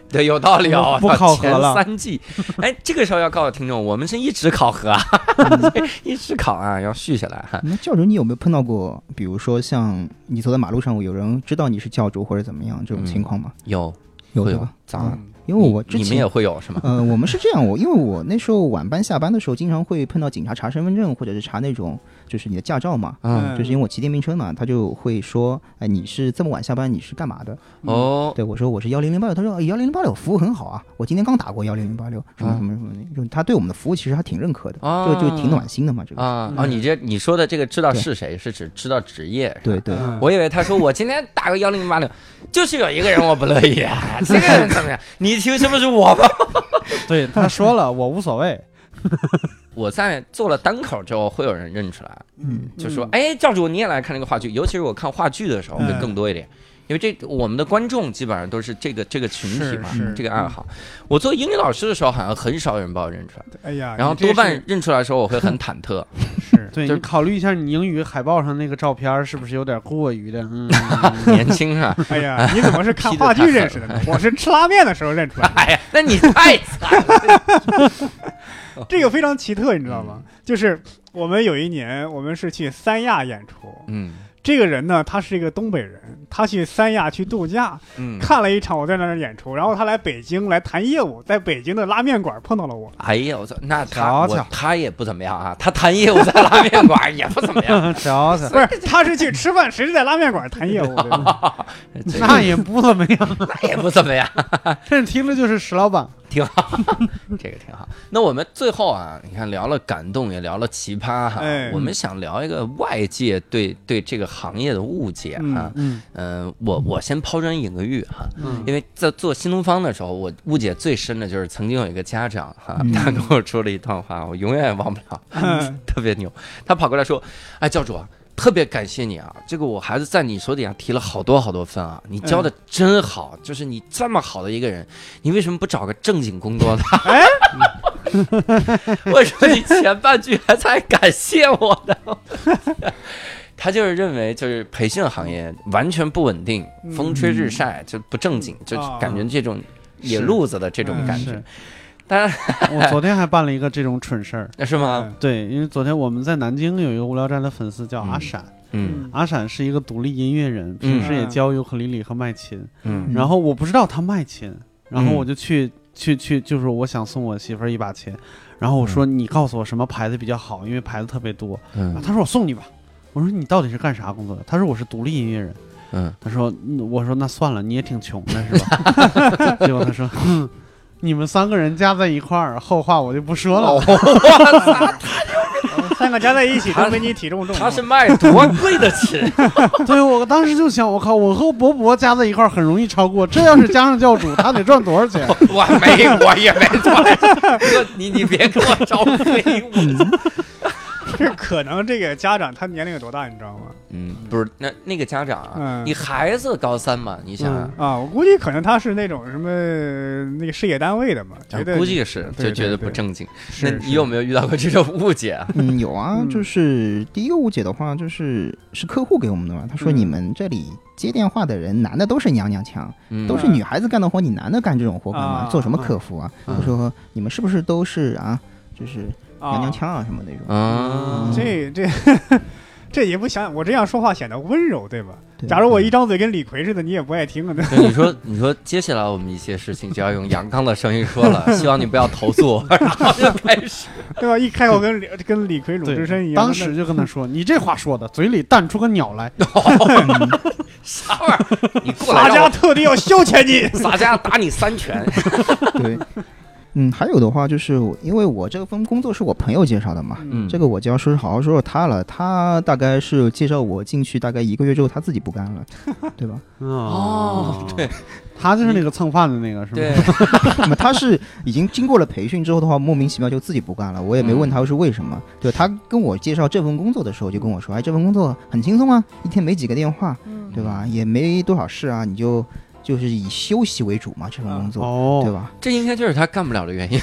A: 对，有道理哦，
B: 不考核
A: 前
B: 了
A: 三
D: (laughs)
A: 季，哎，这个时候要告诉听众，我们是一直考核啊，
D: 嗯
A: (laughs) 一直考啊，要续下来哈。
D: 那教主，你有没有碰到过，比如说像你走在马路上，有人知道你是教主或者怎么样
A: 嗯
D: 这种情况吗？
A: 有
D: 有
A: 会
D: 的
A: 有
D: 吧？，
A: 咋了？
D: 因为嗯我
A: 你
D: 之
A: 你们也
D: 前，
A: 会有是吗？
D: 呃，我们是这样，我因为我那时候晚班下班的时候，经常会碰到警察查身份证，或者是查那种就是你的驾照嘛。
A: 嗯，
D: 就是因为我骑电瓶车嘛，他就会说，哎，你是这么晚下班，你是干嘛的？
A: 哦，
D: 嗯对我说我是幺零零八六，他说幺零零八六服务很好啊，我今天刚打过幺零零八六，什么什么什么的，就是他对我们的服务其实还挺认可的，
A: 啊
D: 就就挺暖心的嗯嘛，这个。
A: 啊啊！你这你说的这个知道是谁，是指知道职业。是吧
D: 对对，
B: 嗯
A: 我以为他说我今天打个幺零八六，就是有一个人我不乐意啊，
D: (laughs)
A: 这个人怎么样？你凭什么是我吧？
B: 对，他说了，我无所谓。
A: 我在做了单口之后，会有人认出来，
D: 嗯，
A: 就说：“哎，教主你也来看这个话剧。”尤其是我看话剧的时候会
C: 嗯
A: 更多一点，因为这我们的观众基本上都是这个这个群体嘛
C: 是是，
A: 这个爱好。我做英语老师的时候，好像很少有人把我认出来，
C: 哎呀，
A: 然后
C: 你这
A: 多半
C: 是
A: 认出来的时候，我会很忐
C: (laughs)
A: 忑。
C: 是
B: 对
A: 就
B: 你考虑一下，你英语海报上那个照片是不是有点过于的？嗯，
A: 年轻啊，
C: 哎
A: (laughs)
C: 呀，你怎么是看
A: 批得
C: 话剧
A: 太狠
C: 认识
A: (laughs)
C: 的呢？我是吃拉面的时候认出来的。
A: 哎呀，那你太惨
C: (laughs)
A: 了。 (laughs)
C: 这个非常奇特，你知道吗？
A: 嗯
C: 就是我们有一年，我们是去三亚演出。
A: 嗯
C: 这个人呢，他是一个东北人，他去三亚去度假，
A: 嗯，
C: 看了一场我在那儿演出，然后他来北京来谈业务，在北京的拉面馆碰到了我。
A: 哎呀，我操，那他
B: 瞧
A: 我
B: 瞧
A: 他也不怎么样啊，他谈业务在拉面馆也不怎么 (laughs)
C: (laughs)
A: 样，
B: 嗯瞧瞧，
C: 不是，他是去吃饭，谁是在拉面馆
A: (laughs)
C: 谈业务？对吧
A: 这个
B: 那也不怎么样， (laughs)
A: 那也不怎么样，
B: 这听着就是石老板。
A: 挺好，这个挺好。那我们最后啊，你看聊了感动，也聊了奇葩哈，
C: 哎
A: 我们想聊一个外界对对这个行业的误解哈。
B: 嗯
A: 嗯、我我先抛砖引个玉哈，
B: 嗯
A: 因为在做新东方的时候，我误解最深的就是曾经有一个家长哈，他跟我说了一段话，我永远也忘不了。
C: 嗯
A: 特别牛。他跑过来说：“哎，教主啊，特别感谢你啊！这个我孩子在你手底下提了好多好多分啊，你教的真好，就是你这么好的一个人，你为什么不找个正经工 (laughs) 作呢？”
C: 哎
A: 我说你前半句还才感谢我呢。 (laughs) 他就是认为，就是培训行业完全不稳定，
C: 嗯
A: 风吹日晒就不正经，就
C: 啊
A: 感觉这种野路子的这种
C: 嗯
A: 感觉
B: 是，，
A: 当然
B: (laughs) 我昨天还办了一个这种蠢事儿。
A: 是
C: 嗯
A: 吗？
B: 对，因为昨天我们在南京有一个无聊斋的粉丝叫阿闪，
A: 嗯
C: 啊
B: 阿闪是一个独立音乐人，平时也教尤克里里和麦琴。
A: 嗯
B: 然后我不知道他卖琴，然后
A: 嗯
B: 我就去、去去，就是我想送我媳妇儿一把琴，然后我说你告诉我什么牌子比较好，因为牌子特别多。
A: 嗯
B: 啊他说我送你吧。我说你到底是干啥工作的？他说我是独立音乐人。
A: 嗯，
B: 他说，嗯我说那算了，你也挺穷的是吧？ (laughs) 结果他说，哼，你们三个人加在一块儿，后话我就不说
A: 哦
B: 了。
C: 我们三个加在一起都没你体重重。
A: 他是卖多贵的琴？
B: 对，我当时就想，我靠，我和博博加在一块儿很容易超过，这要是加上教主，他得赚多少钱？
A: 我没，我也没错。你你别给我招黑我。
C: 这可能这个家长他年龄有多大，你知道吗？
A: 嗯，不是，那那个家长啊
C: 嗯，
A: 你孩子高三嘛，你想想
B: 嗯，
C: 啊，我估计可能他是那种什么那个事业单位的嘛，觉得
A: 啊估计是
C: 对
A: 就觉得
C: 对
A: 不
C: 对
A: 正经。那
C: 是
A: 你有没有遇到过这种误解啊？
D: 嗯，有啊，
C: 嗯
D: 就是第一个误解的话，就是是客户给我们的嘛。他说
C: 嗯
D: 你们这里接电话的人，男的都是娘娘腔，
A: 嗯
D: 都是女孩子干的活，你男的干这种活干嘛？
C: 啊
D: 做什么客服啊？
B: 啊
D: 他说你们是不是都是啊，就是娘
C: 啊
D: 娘腔啊什么那种？
A: 啊，
C: 这这 (laughs) 这也不想想，我这样说话显得温柔，对吧？
D: 对
C: 假如我一张嘴跟李逵似的，你也不爱听啊。对吧
A: 对你说，你说接下来我们一些事情就要用阳刚的声音说了，希望你不要投诉我， (laughs) 然后就开始。
C: 对吧？一开口跟李跟李逵、鲁智深一样，
B: 当时就跟他说：“你这话说的，嘴里淡出个鸟来。
A: 哦啥玩意儿？你过来
C: 大
A: 让
C: 家
A: 我
C: 特地要消遣
A: (laughs)
C: 你。
A: 撒家打你三拳。
D: 对， (laughs) 嗯，还有的话就是我因为我这份工作是我朋友介绍的嘛，
A: (laughs) 嗯，
D: 这个我就要说好好说说他了。他大概是介绍我进去大概一个月之后，他自己不干
C: (laughs)
D: 了，对吧？”
A: 哦，对，
B: 嗯他就是那个蹭饭的那个，是
A: 对
B: 吧？，
D: 那么他是已经经过了培训之后的话，莫名其妙就自己不干了，我也没
C: 嗯
D: 问他是为什么。对他跟我介绍这份工作的时候，就跟我说：“哎，这份工作很轻松啊，一天没几个电话，对吧？也没多少事啊，你就就是以休息为主嘛，这份工作，对
B: 哦，
D: 吧？
A: 这应该就是他干不了的原因。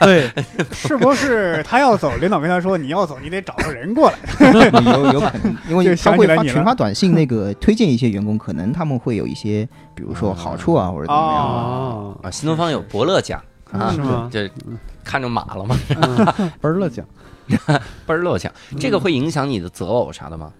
B: 对，
C: 是不是他要走，领导跟他说你要走，你得找个人过来。
D: (laughs) 有有可能， (laughs) 因为
C: 就
D: 他
C: 想
D: 会
C: 起来
D: 发
C: 你了
D: 群发短信，那个推荐一些员工，可能他们会有一些，比如说好处啊，或者怎么样。
B: 哦，
A: 啊，新东方有伯乐奖啊 (laughs)
B: 是，吗？
A: 这看着马了吗？
B: 嗯嘣
A: 啊
B: 儿了讲，
A: 倍儿乐奖，这个会影响你的择偶啥的吗？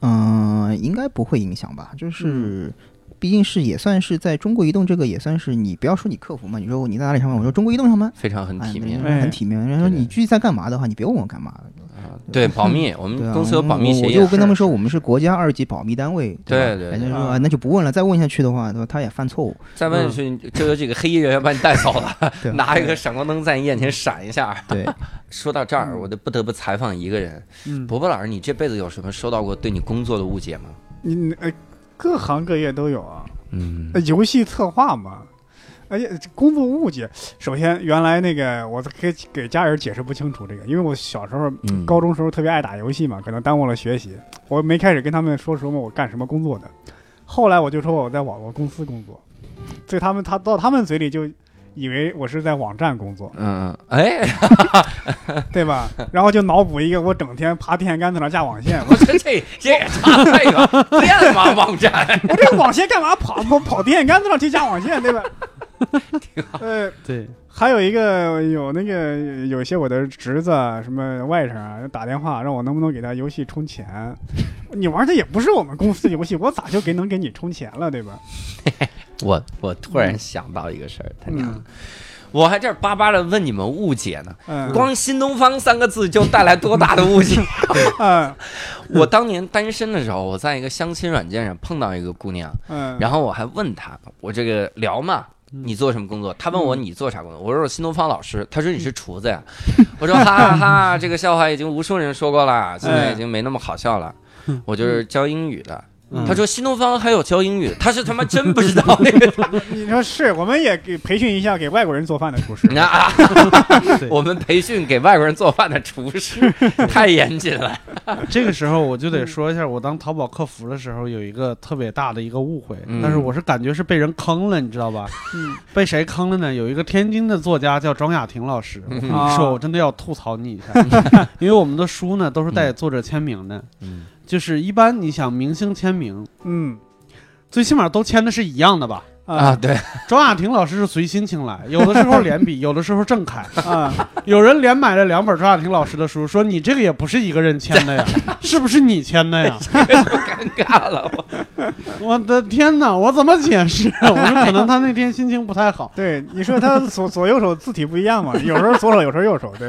D: 嗯，应该不会影响吧？就是，毕竟是也算是在中国移动这个也算是你不要说你客服嘛，你说你在哪里上班？我说中国移动上班，
A: 非常很
D: 哎
A: 体面
D: 那很体面。然后
A: 对对
D: 你具体在干嘛的话，你别问我干嘛的。
A: 啊，对，保密，我
D: 对
A: 们
D: 啊，
A: 公司有
D: 我
A: 保密协
D: 我
A: 议
D: 就
A: 啊。
D: 跟他们说我们是国家二级保密单位，吧
A: 对对
D: 人家
A: 对
D: 说
C: 啊
D: 啊那就不问了，再问下去的话，对吧？他也犯错误。
A: 再问去，就有几个黑衣人要把你带走了，
D: 嗯 (laughs) 对啊
A: 拿一个闪光灯在你眼前闪一下。
D: 对，
A: 说到这
D: 嗯
A: 儿，我就不得不采访一个人，
B: 嗯，
A: 伯伯老师，你这辈子有什么收到过对你工作的误解吗？
C: 你呃，各行各业都有啊。
A: 嗯
C: 呃游戏策划嘛，而且工作误解。首先，原来那个我给给家人解释不清楚这个，因为我小时候
A: 嗯
C: 高中时候特别爱打游戏嘛，可能耽误了学习。我没开始跟他们说什么我干什么工作的，后来我就说我在网络公司工作，所以他们他到他们嘴里就以为我是在网站工作，
A: 嗯，哎，
C: 对吧？然后就脑补一个我整天爬电线杆子上架网线，
A: 我
C: (laughs)
A: 说这这也差太远，练嘛网站，
C: 我这个网线干嘛跑跑跑电线杆子上去架网线，
A: (laughs)
C: 对吧？呃，
B: 对，
C: 还有一个有那个有些我的侄子啊什么外甥啊打电话让我能不能给他游戏充钱，你玩的也不是我们公司游戏，我咋就给能给你充钱了，对吧？
A: 我我突然想到一个事儿，他娘的
C: 嗯，
A: 我还这儿巴巴的问你们误解呢，
C: 嗯，
A: 光“新东方”三个字就带来多大的误
C: (laughs)
A: 解？
C: 嗯
A: 我当年单身的时候，我在一个相亲软件上碰到一个姑娘，
C: 嗯，
A: 然后我还问她，我这个聊嘛。你做什么工作？她问我
C: 嗯
A: 你做啥工作，我说我新东方老师。她说你是厨子呀，
C: 嗯
A: 我说哈哈哈，这个笑话已经无数人说过了，现在已经没那么好笑了。
C: 嗯
A: 我就是教英语的。
B: 嗯
A: 她说新东方还有教英语，她是他妈真不知道那个。
C: 你说是，我们也给培训一下给外国人做饭的厨师 (laughs)
A: 啊
B: 对！
A: 我们培训给外国人做饭的厨师太严谨了。
B: 这个时候我就得说一下，我当淘宝客服的时候有一个特别大的一个误会，
A: 嗯
B: 但是我是感觉是被人坑了，你知道吧？
C: 嗯
B: 被谁坑了呢？有一个天津的作家叫庄雅婷老师，我跟你说，
C: 啊
B: 我真的要吐槽你一下，因为我们的书呢都是带作者签名的，
A: 嗯
B: 就是一般你想明星签名，
C: 嗯
B: 最起码都签的是一样的吧？
A: 啊，对，
B: 庄雅婷老师是随心情来，有的时候连笔，有的时候郑恺，
C: 啊，
B: 有人连买了两本庄雅婷老师的书，说你这个也不是一个人签的呀，是不是你签的呀？
A: 尴尬了。我
B: 我的天哪，我怎么解 (laughs) 释？我说可能他那天心情不太好。
C: 对，你说他左左右手字体不一样嘛，有时候左手，有时候右手，对，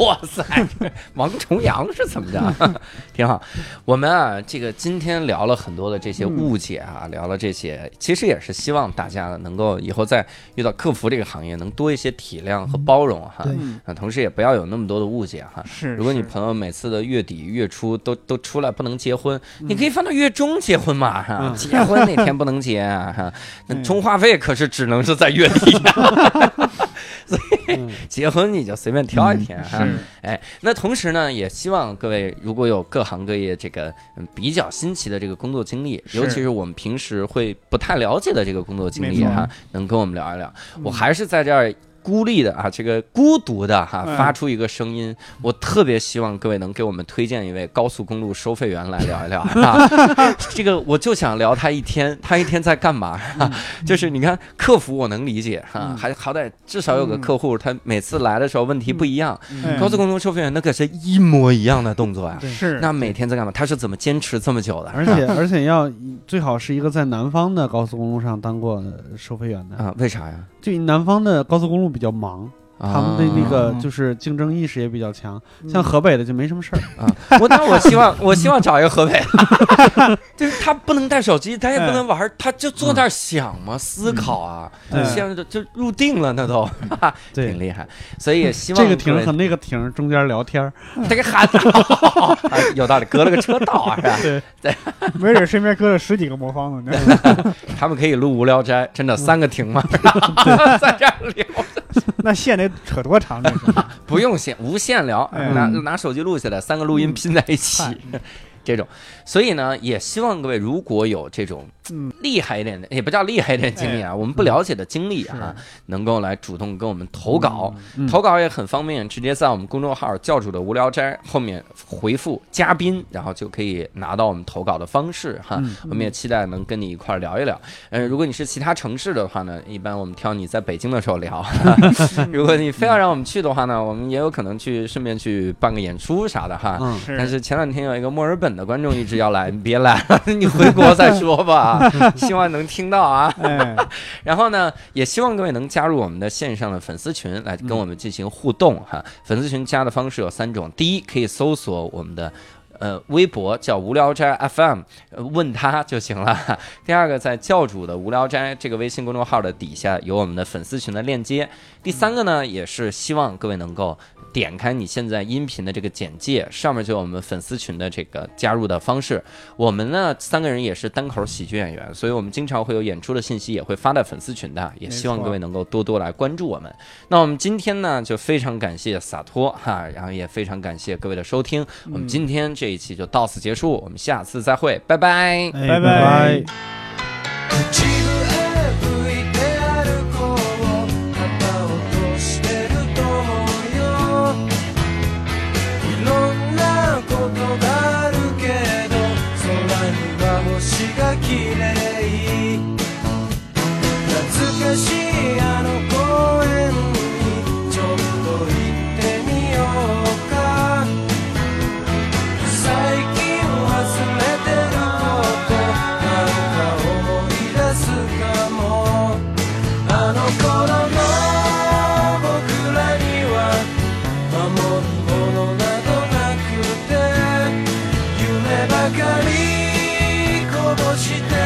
A: 哇塞，这王重阳是怎么着？ (laughs) 挺好。我们啊，这个今天聊了很多的这些误解啊，聊了这些，其实也是希望大家呢能够以后在遇到客服这个行业，能多一些体谅和包容哈。
D: 对
A: 啊，同时也不要有那么多的误解哈。
C: 嗯是。
A: 如果你
C: 是
A: 朋友每次的月底月初都都出来不能结婚，你可以放到月中结婚嘛，哈、(laughs)
B: 嗯
A: 结婚那天不能结啊，哈、那 (laughs)
C: 嗯
A: 充话费可是只能是在月底、啊，所以
B: 嗯
A: 结婚你就随便挑一天啊。
C: 是
A: 哎，那同时呢，也希望各位如果有各行各业这个嗯比较新奇的这个工作经历，
C: 是
A: 尤其是我们平时会不太了解的这个工作经历
C: 没错嗯
A: 哈、能跟我们聊一聊。我还是在这儿。孤立的啊，这个孤独的哈、
C: 嗯
A: 发出一个声音，我特别希望各位能给我们推荐一位高速公路收费员来聊一聊啊。
C: (laughs)
A: 这个我就想聊他一天，他一天在干嘛？就是你看客服我能理解哈、
C: 嗯
A: 还好歹至少有个
C: 嗯
A: 客户，他每次来的时候问题不一样，
B: 嗯
C: 哎
A: 高速公路收费员那可是一模一样的动作呀、
B: 对
C: 是
A: 那每天在干嘛？他是怎么坚持这么久的？
B: 而且而且要最好是一个在南方的高速公路上当过收费员的，
A: 啊，为啥呀？
B: 就南方的高速公路比较忙，
A: 啊
B: 他们的那个
D: 啊
B: 就是竞争意识也比较强，
C: 嗯
B: 像河北的就没什么事儿。
A: (laughs) 我那我希望 (laughs) 我希望找一个河北的， (laughs) 就是他不能带手机，他也不能玩儿，他就坐那儿想
B: 嗯
A: 嘛，思考啊，
B: 对
A: 现在就就入定了，那都挺
B: 嗯对，
A: 厉害。所以也希望
B: 这个
A: 各
B: 停
A: 位 (laughs)
B: 和那个停中间聊天儿，
A: 这个喊 (laughs) 啊有道理，隔了个车道啊，是吧？
C: 没准身边搁了十几个魔方呢。那
A: 他们可以录《无聊斋》，真的三个停嘛， (laughs) 在这儿聊。
C: 那线得扯多
A: (laughs)
C: 长？这是
A: 不用线，无线聊，
C: 哎
A: 拿拿手机录下来，三个录音拼在一起， (laughs) 这种。所以呢，也希望各位如果有这种
C: 嗯
A: 厉害一点的，也不叫厉害一点的经历啊，我们不了解的经历啊，能够来主动跟我们投稿。
B: 嗯
A: 投稿也很方便，直接在我们公众号“教主的无聊斋”后面回复“嘉宾”，然后就可以拿到我们投稿的方式哈。
B: 嗯
A: 我们也期待能跟你一块儿聊一聊。呃，如果你是其他城市的话呢，一般我们挑你在北京的时候聊。(laughs)
B: 嗯
A: 如果你非要让我们去的话呢，我们也有可能去顺便去办个演出啥的哈。
B: 嗯，
A: 但是前两天有一个墨尔本的观众一直要来，你别来了， (laughs) 你回国再说
B: (laughs)
A: 吧，希望能听到啊。
C: 哎，
A: 然后呢，也希望各位能加入我们的线上的粉丝群，来
B: 嗯
A: 跟我们进行互动哈。粉丝群加的方式有三种，第一可以搜索我们的。呃，微博叫无聊斋 FM，呃问他就行了。 (laughs) 第二个，在教主的无聊斋这个微信公众号的底下有我们的粉丝群的链接。第三个呢，也是希望各位能够点开你现在音频的这个简介，上面就有我们粉丝群的这个加入的方式。我们呢三个人也是单口喜剧演员，所以我们经常会有演出的信息也会发在粉丝群的，也希望
C: 没错
A: 各位能够多多来关注我们。那我们今天呢就非常感谢洒脱哈，然后也非常感谢各位的收听，
C: 嗯
A: 我们今天这一期就到此结束，我们下次再会，拜拜。
B: 哎
C: 拜拜
B: 拜。
E: 「口笛吹いて歩こう」「旗落としてると思うよ」「いろんなことがあるけど」「空には星が綺麗懐かしいあの公園にちょっと行ってみようか」最近忘れてることなんか思い出すかもあの頃の僕らには守るものなどなくて夢ばかりこぼして